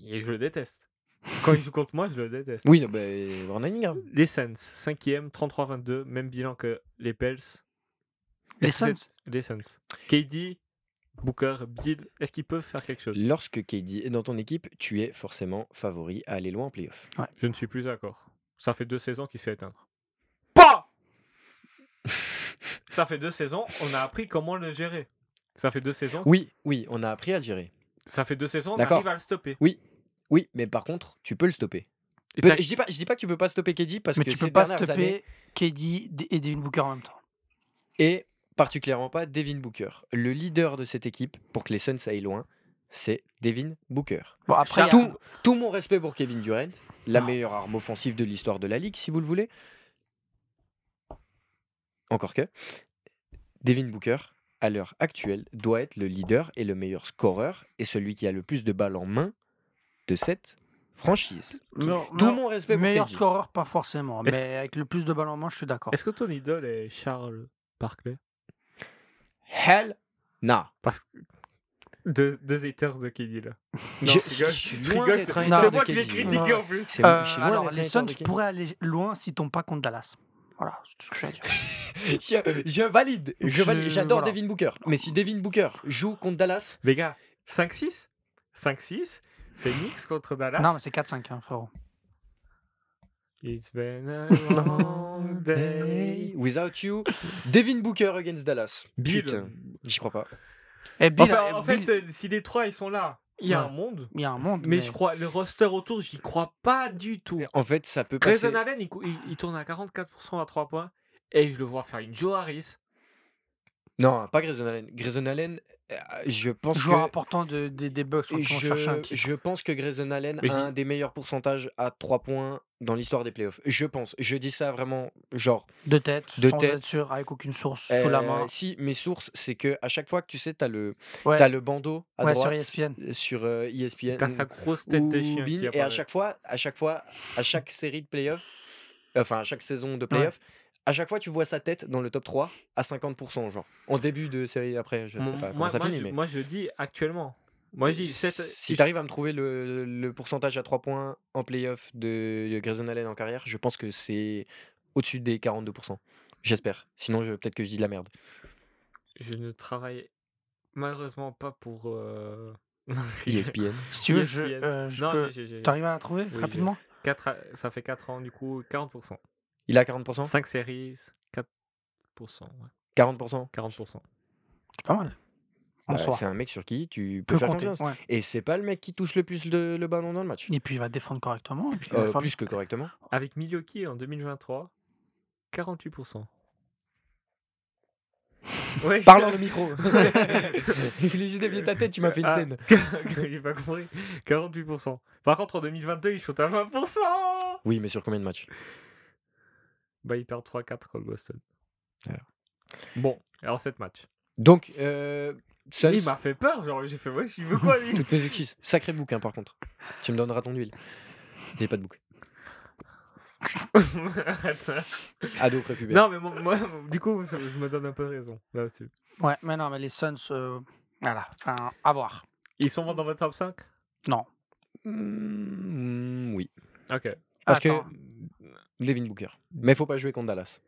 Speaker 3: et je le déteste. Quand il joue contre moi, je le déteste.
Speaker 1: Oui, non, bah, Brandon Ingram.
Speaker 3: Les Suns, 5ème, 33-22, même bilan que les Pels.
Speaker 2: Les
Speaker 3: Est-ce que
Speaker 2: Suns
Speaker 3: c'est- Les Suns. KD, Booker, Bill, est-ce qu'ils peuvent faire quelque chose
Speaker 1: Lorsque KD est dans ton équipe, tu es forcément favori à aller loin en playoff.
Speaker 3: Je ne suis plus d'accord. Ça fait deux saisons qu'il se fait éteindre.
Speaker 2: Pas
Speaker 3: Ça fait deux saisons, on a appris comment le gérer. Ça fait deux saisons.
Speaker 1: Oui, oui, on a appris à le gérer.
Speaker 3: Ça fait deux saisons, on
Speaker 1: D'accord.
Speaker 3: arrive à le stopper.
Speaker 1: Oui, mais par contre, tu peux le stopper.
Speaker 3: Et
Speaker 1: Peut-
Speaker 3: t'as-
Speaker 1: je dis pas, je dis pas que tu peux pas stopper KD parce
Speaker 2: Mais
Speaker 1: que
Speaker 2: tu peux
Speaker 1: ces
Speaker 2: pas
Speaker 1: dernières années
Speaker 2: stopper KD et Devin Booker en même temps.
Speaker 1: et particulièrement pas Devin Booker. Le leader de cette équipe pour que les Suns aillent loin, c'est Devin Booker.
Speaker 2: Bon, après, il y a-
Speaker 1: Tout, tout mon respect pour Kevin Durant, la
Speaker 2: Non.
Speaker 1: meilleure arme offensive de l'histoire de la ligue, si vous le voulez. Encore que. Devin Booker, à l'heure actuelle, doit être le leader et le meilleur scoreur et celui qui a le plus de balles en main de cette franchise. Tout,
Speaker 2: Non,
Speaker 1: tout
Speaker 2: non.
Speaker 1: mon respect pour
Speaker 2: meilleur
Speaker 1: KD.
Speaker 2: scoreur, pas forcément.
Speaker 3: Est-ce-
Speaker 2: Mais avec le plus de balles en main, je suis d'accord.
Speaker 3: Est-ce que ton idole est Charles Barclay
Speaker 1: Hell nah.
Speaker 3: Parce que. Deux, deux haters de KD là.
Speaker 1: je,
Speaker 3: je rigole,
Speaker 1: je suis
Speaker 3: je
Speaker 1: loin
Speaker 3: rigole,
Speaker 1: d'être
Speaker 3: c'est-
Speaker 1: un
Speaker 2: non,
Speaker 1: hater
Speaker 3: C'est
Speaker 1: de
Speaker 3: moi qui l'ai
Speaker 1: KD.
Speaker 3: critiqué en plus.
Speaker 1: C'est-
Speaker 2: Euh,
Speaker 1: je suis loin
Speaker 2: alors,
Speaker 1: d'être un
Speaker 2: les
Speaker 1: hater
Speaker 2: Suns
Speaker 1: de KD.
Speaker 2: pourraient aller loin s'ils tombent pas contre Dallas. Voilà, c'est tout ce que j'ai à dire.
Speaker 1: Je, je valide. Je
Speaker 2: Je-
Speaker 1: valide. J'adore
Speaker 2: voilà.
Speaker 1: Devin Booker. Mais si Devin Booker joue contre Dallas,
Speaker 3: Les gars, 5-6 5-6 Phoenix contre Dallas.
Speaker 2: Non, mais c'est 4-5, hein, frérot.
Speaker 3: It's been a long day.
Speaker 1: Without you, Devin Booker against Dallas.
Speaker 3: Bill.
Speaker 1: Putain, j'y crois pas.
Speaker 2: Et Bill,
Speaker 3: Enfin, en
Speaker 2: Bill,
Speaker 3: fait, euh, si les trois ils sont là, il y a
Speaker 2: Ouais.
Speaker 3: un monde.
Speaker 2: il y a un monde.
Speaker 3: Mais je crois, le roster autour, j'y crois pas du tout.
Speaker 1: En fait, ça peut passer.
Speaker 3: Grayson Allen, il, cou- il- il tourne à 44% à 3 points. Et je le vois faire une Joe Harris.
Speaker 1: Non, pas Grayson Allen. Grayson Allen, euh, je pense
Speaker 2: Joueur
Speaker 1: que.
Speaker 2: important de- des- des Bucks quand on cherche un
Speaker 1: Je,
Speaker 2: titre.
Speaker 1: je pense que Grayson Allen
Speaker 3: Mais
Speaker 1: a
Speaker 3: je dis-
Speaker 1: un des meilleurs pourcentages à 3 points dans l'histoire des playoffs. Je pense. Je dis ça vraiment, genre.
Speaker 2: De tête,
Speaker 1: De
Speaker 2: sans
Speaker 1: tête.
Speaker 2: être sûr, avec aucune source,
Speaker 1: euh,
Speaker 2: sous la main.
Speaker 1: Si, mes sources, c'est que à chaque fois que tu sais, t'as le,
Speaker 2: Ouais,
Speaker 1: t'as le bandeau à
Speaker 2: ouais, sur E
Speaker 1: droite
Speaker 2: ESPN.
Speaker 1: euh, sur euh, ESPN.
Speaker 3: T'as sa grosse tête de
Speaker 1: ou
Speaker 3: chien.
Speaker 1: Bean, et
Speaker 3: qui
Speaker 1: à
Speaker 3: apparaît.
Speaker 1: chaque fois, à chaque fois, à chaque série de playoffs, enfin à chaque saison de playoffs, à chaque fois tu vois sa tête dans le top 3 à 50%, genre en début de série. Après, je sais
Speaker 3: Moi-
Speaker 1: pas comment
Speaker 3: moi,
Speaker 1: ça
Speaker 3: moi,
Speaker 1: finit,
Speaker 3: je,
Speaker 1: mais
Speaker 3: moi, je dis actuellement. Moi, je dis sept-
Speaker 1: si
Speaker 3: je-
Speaker 1: t'arrives à me trouver le, le pourcentage à 3 points en playoff de Grayson Allen en carrière, je pense que c'est au-dessus des 42%. J'espère. Sinon, je- peut-être que je dis de la merde.
Speaker 3: je ne travaille malheureusement pas pour. euh,
Speaker 1: ESPN.
Speaker 2: Si tu veux, je,
Speaker 3: ESPN.
Speaker 2: euh, je
Speaker 3: non,
Speaker 2: peux-
Speaker 3: j'ai- j'ai- j'ai-
Speaker 2: T'arrives à la trouver
Speaker 3: Oui,
Speaker 2: rapidement
Speaker 3: quatre à- ça fait 4 ans, du coup, 40%.
Speaker 1: Il a 40%.
Speaker 3: 5 séries, 4%. ouais,
Speaker 1: 40%.
Speaker 3: 40%.
Speaker 2: C'est pas mal. En
Speaker 1: Bah,
Speaker 2: soi.
Speaker 1: c'est un mec sur qui tu peux
Speaker 2: Peut
Speaker 1: faire
Speaker 2: compter.
Speaker 1: confiance.
Speaker 2: ouais.
Speaker 1: Et c'est pas le mec qui touche le plus de- le ballon dans le match.
Speaker 2: Et puis il va défendre correctement. et puis il va
Speaker 1: Euh,
Speaker 2: faire-
Speaker 1: plus que correctement.
Speaker 3: Avec Milwaukee en 2023, 48%. Ouais, je-
Speaker 1: Parle dans le micro. Il voulait juste dévier ta tête, tu m'as fait une
Speaker 3: Ah.
Speaker 1: scène.
Speaker 3: J'ai pas compris. 48%. Par contre, en 2022, il shoot à 20%.
Speaker 1: Oui, mais sur combien de matchs
Speaker 3: Bah, il perd 3-4 contre Boston. Bon, alors 7 matchs.
Speaker 1: Donc, euh, Suns,
Speaker 3: Il m'a fait peur, genre, j'ai fait, ouais, j'y veux quoi, lui
Speaker 1: toutes mes excuses. Sacré bouquin, par contre. Tu me donneras ton huile. J'ai pas de bouc.
Speaker 3: Arrête.
Speaker 1: Ado prépubère.
Speaker 3: Non, mais moi, moi, du coup, je je me donne un peu raison. là-dessus.
Speaker 2: Ouais, mais non, mais les Suns, euh, voilà, enfin, à voir.
Speaker 3: Ils sont dans votre top 5
Speaker 1: Mm, oui.
Speaker 3: Ok.
Speaker 1: Parce
Speaker 2: Attends.
Speaker 1: que. Levin Booker. Mais faut pas jouer contre Dallas.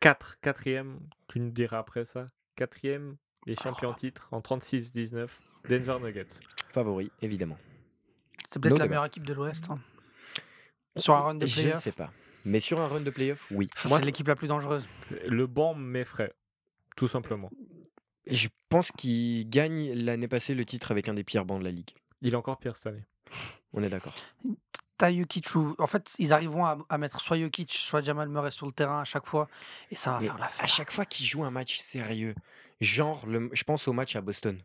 Speaker 3: 4, quatrième, tu nous diras après ça. Quatrième, les champions en titre en 36-19, Denver Nuggets.
Speaker 1: Favori, évidemment.
Speaker 2: C'est
Speaker 1: No
Speaker 2: peut-être la
Speaker 1: débat.
Speaker 2: meilleure équipe de l'Ouest. hein. Sur un run de
Speaker 1: Oh, Je ne
Speaker 2: playoff,
Speaker 1: sais pas. Mais sur un run de playoff, oui.
Speaker 2: enfin,
Speaker 3: Moi-
Speaker 2: Ah, c'est l'équipe la plus dangereuse.
Speaker 3: Le banc m'effraie, tout simplement.
Speaker 1: Je pense qu'il gagne l'année passée le titre avec un des pires bancs de la ligue.
Speaker 3: Il est encore pire cette année.
Speaker 1: On est d'accord.
Speaker 2: T'as Jokic ou... En fait, ils arriveront à, à mettre soit Jokic, soit Jamal Murray sur le terrain à chaque fois, et ça va
Speaker 1: Mais
Speaker 2: faire la
Speaker 1: à
Speaker 2: fête.
Speaker 1: chaque fois qu'il joue un match sérieux, genre, le- je pense au match à Boston.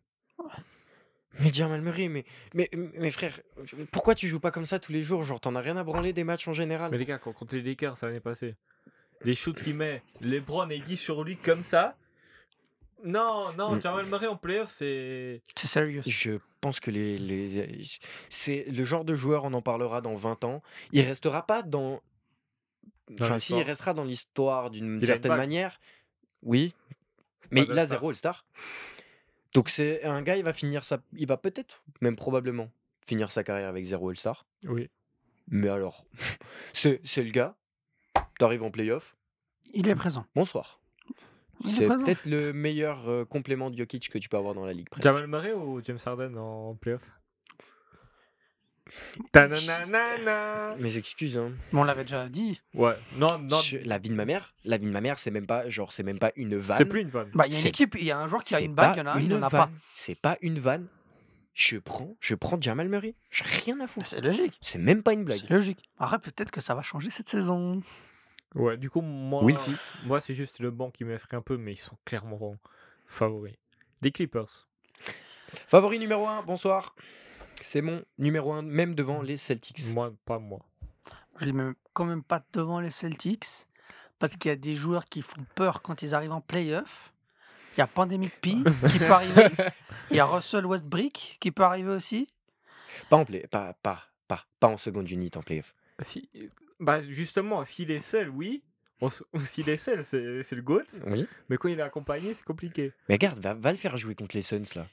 Speaker 1: Mais Jamal Murray, mais, mais, mais frère, pourquoi tu joues pas comme ça tous les jours Genre, t'en as rien à branler des matchs en général
Speaker 3: Mais les gars, quand contre les Lakers, ça l'année passée, les shoots qu'il met, LeBron et dit sur lui comme ça. Non, non,
Speaker 1: Mm.
Speaker 3: Jamal Murray en playoff, c'est.
Speaker 2: C'est sérieux.
Speaker 1: Je pense que les, les- c'est le genre de joueur, on en parlera dans 20 ans. Il restera pas dans. Enfin, si, il
Speaker 3: l'histoire.
Speaker 1: restera dans l'histoire d'une
Speaker 3: une
Speaker 1: certaine
Speaker 3: bague.
Speaker 1: manière. Oui. Mais
Speaker 3: Pas
Speaker 1: il a
Speaker 3: d'All-Star.
Speaker 1: zéro All-Star. Donc, c'est un gars, il va finir sa. Il va peut-être, même probablement, finir sa carrière avec zéro All-Star.
Speaker 3: Oui.
Speaker 1: Mais alors, c'est c'est le gars, t'arrives en playoff,
Speaker 2: Il est présent.
Speaker 1: bonsoir.
Speaker 2: Il est
Speaker 1: C'est
Speaker 2: présent.
Speaker 1: peut-être le meilleur euh, complément de Jokic que tu peux avoir dans la ligue. presque.
Speaker 3: Jamal Murray ou James Harden en playoff Tananana.
Speaker 1: Mes excuses. Hein.
Speaker 2: Mais on l'avait déjà dit.
Speaker 3: Ouais, non, non,
Speaker 1: Je- La vie de ma mère, la vie de ma mère, c'est même pas genre, c'est même pas une vanne.
Speaker 3: c'est plus une vanne.
Speaker 2: Bah, il y a une
Speaker 1: C'est-
Speaker 2: équipe, il y a un joueur qui a
Speaker 1: C'est
Speaker 2: une bague,
Speaker 1: pas
Speaker 2: il y en a un, il
Speaker 1: une
Speaker 2: n'en a pas.
Speaker 1: vanne. C'est pas une vanne. Je prends, je prends Jamal Murray. J'ai rien à foutre.
Speaker 2: Ah, C'est logique.
Speaker 1: C'est même pas une blague.
Speaker 2: C'est logique. Après, peut-être que ça va changer cette saison.
Speaker 3: Ouais, du coup, moi,
Speaker 2: euh,
Speaker 1: We'll see.
Speaker 3: moi c'est juste le banc qui m'effraie un peu, mais ils sont clairement favoris. Les Clippers.
Speaker 1: Favori numéro 1, bonsoir. C'est mon numéro 1, même devant les Celtics.
Speaker 3: Moi, pas moi.
Speaker 2: Je les mets quand même pas devant les Celtics parce qu'il y a des joueurs qui font peur quand ils arrivent en playoff. Il y a Pandemic P qui peut arriver. Il y a Russell Westbrook qui peut arriver aussi.
Speaker 1: Pas en play, pas, pas, pas, pas en seconde unité en playoff.
Speaker 3: Si, bah, justement, s'il est seul, oui. On s- S'il est seul, c'est c'est le GOAT.
Speaker 1: Oui.
Speaker 3: Mais quand il est accompagné, c'est compliqué.
Speaker 1: Mais regarde, va, va le faire jouer contre les Suns là.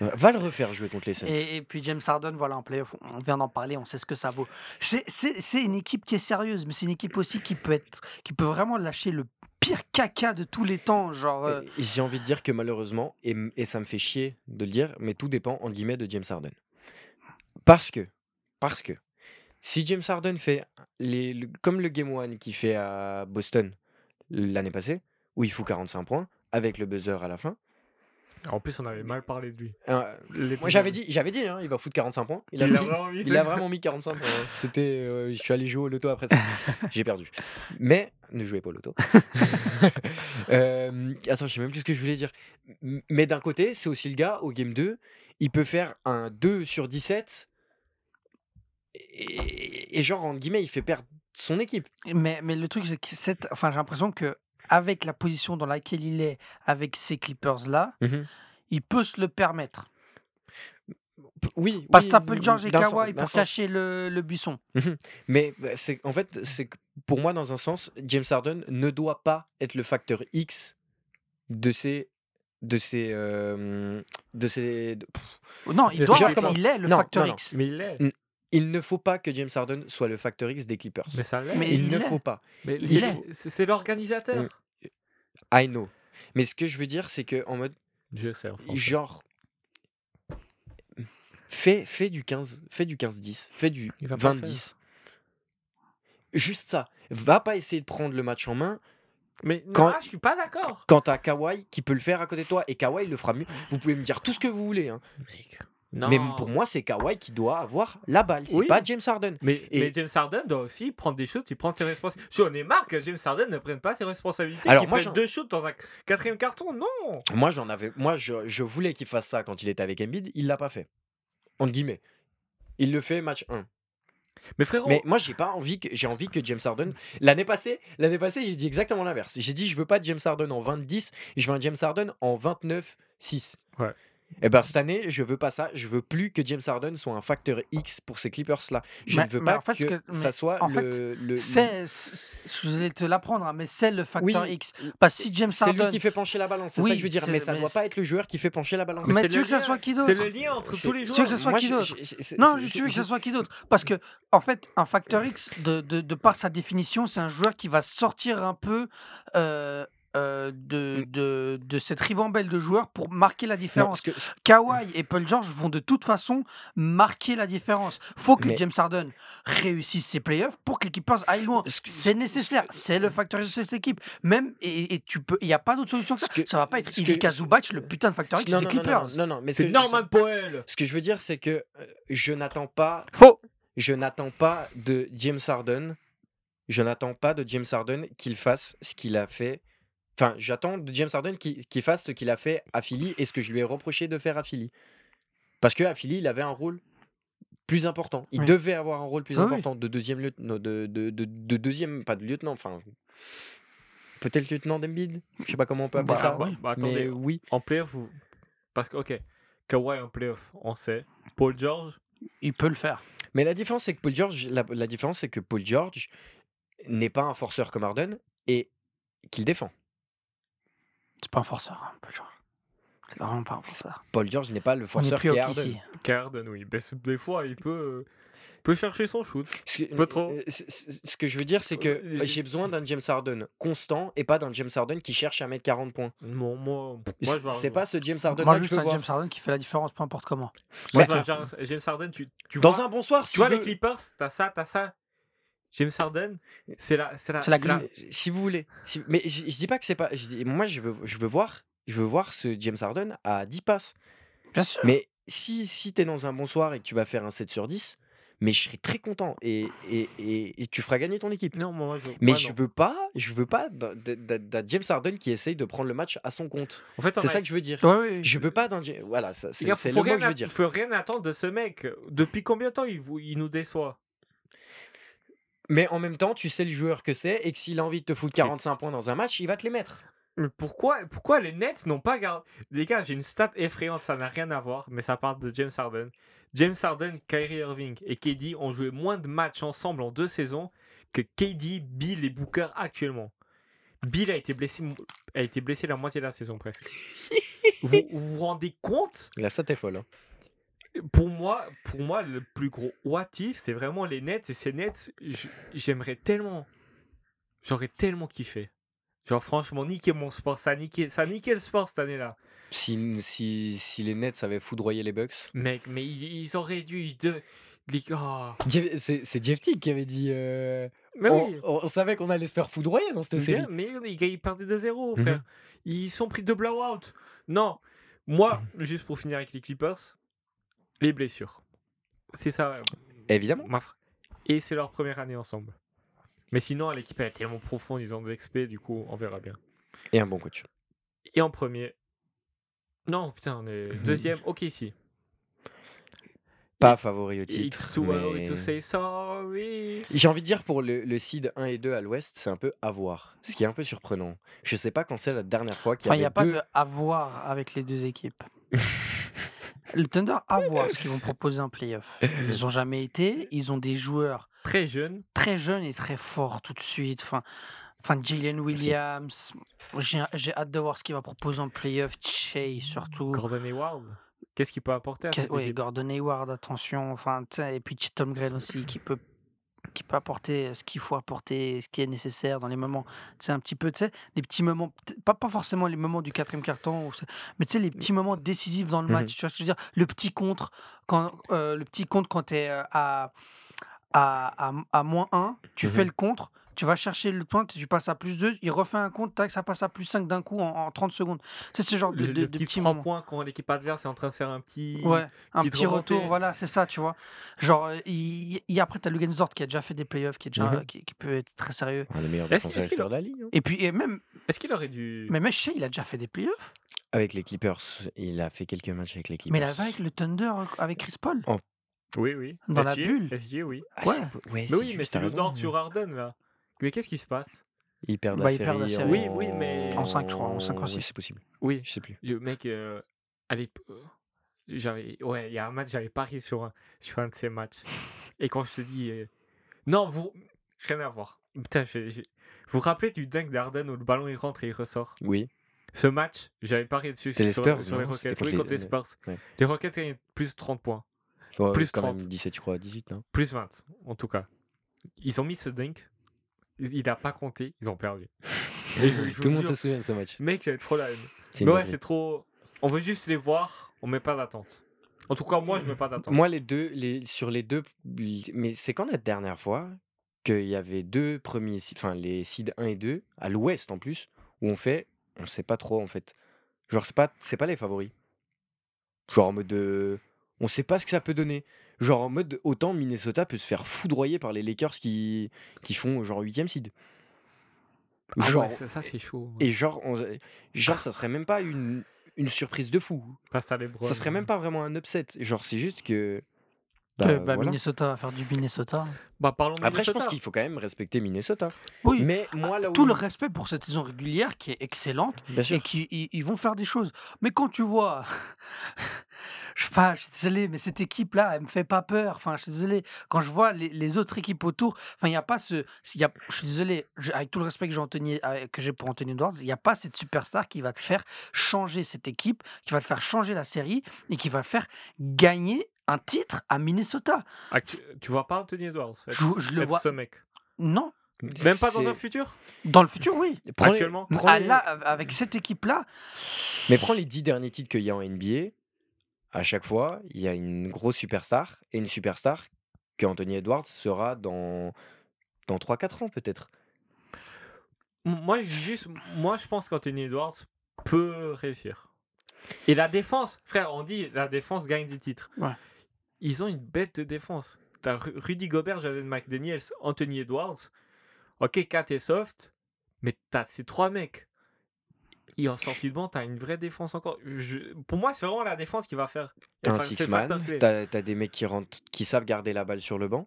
Speaker 1: Va- va le refaire jouer contre les Suns.
Speaker 2: Et, et puis James Harden, voilà, en playoff, on vient d'en parler, on sait ce que ça vaut. C'est- C'est c'est une équipe qui est sérieuse, mais c'est une équipe aussi qui peut, être, qui peut vraiment lâcher le pire caca de tous les temps. Genre, euh,
Speaker 1: Et- et J'ai envie de dire que malheureusement, et, m- et ça me fait chier de le dire, mais tout dépend en guillemets de James Harden. Parce que, parce que, si James Harden fait les, le- comme le Game One qu'il fait à Boston l'année passée, où il fout 45 points avec le buzzer à la fin.
Speaker 3: En plus, on avait mal parlé de lui.
Speaker 1: euh,
Speaker 3: Les-
Speaker 1: moi j'avais dit, j'avais dit, hein, il va foutre 45 points. Il a,
Speaker 3: Il a
Speaker 1: mis-
Speaker 3: vraiment mis
Speaker 1: Il a vraiment mis 45 points. hein. C'était, euh, je suis allé jouer au loto après ça. J'ai perdu. Mais ne jouez pas au loto. Euh, attends, je sais même plus ce que je voulais dire. M- Mais d'un côté, c'est aussi le gars au game 2, il peut faire un 2 sur 17 et, et genre, entre guillemets, il fait perdre son équipe.
Speaker 2: Mais, mais le truc, c'est que cette- enfin, j'ai l'impression que avec la position dans laquelle il est, avec ces Clippers-là,
Speaker 1: Mhm.
Speaker 2: il peut se le permettre.
Speaker 1: P- Oui.
Speaker 2: Parce
Speaker 1: oui,
Speaker 2: que t'as Paul George et
Speaker 1: d'un sens-
Speaker 2: Kawhi
Speaker 1: d'un
Speaker 2: pour
Speaker 1: sens.
Speaker 2: cacher le, le buisson.
Speaker 1: Mais bah, c'est en fait, c'est que pour moi, dans un sens, James Harden ne doit pas être le facteur X de ces de ces euh, de ces Pff.
Speaker 2: Oh, Non, il
Speaker 3: Mais
Speaker 2: doit
Speaker 1: je
Speaker 2: avoir-
Speaker 1: recommence.
Speaker 2: il est le
Speaker 1: Non,
Speaker 2: facteur
Speaker 1: non, non.
Speaker 2: X.
Speaker 3: Mais il l'est.
Speaker 1: Il ne faut pas que James Harden soit le facteur X des Clippers.
Speaker 3: Mais ça l'est.
Speaker 2: Mais-
Speaker 1: il,
Speaker 2: il
Speaker 1: ne
Speaker 2: l'est.
Speaker 1: faut pas.
Speaker 3: Mais
Speaker 1: il
Speaker 3: c'est-
Speaker 1: l'est.
Speaker 3: c'est c'est l'organisateur.
Speaker 1: Mm. I know. Mais ce que je veux dire, c'est que en mode
Speaker 3: Je sais. en français.
Speaker 1: genre fais, fais du 15, fais du 15-10, fais du
Speaker 3: Il va pas le
Speaker 1: 20-10. Juste ça. Va pas essayer de prendre le match en main
Speaker 3: Mais
Speaker 1: Quand-
Speaker 3: non, je suis pas d'accord.
Speaker 1: Quant à Kawhi, qui peut le faire à côté de toi, et Kawhi le fera mieux. Vous pouvez me dire tout ce que vous voulez, hein. mais pour moi, c'est Kawhi qui doit avoir la balle, c'est
Speaker 3: Oui.
Speaker 1: pas James Harden.
Speaker 3: Mais,
Speaker 1: Et-
Speaker 3: mais James Harden doit aussi prendre des shoots, il prend ses responsabilités. J'en ai marre que James Harden ne prenne pas ses responsabilités.
Speaker 1: Alors,
Speaker 3: Alors,
Speaker 1: moi,
Speaker 3: moi, prenne
Speaker 1: j'en-
Speaker 3: deux shoots dans un quatrième carton, non
Speaker 1: Moi, j'en avais, moi, je, je voulais qu'il fasse ça quand il était avec Embiid, il l'a pas fait. Entre guillemets, il le fait match 1.
Speaker 3: Mais frérot,
Speaker 2: Oh.
Speaker 1: Mais moi, j'ai pas envie que j'ai envie que James Harden. L'année passée, l'année passée, j'ai dit exactement l'inverse. J'ai dit, je veux pas James Harden en 20-10, je veux un James Harden en 29-6.
Speaker 3: Ouais.
Speaker 1: Et ben cette année, je veux pas ça. Je veux plus que James Harden soit un facteur X pour ces Clippers là. Je
Speaker 2: Mais-
Speaker 1: ne veux
Speaker 2: mais
Speaker 1: pas
Speaker 2: en fait, ce
Speaker 1: que,
Speaker 2: que-
Speaker 1: ça
Speaker 2: mais
Speaker 1: soit
Speaker 2: en fait,
Speaker 1: le, le- le-
Speaker 2: C'est, c'est- je vais te l'apprendre, hein, mais c'est le facteur
Speaker 1: Oui. euh,
Speaker 2: X. Parce que si James
Speaker 1: C'est lui
Speaker 2: Harden.
Speaker 1: qui fait pencher la balance, c'est ça
Speaker 2: Oui,
Speaker 1: que je veux dire.
Speaker 2: c'est-
Speaker 1: Mais ça
Speaker 2: mais
Speaker 1: doit pas
Speaker 2: c'est-
Speaker 1: être le joueur qui fait pencher la balance.
Speaker 2: Mais
Speaker 3: c'est
Speaker 2: tu
Speaker 3: le
Speaker 2: veux que ça
Speaker 3: lien.
Speaker 2: soit qui
Speaker 3: c'est
Speaker 2: d'autre
Speaker 3: le lien entre
Speaker 1: C'est-
Speaker 3: tous les
Speaker 2: tu veux
Speaker 3: joueurs.
Speaker 2: que ce soit
Speaker 1: Moi,
Speaker 2: qui
Speaker 1: je-
Speaker 2: d'autre
Speaker 1: je- c'est-
Speaker 2: Non,
Speaker 1: c'est-
Speaker 2: je
Speaker 1: c'est-
Speaker 2: veux que ce
Speaker 1: je-
Speaker 2: soit qui d'autre. Parce que, en fait, un facteur X, de, de, de par sa définition, c'est un joueur qui va sortir un peu euh, euh, de, de, de cette ribambelle de joueurs pour marquer la
Speaker 1: Mm. Non,
Speaker 2: différence.
Speaker 1: ce que-
Speaker 2: Kawhi et Paul George vont de toute façon marquer la différence. Faut que
Speaker 1: Mais-
Speaker 2: James Harden réussisse ses playoffs pour que les Clippers aillent loin.
Speaker 1: ce que-
Speaker 2: C'est nécessaire, c'est le facteur X de cette équipe. Même et, et tu peux, il n'y a pas d'autre solution que ça.
Speaker 1: Parce que-
Speaker 2: ça va pas être
Speaker 1: parce que-
Speaker 2: Ivica Zubac, le putain de facteur X
Speaker 1: Non,
Speaker 2: des
Speaker 1: non, non, non,
Speaker 2: Clippers.
Speaker 1: non, non, mais ce
Speaker 3: C'est
Speaker 1: que-
Speaker 3: Norman Powell.
Speaker 1: Ce que je veux dire, c'est que euh, je n'attends pas,
Speaker 2: Faux.
Speaker 1: je n'attends pas de James Harden, je n'attends pas de James Harden qu'il fasse ce qu'il a fait. Enfin, j'attends de James Harden qu'il qu'il fasse ce qu'il a fait à Philly et ce que je lui ai reproché de faire à Philly. Parce que à Philly, il avait un rôle plus important. Il
Speaker 2: Oui.
Speaker 1: devait avoir un rôle plus
Speaker 2: Ah oui.
Speaker 1: important de deuxième lieutenant, de, de, de- de deuxième, pas de lieutenant, enfin peut-être lieutenant d'Embiid. Je sais pas comment on peut appeler
Speaker 2: Bah,
Speaker 1: ça.
Speaker 3: bah, bah,
Speaker 1: mais
Speaker 3: attendez,
Speaker 1: oui,
Speaker 3: en playoff, vous- parce que, ok, Kawhi en playoff, on sait. Paul George,
Speaker 2: Il peut le faire.
Speaker 1: Mais la différence, c'est que Paul George, la, la différence, c'est que Paul George n'est pas un forceur comme Harden et qu'il défend.
Speaker 2: C'est pas un forceur, hein, Paul George. C'est vraiment pas un forceur.
Speaker 1: Paul George n'est pas le
Speaker 2: On est
Speaker 1: forceur qui
Speaker 2: plus
Speaker 1: est
Speaker 2: hockey
Speaker 1: Harden.
Speaker 2: ici.
Speaker 3: Harden, oui. Mais c'est- des fois, il peut. euh, peut chercher son shoot.
Speaker 1: Ce que,
Speaker 3: Pas trop.
Speaker 1: euh, c- c- ce que je veux dire, c'est que
Speaker 3: Euh,
Speaker 1: j'ai besoin d'un James Harden constant et pas d'un James Harden qui cherche à mettre 40 points.
Speaker 3: Bon, moi, moi, je
Speaker 1: C'est-
Speaker 3: vois-
Speaker 1: c'est pas ce James Harden
Speaker 2: Moi,
Speaker 1: que je
Speaker 2: juste
Speaker 1: veux
Speaker 2: un
Speaker 1: voir.
Speaker 2: James Harden qui fait la différence, peu importe comment.
Speaker 3: Moi,
Speaker 1: Ouais.
Speaker 3: je vois James, James Harden, tu, tu
Speaker 1: Dans
Speaker 3: vois,
Speaker 1: un bon soir,
Speaker 3: tu
Speaker 1: si,
Speaker 3: vois
Speaker 1: deux-
Speaker 3: les Clippers, t'as ça, t'as ça. James Harden, c'est la, c'est la,
Speaker 2: C'est la
Speaker 3: c'est
Speaker 2: glue.
Speaker 3: la-
Speaker 1: euh, si vous voulez. Si- mais je, je dis pas que c'est pas. je dis- moi, je veux, je veux voir, je veux voir ce James Harden à 10 passes.
Speaker 2: Bien sûr.
Speaker 1: Mais si, si t'es dans un bon soir et que tu vas faire un 7 sur 10, mais je serai très content et, et, et, et tu feras gagner ton équipe.
Speaker 3: Non, moi, je,
Speaker 1: Mais
Speaker 3: moi,
Speaker 1: je
Speaker 3: non.
Speaker 1: veux pas, je veux pas d'un d'un- d'un James Harden qui essaye de prendre le match à son compte.
Speaker 3: En fait, on
Speaker 1: C'est
Speaker 3: a-
Speaker 1: ça que je veux dire.
Speaker 2: Ouais, ouais, ouais.
Speaker 1: Je veux pas d'un James. Voilà, ça,
Speaker 3: Les
Speaker 1: c'est
Speaker 3: gars,
Speaker 1: c'est
Speaker 3: faut,
Speaker 1: le mot
Speaker 3: faut rien
Speaker 1: que je veux
Speaker 3: att-
Speaker 1: dire.
Speaker 3: faut rien attendre de ce mec. Depuis combien de temps il, vous- il nous déçoit
Speaker 1: Mais en même temps, tu sais le joueur que c'est et que s'il a envie de te foutre
Speaker 3: C'est-
Speaker 1: 45 points dans un match, il va te les mettre.
Speaker 3: Mais pourquoi, pourquoi les Nets n'ont pas gardé Les gars, j'ai une stat effrayante, ça n'a rien à voir, mais ça part de James Harden. James Harden, Kyrie Irving et KD ont joué moins de matchs ensemble en deux saisons que KD, Bill et Booker actuellement. Bill a été blessé, a été blessé la moitié de la saison presque. vous, vous vous rendez compte
Speaker 1: Là, ça t'es folle. hein.
Speaker 3: pour moi, pour moi, le plus gros what if, c'est vraiment les Nets. Et ces Nets, j- j'aimerais tellement. J'aurais tellement kiffé. Genre, franchement, niquer mon sport. Ça a niqué, ça a niqué le sport cette année-là.
Speaker 1: Si, si, si les Nets avaient foudroyé les Bucks.
Speaker 3: Mec, mais ils, ils auraient dû. Ils de... les- oh.
Speaker 1: Jeff- C'est c'est Jeff Tick qui avait dit. euh,
Speaker 3: Mais
Speaker 1: on,
Speaker 3: oui.
Speaker 1: on savait qu'on allait se faire foudroyer dans cette série.
Speaker 3: Bien, mais les gars, ils perdaient de 0
Speaker 1: Mhm.
Speaker 3: frère. Ils sont pris de blowout. Non. Moi, juste pour finir avec les Clippers, les blessures. C'est ça. euh,
Speaker 1: Évidemment.
Speaker 3: Ma fr- Et c'est leur première année ensemble. Mais sinon, l'équipe elle est tellement profonde, ils ont des XP, du coup, on verra bien.
Speaker 1: Et un bon coach.
Speaker 3: Et en premier. Non, putain, on est deuxième, ok, si.
Speaker 1: Pas
Speaker 3: It's-
Speaker 1: favori au
Speaker 3: It's
Speaker 1: titre.
Speaker 3: too early
Speaker 1: mais-
Speaker 3: to say sorry.
Speaker 1: J'ai envie de dire pour le, le seed 1 et 2 à l'ouest, c'est un peu à voir. Ce qui est un peu surprenant. Je sais pas quand c'est la dernière fois qu'il y
Speaker 2: Enfin, il n'y
Speaker 1: avait
Speaker 2: a pas
Speaker 1: deux-
Speaker 2: de avoir avec les deux équipes. Le Thunder, à voir ce qu'ils vont proposer en playoff. Ils ont jamais été. Ils ont des joueurs
Speaker 3: Très jeune.
Speaker 2: très jeunes et très forts tout de suite. Enfin, enfin Jalen Williams. J'ai j'ai hâte de voir ce qu'il va proposer en playoff. Shea surtout.
Speaker 3: Gordon Hayward. Qu'est-ce qu'il peut apporter à
Speaker 2: Qu'est-
Speaker 3: cette
Speaker 2: ouais,
Speaker 3: équipe Mmh.
Speaker 2: Gordon Hayward, attention. Enfin, tu sais, et puis Tom Grell aussi, qui peut, qui peut apporter euh, ce qu'il faut apporter, ce qui est nécessaire dans les moments. Tu sais, un petit peu, tu sais, les petits moments, peut- pas, pas forcément les moments du quatrième carton, ou c'est- mais tu sais,
Speaker 3: Mmh.
Speaker 2: les petits moments décisifs dans le match. Tu vois ce que je veux dire Le petit contre, quand, euh, le petit contre quand tu es euh, à, à, à, à moins 1, tu
Speaker 3: Mmh
Speaker 2: fais
Speaker 1: Mhm.
Speaker 2: le contre. Tu vas chercher le point, tu passes à plus 2, il refait un compte, tac, ça passe à plus 5 d'un coup en, en 30 secondes. C'est ce genre de,
Speaker 3: Le,
Speaker 2: de-
Speaker 3: le
Speaker 2: de
Speaker 3: petit
Speaker 2: petits
Speaker 3: 3
Speaker 2: moments.
Speaker 3: points quand l'équipe adverse est en train de faire un petit.
Speaker 2: Ouais, un
Speaker 3: petite
Speaker 2: petit
Speaker 3: remontée.
Speaker 2: retour, voilà, c'est ça, tu vois. Genre, euh, il, il- après, t'as Lugensort qui a déjà fait des playoffs, qui, est déjà,
Speaker 1: Mhm.
Speaker 2: qui, qui peut être très sérieux.
Speaker 1: Un des meilleurs
Speaker 3: Est-ce-
Speaker 1: défenseurs
Speaker 3: est-ce qu'il
Speaker 1: de l'histoire de la ligue. hein.
Speaker 2: Et puis, et même,
Speaker 3: Est-ce qu'il aurait dû.
Speaker 2: mais même Shea, il a déjà fait des playoffs.
Speaker 1: Avec les Clippers, il a fait quelques matchs avec les Clippers.
Speaker 2: Mais là, avec le Thunder, euh, avec Chris Paul.
Speaker 3: Oui, oui.
Speaker 2: Dans la
Speaker 3: SG,
Speaker 2: bulle.
Speaker 3: SG, oui.
Speaker 1: Ah,
Speaker 2: Ouais.
Speaker 1: c'est beau- ouais,
Speaker 3: Mais
Speaker 1: c'est
Speaker 3: oui,
Speaker 1: juste,
Speaker 3: mais
Speaker 1: t'as
Speaker 3: c'est le
Speaker 1: raison.
Speaker 3: dort sur Harden, là. Mais qu'est-ce qui se passe
Speaker 1: Ils perdent
Speaker 2: Bah,
Speaker 1: la
Speaker 2: ils
Speaker 1: série.
Speaker 2: perdent la série.
Speaker 3: Oui, oui, mais-
Speaker 2: En cinq, je crois, en cinq ou
Speaker 1: Ouais,
Speaker 2: six.
Speaker 1: c'est possible.
Speaker 3: Oui,
Speaker 1: Je sais plus.
Speaker 3: Le mec, euh, à l'ép- euh, j'avais, ouais, il y a un match, j'avais parié sur un, sur un de ces matchs. Et quand je te dis, euh, non, vous, rien à voir. Putain, j'ai- j'ai- vous vous rappelez du dunk d'Arden où le ballon il rentre et il ressort
Speaker 1: Oui.
Speaker 3: Ce match, j'avais parié dessus
Speaker 1: C'était
Speaker 3: sur,
Speaker 1: les Spurs,
Speaker 3: sur les
Speaker 1: non C'était
Speaker 3: Rockets.
Speaker 1: contre
Speaker 3: Oui,
Speaker 1: les-
Speaker 3: contre les
Speaker 1: les-
Speaker 3: Spurs.
Speaker 1: ouais.
Speaker 3: Les Rockets gagnent plus 30 points,
Speaker 1: Ouais,
Speaker 3: Plus
Speaker 1: quand
Speaker 3: 30.
Speaker 1: même 17, je crois, 18, non
Speaker 3: plus 20 en tout cas. Ils ont mis ce dunk, il il a pas compté, ils ont perdu. Et je- je
Speaker 1: Tout le
Speaker 3: vous
Speaker 1: monde se
Speaker 3: jure,
Speaker 1: souvient de ce match.
Speaker 3: Mec, j'avais trop la haine.
Speaker 1: C'est
Speaker 3: Mais
Speaker 1: une
Speaker 3: ouais,
Speaker 1: dinguerie.
Speaker 3: c'est trop. On veut juste les voir, on met pas d'attente. En tout cas, moi, je mets pas d'attente.
Speaker 1: Moi, les deux, les, sur les deux, les- mais c'est quand la dernière fois qu'il y avait deux premiers, seeds- enfin les seeds 1 et 2, à l'ouest en plus, où on fait, on sait pas trop en fait. Genre, c'est pas, c'est pas les favoris. Genre en mode de. On sait pas ce que ça peut donner. Genre en mode, autant Minnesota peut se faire foudroyer par les Lakers qui, qui font genre 8ème seed.
Speaker 3: Ah ouais,
Speaker 1: Genre,
Speaker 3: ça, ça, c'est chaud.
Speaker 1: et genre, on- genre, ça serait même pas une, une surprise de fou.
Speaker 3: Face à LeBron.
Speaker 1: Ça serait même pas vraiment un upset. Genre, c'est juste que.
Speaker 2: que, bah,
Speaker 1: voilà.
Speaker 2: Minnesota va faire du Minnesota.
Speaker 3: Bah, parlons de
Speaker 1: Après, je pense
Speaker 3: Minnesota.
Speaker 1: qu'il faut quand même respecter Minnesota.
Speaker 2: Oui,
Speaker 1: Mais moi, là où.
Speaker 2: tout le respect pour cette saison régulière qui est excellente
Speaker 1: Bien sûr.
Speaker 2: et qui ils, ils vont faire des choses. Mais quand tu vois. Je sais pas, je suis désolé, mais cette équipe-là, elle me fait pas peur. Enfin, je suis désolé. Quand je vois les, les autres équipes autour, enfin, il n'y a pas ce. s'il y a, je suis désolé, je- avec tout le respect que j'ai, Anthony- euh, que j'ai pour Anthony Edwards, il n'y a pas cette superstar qui va te faire changer cette équipe, qui va te faire changer la série et qui va faire gagner un titre à Minnesota.
Speaker 3: Actu- Tu vois pas Anthony Edwards être-
Speaker 2: Je- je le
Speaker 3: être
Speaker 2: vois.
Speaker 3: ce mec.
Speaker 2: Non,
Speaker 3: Même pas dans
Speaker 1: C'est-
Speaker 3: un futur
Speaker 2: dans le futur, oui.
Speaker 1: Prends les-
Speaker 3: Actuellement
Speaker 1: prends
Speaker 2: Ah,
Speaker 1: les-
Speaker 2: là, avec cette équipe-là,
Speaker 1: Mais prends les dix derniers titres qu'il y a en NBA. À chaque fois, il y a une grosse superstar et une superstar que Anthony Edwards sera dans, dans 3-4 ans peut-être.
Speaker 3: Moi, je- juste, moi, je pense qu'Anthony Edwards peut réussir. Et la défense, frère, on dit la défense gagne des titres.
Speaker 2: Ouais.
Speaker 3: Ils ont une bête de défense. T'as Ru- Rudy Gobert, Jaden McDaniels, Anthony Edwards. Ok, Kat est soft, mais t'as ces trois mecs. Et en sortie de banc, t'as une vraie défense encore. Je- pour moi, c'est vraiment la défense qui va faire.
Speaker 1: T'as un
Speaker 3: enfin, c'est le
Speaker 1: six-man,
Speaker 3: facteur clé.
Speaker 1: t'as t'as des mecs qui, rentrent, qui savent garder la balle sur le banc.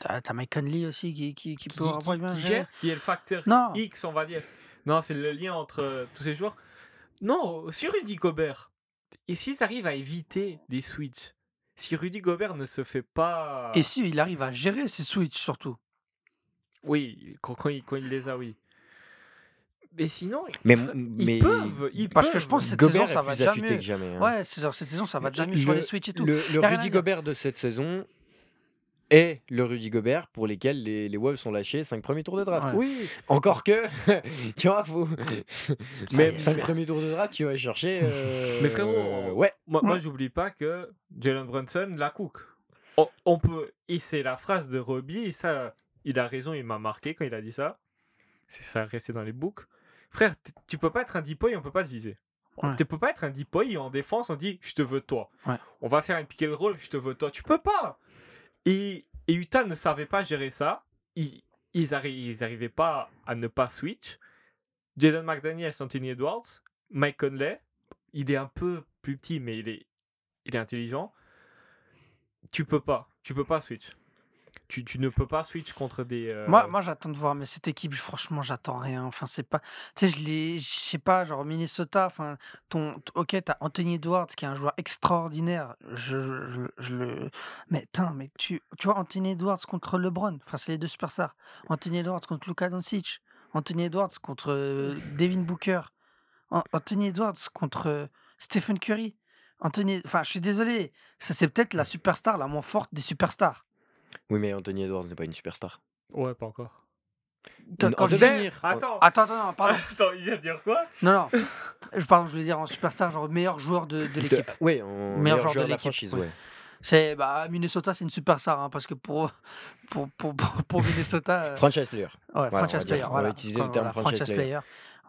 Speaker 2: t'as t'as Mike Conley aussi qui, qui, qui
Speaker 3: qui,
Speaker 2: peut avoir
Speaker 3: qui-
Speaker 2: bien
Speaker 3: qui
Speaker 2: géré.
Speaker 3: gère, qui est le facteur
Speaker 2: Non.
Speaker 3: X, on va dire. Non, c'est le lien entre euh, tous ces joueurs. Non, si Rudy Gobert, et s'ils arrivent à éviter les switches, si Rudy Gobert ne se fait pas.
Speaker 1: Ah.
Speaker 2: Et si il arrive à gérer ses switches surtout.
Speaker 3: Oui, quand, quand il, quand il les a, oui. Mais sinon,
Speaker 1: Mais,
Speaker 3: frère, ils
Speaker 1: mais
Speaker 3: peuvent. Ils
Speaker 2: Parce que
Speaker 3: peuvent.
Speaker 2: je pense que cette
Speaker 1: Gobert
Speaker 2: saison, ça
Speaker 1: est
Speaker 2: va
Speaker 1: plus
Speaker 2: déjà
Speaker 1: affûté
Speaker 2: mieux.
Speaker 1: que jamais. hein.
Speaker 2: Ouais, c'est- genre, cette saison, ça va déjà mieux sur
Speaker 1: Le-
Speaker 2: les switches et tout.
Speaker 1: Le, le
Speaker 2: Y a rien à
Speaker 1: Rudy
Speaker 2: dire.
Speaker 1: Gobert de cette saison est le Rudy Gobert pour lesquels les, les Wolves sont lâchés 5 premiers tours de draft.
Speaker 2: Ouais.
Speaker 3: Oui,
Speaker 1: Encore que, tu vois, faut...
Speaker 3: Mais-
Speaker 1: 5
Speaker 3: mais-
Speaker 1: premiers tours de draft, tu vas chercher. euh,
Speaker 3: Mais frérot,
Speaker 1: ouais.
Speaker 3: Moi, moi,
Speaker 2: Ouais.
Speaker 3: j'oublie pas que Jalen Brunson la cook.
Speaker 2: Oh.
Speaker 3: On, on peut. Et c'est la phrase de Robbie, et ça, il a raison, il m'a marqué quand il a dit ça. C'est ça, resté dans les boucles. Frère, t- tu peux pas être un deep boy, on peut pas te viser.
Speaker 2: Ouais.
Speaker 3: Tu peux pas être un deep boy et en défense, on dit je te veux toi.
Speaker 2: Ouais.
Speaker 3: On va faire un pick and roll, je te veux toi. Tu peux pas. Et, et Utah ne savait pas gérer ça. Ils, ils, arri- ils arrivaient pas à ne pas switch. Jalen McDaniel, Anthony Edwards, Mike Conley, il est un peu plus petit, mais il est, il est intelligent. Tu peux pas, tu peux pas switch. Tu, tu ne peux pas switch contre des. euh,
Speaker 2: Moi, moi j'attends de voir, mais cette équipe, franchement, j'attends rien. Enfin, c'est pas. Tu sais, je les- je sais pas, genre Minnesota, enfin, ton. t- Ok, t'as Anthony Edwards qui est un joueur extraordinaire. Je, je- je- je le. Mais putain, mais tu, tu vois, Anthony Edwards contre LeBron, enfin, c'est les deux superstars. Anthony Edwards contre Luka Doncic. Anthony Edwards contre euh, Devin Booker. An- Anthony Edwards contre euh, Stephen Curry. Anthony. Enfin, je suis désolé, ça, c'est peut-être la superstar la moins forte des superstars.
Speaker 1: Oui, mais Anthony Edwards n'est pas une superstar.
Speaker 3: Ouais, pas encore.
Speaker 2: Quand-
Speaker 1: En
Speaker 2: quand je-
Speaker 1: devenir.
Speaker 3: Attends,
Speaker 2: Attends, attends, non, Ah, pardon.
Speaker 3: attends, il vient de dire quoi
Speaker 2: Non, non. Je, pardon, je voulais dire en superstar, genre meilleur joueur de, de l'équipe.
Speaker 1: Oui, meilleur
Speaker 2: joueur
Speaker 1: joueur
Speaker 2: de
Speaker 1: de la
Speaker 2: l'équipe,
Speaker 1: franchise.
Speaker 2: oui.
Speaker 1: ouais.
Speaker 2: C'est bah, Minnesota, c'est une superstar hein, parce que pour pour pour, pour, pour Minnesota, euh,
Speaker 1: Franchise player.
Speaker 2: ouais,
Speaker 1: on va
Speaker 2: franchise
Speaker 1: dire,
Speaker 2: player.
Speaker 1: on va
Speaker 2: voilà.
Speaker 1: utiliser le terme
Speaker 2: Voilà,
Speaker 1: franchise player.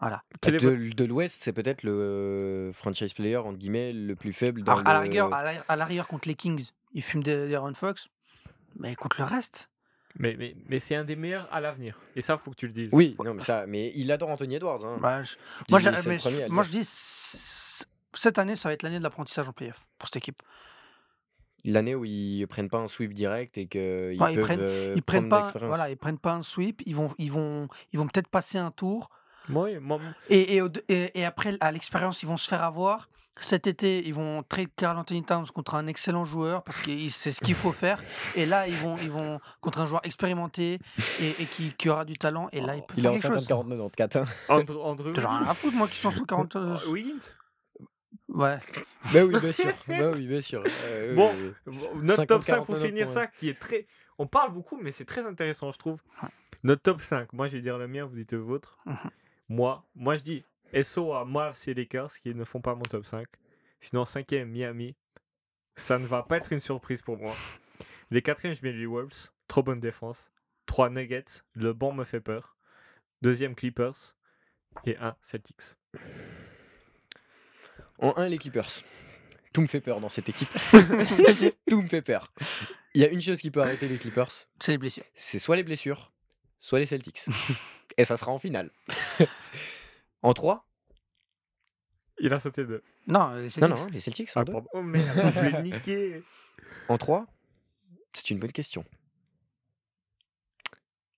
Speaker 2: Voilà.
Speaker 3: Quel est
Speaker 1: de de l'Ouest, c'est peut-être le euh, franchise player, entre guillemets, le plus faible dans
Speaker 2: Alors, Ah, à la
Speaker 1: le-
Speaker 2: rigueur, à la- à l'arrière contre les Kings, ils fument des, des Ron Fox, mais contre le reste,
Speaker 3: Mais, mais, mais c'est un des meilleurs à l'avenir. Et ça, faut que tu le dises.
Speaker 1: Oui, non, mais, ça, mais il adore Anthony Edwards. hein.
Speaker 2: bah, je-
Speaker 1: Dis-
Speaker 2: moi, j'ai-
Speaker 1: c'est le
Speaker 2: mais je-
Speaker 1: premier à le
Speaker 2: moi,
Speaker 1: dire.
Speaker 2: je dis c- cette année, ça va être l'année de l'apprentissage en playoff pour cette équipe.
Speaker 1: L'année où ils prennent pas un sweep direct et qu'ils
Speaker 2: Ouais, ils
Speaker 1: peuvent
Speaker 2: prennent-
Speaker 1: euh,
Speaker 2: Ils prennent
Speaker 1: prendre
Speaker 2: pas,
Speaker 1: l'expérience.
Speaker 2: voilà, ils prennent pas un sweep, ils vont ils vont ils vont peut-être passer un tour.
Speaker 3: Oui, moi,
Speaker 2: Et, et, au- et- et après, à l'expérience, ils vont se faire avoir. Cet été, ils vont trade Carl Anthony Towns contre un excellent joueur parce que il- c'est ce qu'il faut faire. Et là, ils vont, ils vont contre un joueur expérimenté et, et qui, qui aura du talent. Et là, il peut
Speaker 1: Il est
Speaker 2: faire
Speaker 1: en
Speaker 2: quelque chose.
Speaker 1: 50-40-94. hein.
Speaker 3: Andrew. Andrew
Speaker 2: Oh. T'as genre rien à foutre, moi, qui suis en 40.
Speaker 1: Ah,
Speaker 3: Wiggins. Oh, Wiggins
Speaker 2: Ouais.
Speaker 1: Bah oui, bien sûr. Bah oui, bien sûr. Euh,
Speaker 3: Bon,
Speaker 1: oui, oui.
Speaker 3: Bon, Notre top 5 pour
Speaker 1: 50-49
Speaker 3: finir
Speaker 1: pour
Speaker 3: ça, qui est très. On parle beaucoup, mais c'est très intéressant, je trouve. Notre top 5, moi je vais dire le mien, vous dites le vôtre.
Speaker 2: Mhm.
Speaker 3: Moi, moi je dis SOA, Mavs et Lakers qui ne font pas mon top 5. Sinon, 5ème, Miami. Ça ne va pas être une surprise pour moi. Les 4 je mets les Wolves. Trop bonne défense. 3 Nuggets. Le banc me fait peur. Deuxième Clippers. Et 1 Celtics.
Speaker 1: En 1, les Clippers. Tout me fait peur dans cette équipe. Tout me fait peur. Il y a une chose qui peut arrêter les Clippers,
Speaker 2: C'est les blessures.
Speaker 1: c'est soit les blessures, soit les Celtics. Et ça sera en finale. en 3
Speaker 3: Il a sauté deux.
Speaker 2: Non, euh, les
Speaker 1: Non,
Speaker 2: Celtics.
Speaker 1: non, les Celtics. en
Speaker 3: Ah,
Speaker 1: deux.
Speaker 3: pardon. Oh merde, je vais niquer.
Speaker 1: En 3 C'est une bonne question.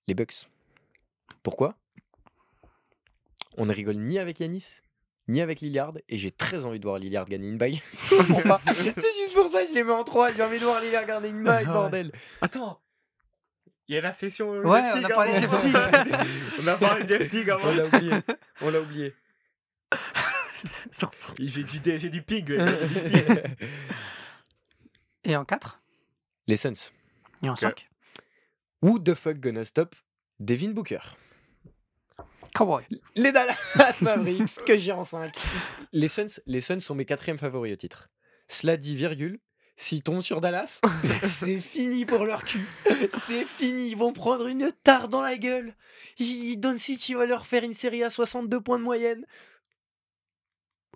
Speaker 1: Les Bucks. Pourquoi On ne rigole ni avec Yanis, ni avec Lillard, et j'ai très envie de voir Lillard gagner une bague. Je comprends pas. C'est juste pour ça que je les mets en 3. J'ai envie de voir Lillard gagner une bague,
Speaker 2: Ah ouais.
Speaker 1: bordel.
Speaker 3: Attends. Il y a la session. euh,
Speaker 2: Ouais, on a parlé de Jeff Teague.
Speaker 3: On a parlé de Jeff Teague
Speaker 2: Ah
Speaker 3: avant.
Speaker 1: On l'a oublié. On l'a oublié.
Speaker 3: J'ai du, dé- j'ai du ping. ouais, j'ai du ping.
Speaker 2: Et en 4
Speaker 1: Les Suns.
Speaker 2: Et en
Speaker 3: Ok.
Speaker 2: 5
Speaker 1: Who the fuck gonna stop Devin Booker.
Speaker 2: Cowboy.
Speaker 1: Les Dallas Mavericks que j'ai en 5. Les Suns, les Suns sont mes quatrièmes favoris au titre. Cela dit, virgule, s'ils tombent sur Dallas, c'est fini pour leur cul. C'est fini, ils vont prendre une tare dans la gueule. Ils- Doncic, il va leur faire une série à 62 points de moyenne.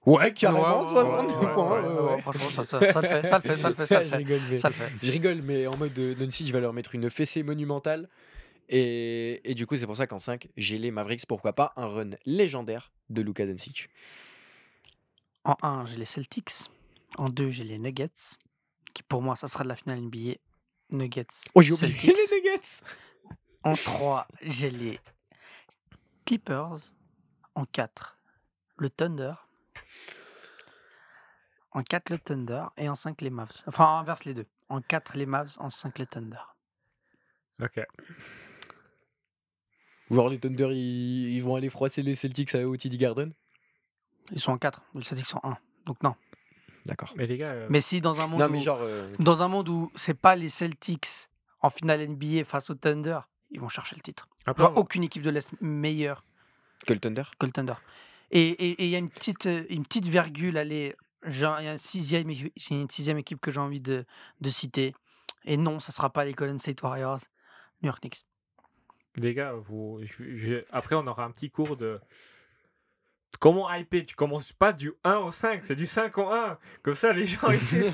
Speaker 1: Ouais, carrément,
Speaker 2: Ouais, ouais,
Speaker 1: 62
Speaker 2: ouais, ouais,
Speaker 1: points.
Speaker 2: ouais,
Speaker 1: ouais,
Speaker 2: ouais,
Speaker 1: ouais.
Speaker 2: Franchement, ça, ça, ça le fait, ça le fait, ça le fait, ça le
Speaker 1: Je
Speaker 2: fait.
Speaker 1: rigole, mais...
Speaker 2: Ça le fait.
Speaker 1: Je rigole, mais en mode euh, Nancy, je vais leur mettre une fessée monumentale. Et, et du coup, c'est pour ça qu'en 5, j'ai les Mavericks, pourquoi pas, un run légendaire de Luka Doncic.
Speaker 2: En 1, j'ai les Celtics. En 2, j'ai les Nuggets. Qui pour moi, ça sera de la finale NBA. Nuggets.
Speaker 1: Oh,
Speaker 2: Celtics.
Speaker 1: Nuggets
Speaker 2: En 3, j'ai les Clippers. En 4, le Thunder. En 4, le Thunder. Et en 5, les Mavs. Enfin, on inverse les deux. En 4, les Mavs. En 5, le Thunder.
Speaker 3: Ok.
Speaker 1: Ou alors les Thunder, ils, ils vont aller froisser les Celtics à OTD Garden
Speaker 2: Ils sont en 4. Les Celtics sont en 1. Donc non.
Speaker 1: D'accord.
Speaker 3: Mais les gars, euh,
Speaker 2: Mais si dans un monde
Speaker 1: Non, mais
Speaker 2: où-
Speaker 1: genre, euh,
Speaker 2: dans un monde où c'est pas les Celtics en finale NBA face au Thunder, ils vont chercher le titre.
Speaker 3: après,
Speaker 2: Genre,
Speaker 3: on-
Speaker 2: aucune équipe de l'Est meilleure
Speaker 1: que le Thunder
Speaker 2: que le Thunder. Et et- et il y a une petite, euh, une petite virgule, allez, genre, il y a une sixième, équipe- j'ai une sixième équipe que j'ai envie de, de citer. Et non, ça sera pas les Golden State Warriors, New York Knicks.
Speaker 3: les gars, vous, je- je- après on aura un petit cours de comment hyper. Tu commences pas du 1 au 5, c'est du 5 au 1. Comme ça, les gens. Ils...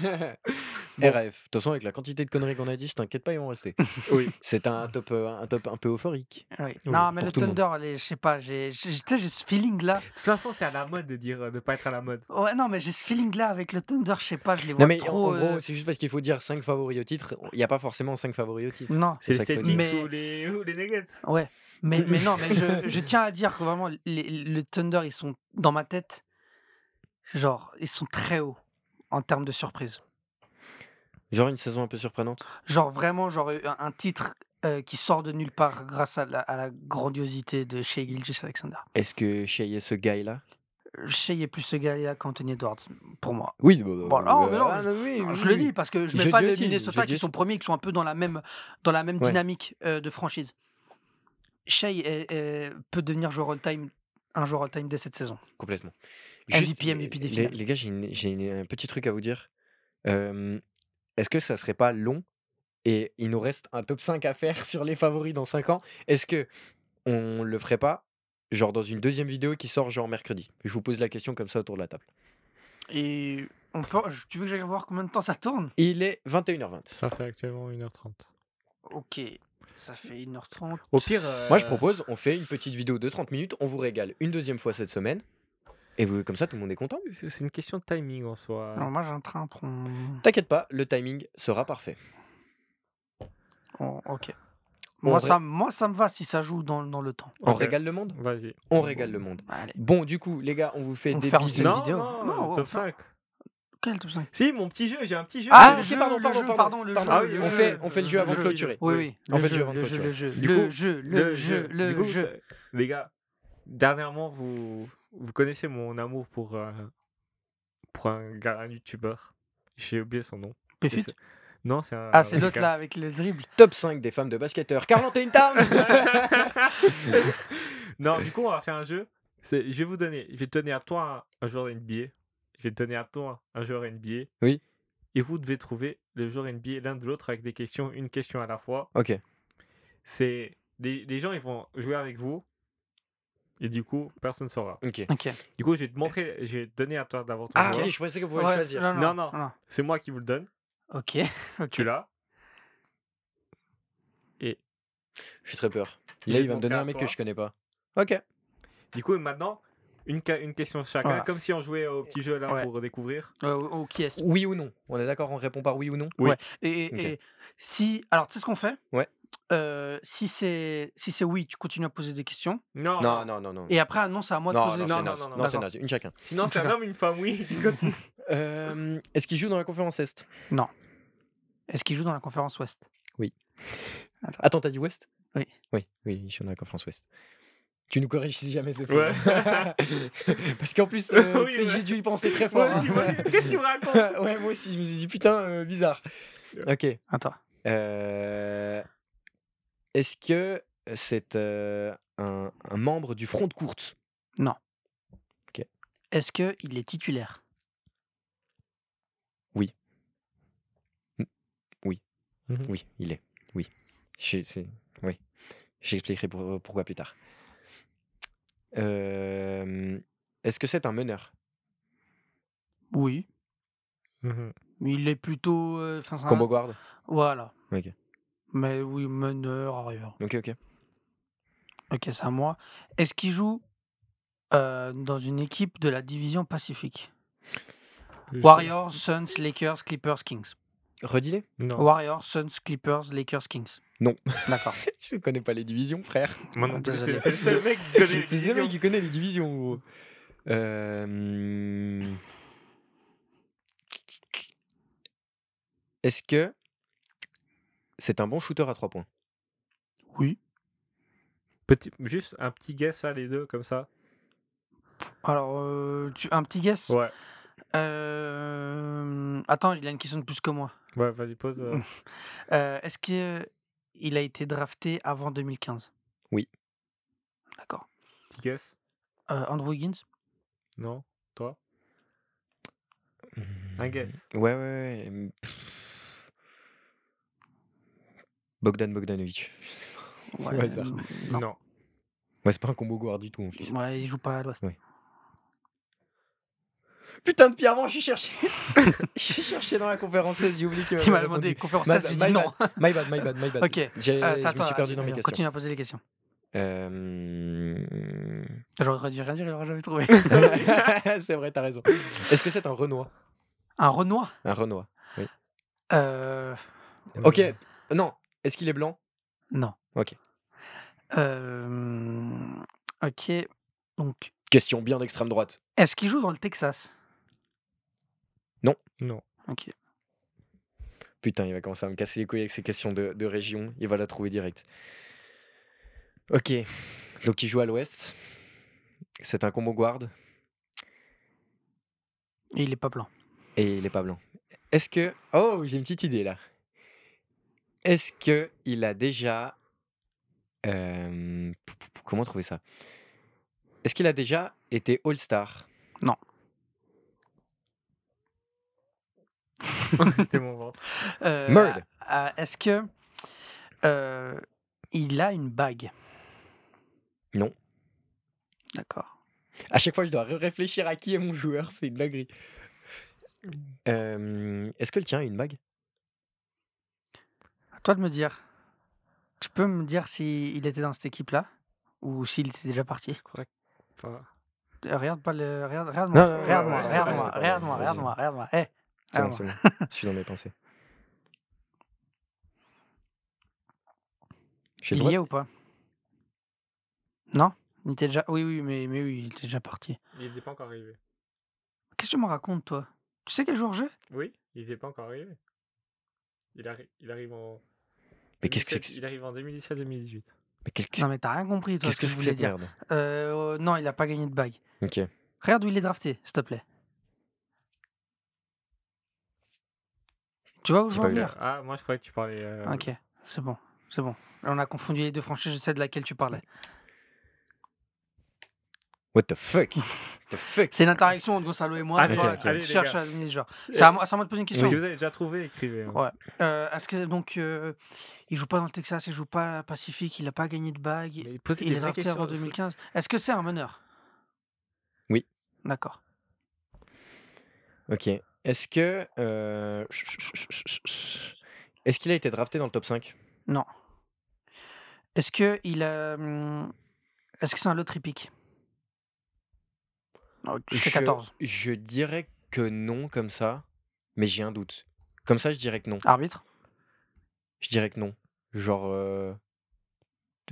Speaker 3: Bon.
Speaker 1: RF. De toute façon, avec la quantité de conneries qu'on a dit, je t'inquiète pas, ils vont rester.
Speaker 3: oui.
Speaker 1: C'est un top, euh, un top un peu euphorique.
Speaker 3: Oui,
Speaker 2: non, mais
Speaker 1: Ah pour
Speaker 2: le
Speaker 1: tout le monde.
Speaker 2: Thunder, les- je sais pas, j'ai j'ai- tu sais, j'ai ce feeling là.
Speaker 3: De toute façon, c'est à la mode de dire de pas être à la mode.
Speaker 2: Ouais, non, mais j'ai ce feeling là avec le Thunder, je sais pas, je les vois
Speaker 1: Non, mais
Speaker 2: trop.
Speaker 1: en
Speaker 2: euh,
Speaker 1: gros, c'est juste parce qu'il faut dire 5 favoris au titre. Il n'y a pas forcément 5 favoris au titre.
Speaker 2: Non,
Speaker 3: C'est
Speaker 1: ça
Speaker 3: les
Speaker 1: qu'il faut
Speaker 3: Celtics
Speaker 2: dire.
Speaker 3: ou, les, ou les Nuggets.
Speaker 2: Ouais, mais, mais non, mais je, je tiens à dire que vraiment, les- le Thunder, ils sont dans ma tête, genre, ils sont très hauts en termes de surprise.
Speaker 1: Genre une saison un peu surprenante.
Speaker 2: Genre, vraiment, genre, un, un titre euh, qui sort de nulle part grâce à la, à la grandiosité de Shea Gilgis Alexander.
Speaker 1: Est-ce que chez ce gars-là
Speaker 2: Shea est plus ce gars-là qu'Anthony Edwards, pour moi.
Speaker 1: Oui, bah,
Speaker 2: Bon, non, mais non,
Speaker 1: ah, oui,
Speaker 2: Alors,
Speaker 1: oui,
Speaker 2: Je le
Speaker 1: oui.
Speaker 2: dis parce que je
Speaker 1: Je
Speaker 2: mets
Speaker 1: le
Speaker 2: pas
Speaker 1: dis
Speaker 2: les
Speaker 1: aussi, je
Speaker 2: Minnesota
Speaker 1: le dis
Speaker 2: qui sont
Speaker 1: aussi.
Speaker 2: premiers, qui sont un peu dans la même, dans la même
Speaker 1: Ouais.
Speaker 2: dynamique euh, de franchise. Shea est- est- peut devenir joueur all-time, un joueur all-time dès cette saison.
Speaker 1: Complètement.
Speaker 2: MVP, MVP
Speaker 1: les,
Speaker 2: des finales.
Speaker 1: les gars, j'ai, une- j'ai une- un petit truc à vous dire. Euh, est-ce que ça serait pas long et il nous reste un top 5 à faire sur les favoris dans 5 ans Est-ce que on le ferait pas genre dans une deuxième vidéo qui sort genre mercredi Je vous pose la question comme ça autour de la table.
Speaker 2: Et on peut, je- tu veux que j'aille voir combien de temps ça tourne
Speaker 1: Il est 21h20.
Speaker 3: fait actuellement 1h30.
Speaker 2: Ok, ça fait 1h30.
Speaker 3: Au pire. euh,
Speaker 1: Moi, je propose, on fait une petite vidéo de 30 minutes, on vous régale une deuxième fois cette semaine. Et vous, comme ça, tout le monde est content.
Speaker 3: C'est c'est une question de timing en soi.
Speaker 2: Alors moi j'ai un train à prendre.
Speaker 1: T'inquiète pas, le timing sera parfait.
Speaker 2: Oh, ok.
Speaker 1: On
Speaker 2: Moi
Speaker 1: ré-
Speaker 2: ça, moi ça me va si ça joue dans, dans le temps.
Speaker 1: On
Speaker 3: Ok.
Speaker 1: régale le monde
Speaker 3: Vas-y.
Speaker 1: On régale le monde.
Speaker 2: Allez.
Speaker 1: Bon, du coup, les gars, on vous fait
Speaker 2: On
Speaker 1: des
Speaker 2: fait un
Speaker 1: bisous.
Speaker 2: C'est une
Speaker 3: Non,
Speaker 2: vidéo.
Speaker 3: non,
Speaker 2: Non,
Speaker 3: top
Speaker 2: on fait un-
Speaker 3: 5.
Speaker 2: Quel top 5
Speaker 3: Si, mon petit jeu, j'ai un petit jeu.
Speaker 2: Ah,
Speaker 1: ok,
Speaker 2: le jeu,
Speaker 1: pardon,
Speaker 2: le
Speaker 1: pardon,
Speaker 2: jeu,
Speaker 1: pardon,
Speaker 2: pardon, le
Speaker 1: pardon.
Speaker 2: jeu.
Speaker 3: Ah oui,
Speaker 2: le
Speaker 3: on
Speaker 2: jeu.
Speaker 1: fait- on fait le jeu avant de
Speaker 2: jeu.
Speaker 1: clôturer.
Speaker 2: Oui, oui.
Speaker 1: On fait le jeu avant de
Speaker 2: le jeu,
Speaker 1: clôturer.
Speaker 2: le jeu,
Speaker 3: Du
Speaker 2: le
Speaker 3: coup,
Speaker 2: jeu, le jeu,
Speaker 3: Du
Speaker 2: le
Speaker 3: coup,
Speaker 2: jeu.
Speaker 3: c'est- Les gars, dernièrement, vous, vous connaissez mon amour pour, euh, pour un gars, un youtubeur. J'ai oublié son nom.
Speaker 2: Péfut
Speaker 3: c'est- Non, c'est un.
Speaker 2: Ah, c'est
Speaker 3: un
Speaker 2: l'autre là
Speaker 3: gars.
Speaker 2: avec le dribble.
Speaker 1: Top 5 des femmes de basketteurs. 41 Towns
Speaker 3: non, du coup, on va faire un jeu. C'est- Je vais vous donner. Je vais te donner à toi un, un joueur NBA. Je vais te donner à toi un joueur NBA.
Speaker 1: Oui.
Speaker 3: Et vous devez trouver le joueur NBA l'un de l'autre avec des questions, une question à la fois.
Speaker 1: Ok.
Speaker 3: c'est les, les gens ils vont jouer avec vous et du coup personne ne saura.
Speaker 1: Ok.
Speaker 2: Ok.
Speaker 3: Du coup, je vais te montrer, je vais te donner à toi d'abord ton
Speaker 1: Ah,
Speaker 3: joueur.
Speaker 1: ok, je pensais que vous pouviez
Speaker 2: Ouais,
Speaker 1: choisir.
Speaker 3: Non, non. C'est moi qui vous le donne.
Speaker 2: Ok.
Speaker 3: Tu l'as.
Speaker 1: J'ai très peur.
Speaker 3: Je
Speaker 1: Là,
Speaker 3: vais
Speaker 1: il va me
Speaker 3: te montrer
Speaker 1: donner
Speaker 3: à
Speaker 1: un mec
Speaker 3: toi.
Speaker 1: que je connais pas. Ok.
Speaker 3: Du coup, maintenant une, ca- une question chacun,
Speaker 2: Voilà.
Speaker 3: comme si on jouait au petit jeu là
Speaker 2: Ouais.
Speaker 3: pour découvrir.
Speaker 2: Euh, ou- ou qui est
Speaker 1: Oui ou non On est d'accord, on répond par oui ou non
Speaker 3: Oui.
Speaker 2: Ouais. Et, et-
Speaker 1: Ok.
Speaker 2: et si. Alors, tu sais ce qu'on fait
Speaker 1: Ouais.
Speaker 2: Euh, si c'est si c'est oui, tu continues à poser des questions.
Speaker 3: Non,
Speaker 1: Non, non, non, non.
Speaker 2: Et après, ah non, c'est à moi de
Speaker 1: non,
Speaker 2: poser
Speaker 1: non,
Speaker 2: des
Speaker 1: c'est
Speaker 3: non,
Speaker 1: naze.
Speaker 3: non,
Speaker 1: non,
Speaker 3: non,
Speaker 1: c'est
Speaker 2: d'accord.
Speaker 1: naze. Une chacun.
Speaker 3: Sinon, c'est un homme, une femme, oui.
Speaker 1: Euh, Est-ce qu'il joue dans la conférence Est
Speaker 2: Est-ce qu'il joue dans la conférence Ouest
Speaker 1: Attends, t'as dit Ouest
Speaker 2: Oui.
Speaker 1: Oui, oui, il joue dans la conférence Ouest. Tu nous corriges si jamais c'est faux.
Speaker 3: Ouais.
Speaker 1: Parce qu'en plus, euh,
Speaker 3: Oui,
Speaker 1: tu sais,
Speaker 3: ouais.
Speaker 1: j'ai dû y penser très fort.
Speaker 3: Ouais,
Speaker 1: hein.
Speaker 3: tu vois, Qu'est-ce que tu me racontes
Speaker 1: ouais, moi aussi, je me suis dit, putain, euh, bizarre. Ok.
Speaker 2: Attends.
Speaker 1: Euh, Est-ce que c'est euh, un, un membre du front de courte
Speaker 2: Est-ce qu'il est titulaire
Speaker 1: Oui, il est. Oui. Je- c'est- Oui. J'expliquerai pour- pourquoi plus tard. Euh, Est-ce que c'est un meneur
Speaker 2: Oui.
Speaker 3: Mhm.
Speaker 2: Mais il est plutôt. euh, enfin, c'est un-
Speaker 1: Combo guard
Speaker 2: Voilà.
Speaker 1: Ok.
Speaker 2: Mais oui, meneur, arrière.
Speaker 1: Ok, ok.
Speaker 2: Ok, c'est à moi. Est-ce qu'il joue euh, dans une équipe de la division Pacifique
Speaker 3: Je sais.
Speaker 2: Warriors, Suns, Lakers, Clippers, Kings.
Speaker 1: Redis-les
Speaker 3: Non.
Speaker 2: Warriors, Suns, Clippers, Lakers, Kings.
Speaker 1: Non.
Speaker 2: D'accord.
Speaker 1: Je connais pas les divisions, frère.
Speaker 3: Moi non plus,
Speaker 2: Désolé.
Speaker 3: C'est c'est le seul mec qui connaît les
Speaker 1: C'est le mec
Speaker 3: divisions.
Speaker 1: qui connaît les divisions, gros. Euh, Est-ce que c'est un bon shooter à 3 points
Speaker 2: oui.
Speaker 3: Petit- Juste un petit guess, là, les deux, comme ça.
Speaker 2: Alors, euh, tu... un petit guess
Speaker 3: Ouais.
Speaker 2: Euh, Attends, il a une question de plus que moi.
Speaker 3: Ouais, vas-y, pose. euh.
Speaker 2: Euh, Est-ce qu'il a été drafté avant 2015
Speaker 1: Oui.
Speaker 2: D'accord.
Speaker 3: Petit guess.
Speaker 2: Euh, Andrew Higgins
Speaker 3: Non. Toi Un guess.
Speaker 1: Ouais, ouais, ouais. hum, pff. Bogdan Bogdanovic. Au hasard.
Speaker 2: euh, non.
Speaker 3: Non.
Speaker 1: Ouais, c'est pas un combo guard du tout en plus.
Speaker 2: Ouais, il joue pas à l'ouest.
Speaker 1: Putain de Pierre, je suis cherché. je suis cherché dans la conférence, j'ai oublié que.
Speaker 2: Il m'a demandé conférence,
Speaker 1: Ma-
Speaker 2: j'ai
Speaker 1: my
Speaker 2: dit non.
Speaker 1: My bad, my bad, my bad.
Speaker 2: Ok.
Speaker 1: J'ai-
Speaker 2: Euh, c'est à
Speaker 1: je me
Speaker 2: toi,
Speaker 1: suis perdu
Speaker 2: Adrien,
Speaker 1: dans mes questions.
Speaker 2: Continue à poser les questions.
Speaker 1: Euh,
Speaker 2: J'aurais dû rien dire, il aurait jamais trouvé.
Speaker 1: c'est vrai, t'as raison. Est-ce que c'est un Renoir
Speaker 2: Un Renoir
Speaker 1: Un Renoir.
Speaker 2: euh,
Speaker 1: Ok, non. Est-ce qu'il est blanc
Speaker 2: Non.
Speaker 1: Ok.
Speaker 2: Euh, ok. Donc,
Speaker 1: Question bien d'extrême droite.
Speaker 2: est-ce qu'il joue dans le Texas
Speaker 3: Non.
Speaker 2: Ok.
Speaker 1: Putain, il va commencer à me casser les couilles avec ces questions de, de région. Il va la trouver direct. Ok, donc il joue à l'ouest. C'est un combo guard
Speaker 2: Et il est pas blanc.
Speaker 1: et il est pas blanc. Est-ce que. Oh, j'ai une petite idée là. Est-ce que il a déjà. euh, pou- pou- pou- Comment trouver ça Est-ce qu'il a déjà été All-Star
Speaker 3: C'était mon ventre.
Speaker 2: Euh,
Speaker 1: Murd.
Speaker 2: ah, Est-ce que euh, il a une bague
Speaker 1: Non.
Speaker 2: D'accord.
Speaker 1: À chaque fois, je dois ré- réfléchir à qui est mon joueur, c'est une dinguerie. Euh, Est-ce que le tien a une bague
Speaker 2: À toi de me dire. Tu peux me dire s'il était dans cette équipe-là ou s'il était déjà parti
Speaker 3: Enfin,
Speaker 2: Euh, Regarde pas le. Regarde,
Speaker 1: Non,
Speaker 2: regarde-moi,
Speaker 1: non, non,
Speaker 3: ouais, ouais,
Speaker 2: regarde-moi, regarde-moi,
Speaker 1: ouais,
Speaker 2: regarde-moi,
Speaker 1: vas-y.
Speaker 2: regarde-moi, regarde-moi. Eh,
Speaker 1: C'est bon,
Speaker 2: regarde-moi.
Speaker 1: c'est bon. Je suis dans mes pensées. J'ai le
Speaker 2: il
Speaker 1: droit
Speaker 2: y est
Speaker 1: de-
Speaker 2: ou pas Non Il était déjà. Oui, oui, mais, mais oui, il était déjà parti.
Speaker 3: il n'est pas encore arrivé.
Speaker 2: Qu'est-ce que tu me racontes, toi Tu sais quel joueur j'ai
Speaker 3: Oui, il n'est pas encore arrivé. Il, arri- il arrive en.
Speaker 1: Mais qu'est-ce que c'est que-
Speaker 3: 2017 Il arrive en 2017-2018.
Speaker 1: mais quel- qu'est-ce
Speaker 2: Non, mais t'as rien compris, toi,
Speaker 1: qu'est-ce
Speaker 2: ce que je
Speaker 1: c'est que
Speaker 2: voulais
Speaker 1: cette
Speaker 2: dire.
Speaker 1: merde
Speaker 2: Euh, non, il a pas gagné de bague.
Speaker 1: Ok.
Speaker 2: Regarde où il est drafté, s'il te plaît. Tu vois où
Speaker 1: J'ai
Speaker 2: je veux en
Speaker 1: pas vu la-
Speaker 2: venir
Speaker 3: Ah, moi je croyais que tu parlais. euh,
Speaker 2: Ok, c'est bon, c'est bon. Là, on a confondu les deux franchises, je sais de laquelle tu parlais.
Speaker 1: What the fuck What the fuck
Speaker 2: C'est une interaction entre Gonzalo et moi,
Speaker 3: Allez,
Speaker 2: toi,
Speaker 1: ok.
Speaker 2: qui
Speaker 3: Ah, Allez, les
Speaker 2: cherche
Speaker 3: gars.
Speaker 2: à deviner le genre.
Speaker 3: euh,
Speaker 2: C'est à, moi c'est à moi de poser une question.
Speaker 3: Si vous avez déjà trouvé, écrivez. hein.
Speaker 2: Ouais. Euh, est-ce que donc euh, il joue pas dans le Texas, il joue pas à Pacifique, il a pas gagné de bague, il-
Speaker 3: Mais posez
Speaker 2: il
Speaker 3: des
Speaker 2: est
Speaker 3: vraies
Speaker 2: drafté avant
Speaker 3: questions, c'est-
Speaker 2: 2015. Est-ce que c'est un meneur
Speaker 1: Oui.
Speaker 2: D'accord.
Speaker 1: Ok. Est-ce que. euh, Est-ce qu'il a été drafté dans le top 5
Speaker 2: Est-ce que il a hum, Est-ce que c'est un loterie pick
Speaker 3: Euh,
Speaker 2: Oh,
Speaker 1: Je-
Speaker 2: C'est 14.
Speaker 1: Je dirais que non, comme ça, mais j'ai un doute. Comme ça, je dirais que non.
Speaker 2: Arbitre
Speaker 1: Je dirais que non. Genre. euh,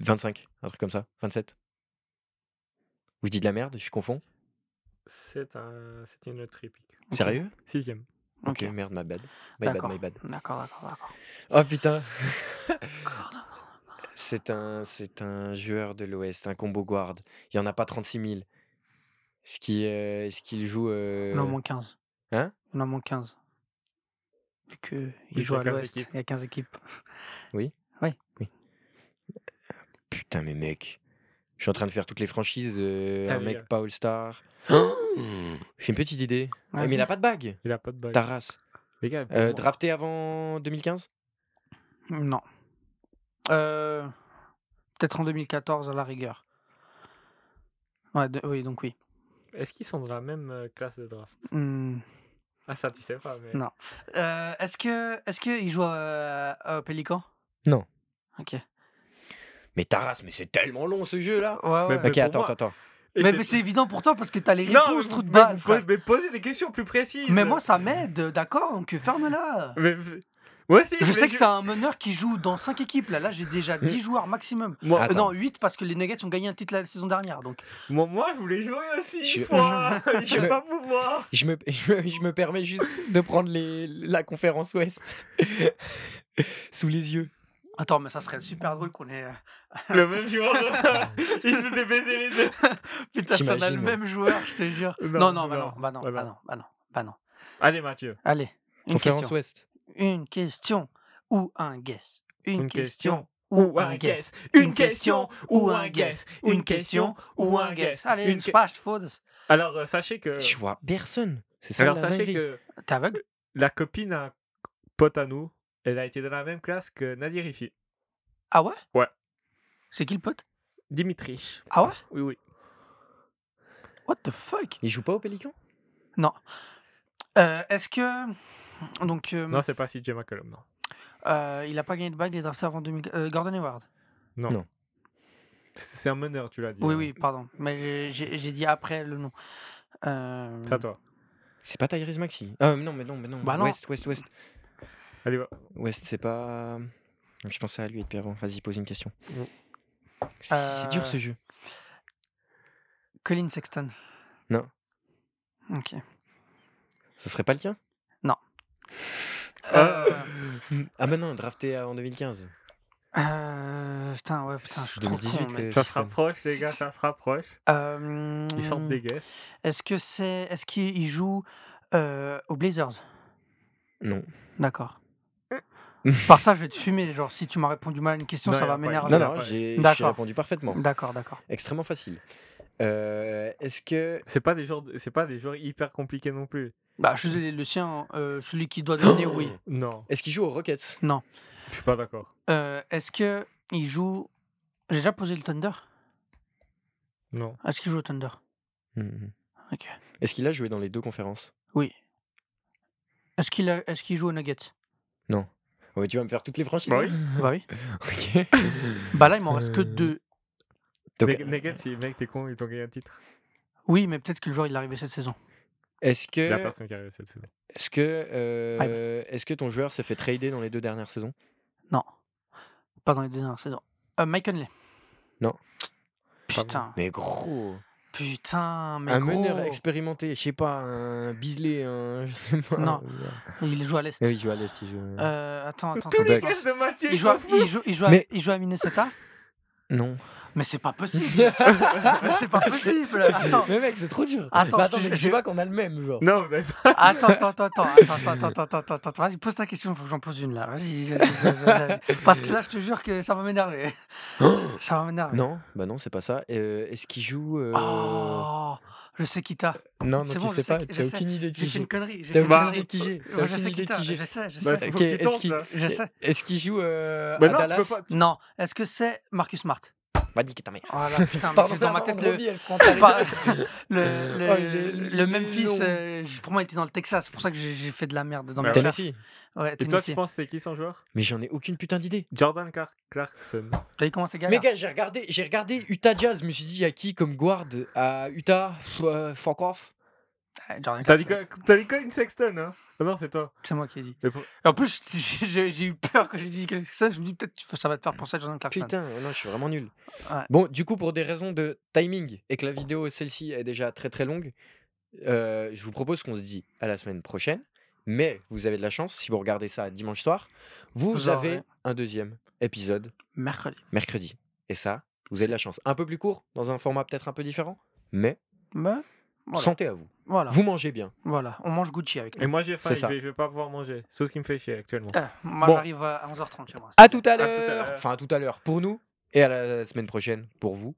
Speaker 1: 25, un truc comme ça. 27 Ou je dis de la merde, je confonds
Speaker 3: C'est un... c'est une autre épique.
Speaker 2: Ok.
Speaker 1: Sérieux
Speaker 3: Sixième.
Speaker 1: Ok,
Speaker 2: Ok.
Speaker 1: merde, ma bad. My bad,
Speaker 2: D'accord.
Speaker 1: my bad.
Speaker 2: D'accord, d'accord, d'accord.
Speaker 1: Oh putain C'est un, c'est un joueur de l'Ouest, un combo guard. Il n'y en a pas 36 000. Est-ce qu'il euh, est-ce qu'il joue. euh,
Speaker 2: On en moins 15.
Speaker 1: Hein
Speaker 2: On en moins 15. Vu que
Speaker 3: qu'il y
Speaker 2: il joue
Speaker 3: a
Speaker 2: à
Speaker 3: 15
Speaker 2: l'Ouest,
Speaker 3: équipes.
Speaker 2: il y a 15 équipes.
Speaker 1: Putain, mais mec. Je suis en train de faire toutes les franchises. euh,
Speaker 3: Ah
Speaker 1: un
Speaker 3: oui,
Speaker 1: mec
Speaker 3: là.
Speaker 1: pas All-Star. J'ai une petite idée.
Speaker 2: Ouais,
Speaker 1: Ah, mais il n'a pas de bague,
Speaker 3: Il a pas de bague.
Speaker 1: Taras.
Speaker 3: Les gars,
Speaker 1: Euh,
Speaker 3: vraiment.
Speaker 1: drafté avant 2015
Speaker 2: Non. Euh, Peut-être en 2014 à la rigueur. Ouais, de- oui, donc oui.
Speaker 3: est-ce qu'ils sont dans la même euh, classe de draft
Speaker 2: Hmm.
Speaker 3: Ah, ça, tu sais pas, mais.
Speaker 2: Non. Euh, Est-ce que est-ce qu'il joue euh, au Pélican
Speaker 1: Non.
Speaker 2: Ok. Ouais,
Speaker 1: Mais Taras, mais c'est tellement long ce jeu-là.
Speaker 2: ouais.
Speaker 3: Mais
Speaker 1: Ok,
Speaker 3: pour
Speaker 1: attends,
Speaker 3: moi-
Speaker 1: attends, attends.
Speaker 3: Et
Speaker 2: Mais, mais c'est évident pour toi parce que t'as les
Speaker 3: Non,
Speaker 2: réponses,
Speaker 3: mais-
Speaker 2: trou de
Speaker 3: mais
Speaker 2: balle.
Speaker 3: vous
Speaker 2: frère.
Speaker 3: posez- mais posez des questions plus précises.
Speaker 2: Mais moi, ça m'aide, d'accord Donc euh, ferme-la.
Speaker 3: Mais- mais- Moi aussi,
Speaker 2: Je
Speaker 3: mais Mmh.
Speaker 2: sais que c'est un meneur qui joue dans 5 équipes. Là, là j'ai déjà 10 joueurs maximum.
Speaker 3: Moi,
Speaker 2: Euh,
Speaker 1: Attends.
Speaker 2: non, 8 parce que les Nuggets ont gagné un titre la saison dernière. Donc,
Speaker 3: moi, moi, je voulais jouer aussi
Speaker 1: Je-
Speaker 3: une fois. Je
Speaker 1: Je-
Speaker 3: vais pas pouvoir.
Speaker 1: Je me, je, me, je me permets juste de prendre les, la conférence Ouest sous les yeux.
Speaker 2: Attends, mais ça serait super drôle qu'on ait. euh,
Speaker 3: Le même joueur. Il se faisait baiser les deux.
Speaker 2: Putain, si on a le
Speaker 1: T'imagines.
Speaker 2: même joueur, je te jure.
Speaker 3: Non,
Speaker 2: hein. Non, non, bah non, bah non,
Speaker 3: bah
Speaker 2: bah
Speaker 3: non.
Speaker 2: non, bah non, bah non.
Speaker 3: Allez, Mathieu.
Speaker 2: Allez, une
Speaker 1: conférence
Speaker 2: question.
Speaker 1: Ouest.
Speaker 2: Une question ou un guess. Une,
Speaker 3: Une
Speaker 2: question,
Speaker 3: question
Speaker 2: ou un guess. Une question ou un guess. Une question ou un guess. Allez,
Speaker 3: Une
Speaker 2: une
Speaker 3: que-
Speaker 2: page fausse.
Speaker 3: Alors, euh, sachez que.
Speaker 1: Je vois personne. C'est ça.
Speaker 3: Alors,
Speaker 1: la
Speaker 3: sachez
Speaker 1: dinguerie.
Speaker 3: que
Speaker 2: T'es aveugle
Speaker 3: la copine d'un pote à nous, elle a été dans la même classe que Nadir Ifi.
Speaker 2: Ah ouais
Speaker 3: Ouais.
Speaker 2: C'est qui le pote
Speaker 3: Dimitri.
Speaker 2: Ah ouais
Speaker 3: Oui, oui.
Speaker 2: What the fuck
Speaker 1: Il joue pas au Pélican
Speaker 2: Euh, Est-ce que. Donc, euh,
Speaker 3: Non, c'est pas CJ McCollum, non.
Speaker 2: euh, il a pas gagné de bague, il est drafté avant 2000. euh, Gordon Hayward.
Speaker 3: Non.
Speaker 1: Non.
Speaker 3: C'est c'est un meneur, tu l'as dit.
Speaker 2: Oui,
Speaker 3: hein.
Speaker 2: oui, pardon. Mais j'ai- j'ai j'ai dit après le nom. Euh,
Speaker 3: C'est à toi.
Speaker 1: C'est pas Tyrese Maxi. Ah mais non, mais non, mais non.
Speaker 2: Bah non.
Speaker 1: Ouest, Ouest, Ouest.
Speaker 3: Allez, va.
Speaker 1: Ouest, c'est pas. euh, Je pensais à lui depuis avant. Vas-y, pose une question.
Speaker 3: Mm.
Speaker 1: C'est c'est
Speaker 2: Euh,
Speaker 1: dur ce jeu.
Speaker 2: Colin Sexton.
Speaker 1: Non.
Speaker 2: Ok.
Speaker 1: Ce serait pas le tien
Speaker 3: Ah.
Speaker 2: Euh,
Speaker 1: Ah bah non, drafté en 2015.
Speaker 2: Euh, putain, ouais, putain, je suis
Speaker 1: euh, C'est
Speaker 2: trop
Speaker 1: 2018
Speaker 2: con,
Speaker 1: que-
Speaker 2: mec.
Speaker 3: Ça se rapproche, les gars, ça se rapproche.
Speaker 2: Euh,
Speaker 3: Ils sortent des guesses.
Speaker 2: Est-ce que c'est, est-ce qu'il joue euh, aux Blazers
Speaker 1: Non.
Speaker 2: D'accord. Par ça, je vais te fumer. Genre, si tu m'as répondu mal à une question,
Speaker 3: Non,
Speaker 2: ça
Speaker 3: y a
Speaker 2: va
Speaker 3: pas-
Speaker 2: m'énerver.
Speaker 1: Non,
Speaker 3: là,
Speaker 1: non,
Speaker 3: ouais.
Speaker 1: j'ai j'ai
Speaker 2: Ah, D'accord.
Speaker 1: répondu parfaitement.
Speaker 2: D'accord, d'accord.
Speaker 1: Extrêmement facile. Euh, Est-ce que.
Speaker 3: C'est pas des joueurs, c'est pas des joueurs hyper compliqués non plus.
Speaker 2: Bah, je suis le sien, euh, celui qui doit donner, oui.
Speaker 3: Non,
Speaker 1: Est-ce qu'il joue aux Rockets
Speaker 3: je suis pas d'accord.
Speaker 2: Euh, est-ce que il joue J'ai déjà posé le Thunder.
Speaker 3: Non.
Speaker 2: Est-ce qu'il joue au Thunder
Speaker 1: Mhm.
Speaker 2: Mm-hmm. Ok.
Speaker 1: Est-ce qu'il a joué dans les deux conférences
Speaker 2: Est-ce qu'il a- est-ce qu'il joue aux Nuggets
Speaker 1: Ouais, tu vas me faire toutes les franchises.
Speaker 3: Bah oui.
Speaker 2: Bah oui.
Speaker 1: là Ok.
Speaker 2: Bah là, il m'en reste que
Speaker 1: Euh,
Speaker 2: deux.
Speaker 1: Donc, euh,
Speaker 3: Nug- Nuggets, c'est- mec, t'es con, ils ont gagné un titre.
Speaker 2: Oui, mais peut-être que le joueur il est arrivé cette saison.
Speaker 1: est-ce
Speaker 3: La
Speaker 1: que,
Speaker 3: personne qui arrive cette saison.
Speaker 1: est-ce que, euh, est-ce que ton joueur s'est fait trader dans les deux dernières saisons
Speaker 2: Non. Pas dans les deux dernières saisons. Euh, Mike Conley.
Speaker 1: Non.
Speaker 2: Putain.
Speaker 1: Mais gros,
Speaker 2: Putain, mais
Speaker 1: un
Speaker 2: gros.
Speaker 1: meneur expérimenté, je sais pas, un Beasley, un je sais pas.
Speaker 2: Non. Il joue à l'Est.
Speaker 1: Eh oui, il joue à l'est, il joue.
Speaker 2: Euh, attends, attends,
Speaker 3: Tous
Speaker 2: attends,
Speaker 3: les
Speaker 1: D'accord.
Speaker 2: attends.
Speaker 3: guesses de Mathieu,
Speaker 2: Il
Speaker 3: ils
Speaker 2: joue, à,
Speaker 3: sont fous.
Speaker 2: il, joue, il, joue à,
Speaker 1: Mais-
Speaker 2: il joue à Minnesota
Speaker 1: Non.
Speaker 2: Mais c'est pas possible Mais c'est pas possible Attends,
Speaker 1: Mais mec, c'est trop dur.
Speaker 2: Attends,
Speaker 1: Bah
Speaker 2: je-
Speaker 1: mais
Speaker 2: je-
Speaker 1: tu vois qu'on a le même genre.
Speaker 3: Non, vous avez pas.
Speaker 2: attends, attends, attends, attends, attends, attends, attends, attends, attends, attends. Vas-y, pose ta question, faut que j'en pose une là. Vas-y, vas-y, vas-y, vas-y. Parce que là, je te jure que ça va m'énerver. Ça va m'énerver.
Speaker 1: Non, bah non, c'est pas ça. Euh, est-ce qu'il joue euh,
Speaker 2: Oh, je sais qui t'a.
Speaker 1: Non, non, tu
Speaker 2: c'est bon, je
Speaker 1: sais
Speaker 2: sais
Speaker 1: pas.
Speaker 2: que- je
Speaker 1: T'as
Speaker 2: sais,
Speaker 1: aucune idée de
Speaker 2: J'ai
Speaker 1: qui
Speaker 2: fait une
Speaker 1: j'ai.
Speaker 2: connerie. J'ai fait
Speaker 1: T'as
Speaker 2: une
Speaker 1: aucune
Speaker 2: connerie.
Speaker 1: idée de qui j'ai. T'as
Speaker 2: Ouais, Je
Speaker 1: aucune
Speaker 2: sais
Speaker 1: idée
Speaker 2: qui
Speaker 1: de qui
Speaker 2: t'a.
Speaker 1: j'ai.
Speaker 2: Je sais, je
Speaker 3: Bah,
Speaker 2: sais.
Speaker 3: faut
Speaker 1: ok,
Speaker 3: que tu
Speaker 1: est-ce
Speaker 3: tentes,
Speaker 1: qu'il-
Speaker 3: là.
Speaker 2: Je sais.
Speaker 1: Est-ce qu'il joue euh,
Speaker 3: Mais
Speaker 1: à
Speaker 3: non, tu
Speaker 1: Dallas
Speaker 3: peux pas. tu-
Speaker 2: Non. Est-ce que c'est Marcus Smart
Speaker 1: Bah nique ta mère.
Speaker 2: Voilà, putain, mais
Speaker 1: Pardon,
Speaker 2: dans ma tête, le,
Speaker 1: elle prend ta
Speaker 2: pas-
Speaker 1: réponse.
Speaker 2: le, le,
Speaker 1: Oh, il est- il
Speaker 2: le
Speaker 1: est
Speaker 2: Memphis,
Speaker 1: long.
Speaker 2: euh, j- pour moi, il était dans le Texas. C'est pour ça que j'ai j'ai fait de la merde dans
Speaker 3: Bah
Speaker 2: mes
Speaker 3: ouais.
Speaker 2: classes.
Speaker 1: Tennessee.
Speaker 2: Ouais,
Speaker 3: Et toi,
Speaker 2: Tennessee.
Speaker 3: tu penses c'est qui son joueur
Speaker 1: Mais j'en ai aucune putain d'idée.
Speaker 3: Jordan Clark- Clarkson.
Speaker 2: T'as vu comment c'est
Speaker 1: Mais
Speaker 2: galère
Speaker 1: gars, j'ai regardé, j'ai regardé Utah Jazz, je me suis dit, il y a qui comme guard à Utah Pff, euh, Fuck off.
Speaker 2: Ouais, Ah, Jordan
Speaker 3: T'as dit
Speaker 2: Clarkson.
Speaker 3: quoi T'as dit quoi une Sexton hein Ah Non, c'est toi.
Speaker 2: C'est moi qui ai dit.
Speaker 3: Mais pour-
Speaker 2: En plus, j'ai- j'ai j'ai eu peur quand j'ai dit quelque chose. Je me dis peut-être que ça va te faire penser à Jordan Clarkson.
Speaker 1: Putain, non, je suis vraiment nul.
Speaker 2: Ah, Ouais.
Speaker 1: Bon, du coup, pour des raisons de timing et que la vidéo, celle-ci, est déjà très très longue, euh, je vous propose qu'on se dit à la semaine prochaine Mais vous avez de la chance, si vous regardez ça dimanche soir, vous
Speaker 2: Vous aurez-
Speaker 1: avez un deuxième épisode
Speaker 2: Mercredi.
Speaker 1: mercredi. Et ça, vous avez de la chance. Un peu plus court, dans un format peut-être un peu différent, mais
Speaker 2: Ben, voilà.
Speaker 1: santé à vous.
Speaker 2: Voilà.
Speaker 1: Vous mangez bien.
Speaker 2: voilà. On mange Gucci avec
Speaker 3: Et
Speaker 2: nous.
Speaker 3: moi j'ai faim,
Speaker 1: C'est
Speaker 3: et je
Speaker 1: ça.
Speaker 3: vais, je vais pas pouvoir manger. C'est ce qui me fait chier actuellement.
Speaker 2: Ah, moi,
Speaker 1: Bon.
Speaker 2: j'arrive à 11h30 chez moi.
Speaker 1: À tout à
Speaker 3: tout à
Speaker 1: l'heure.
Speaker 3: l'heure.
Speaker 1: Enfin, à tout à l'heure pour nous et à la semaine prochaine pour vous.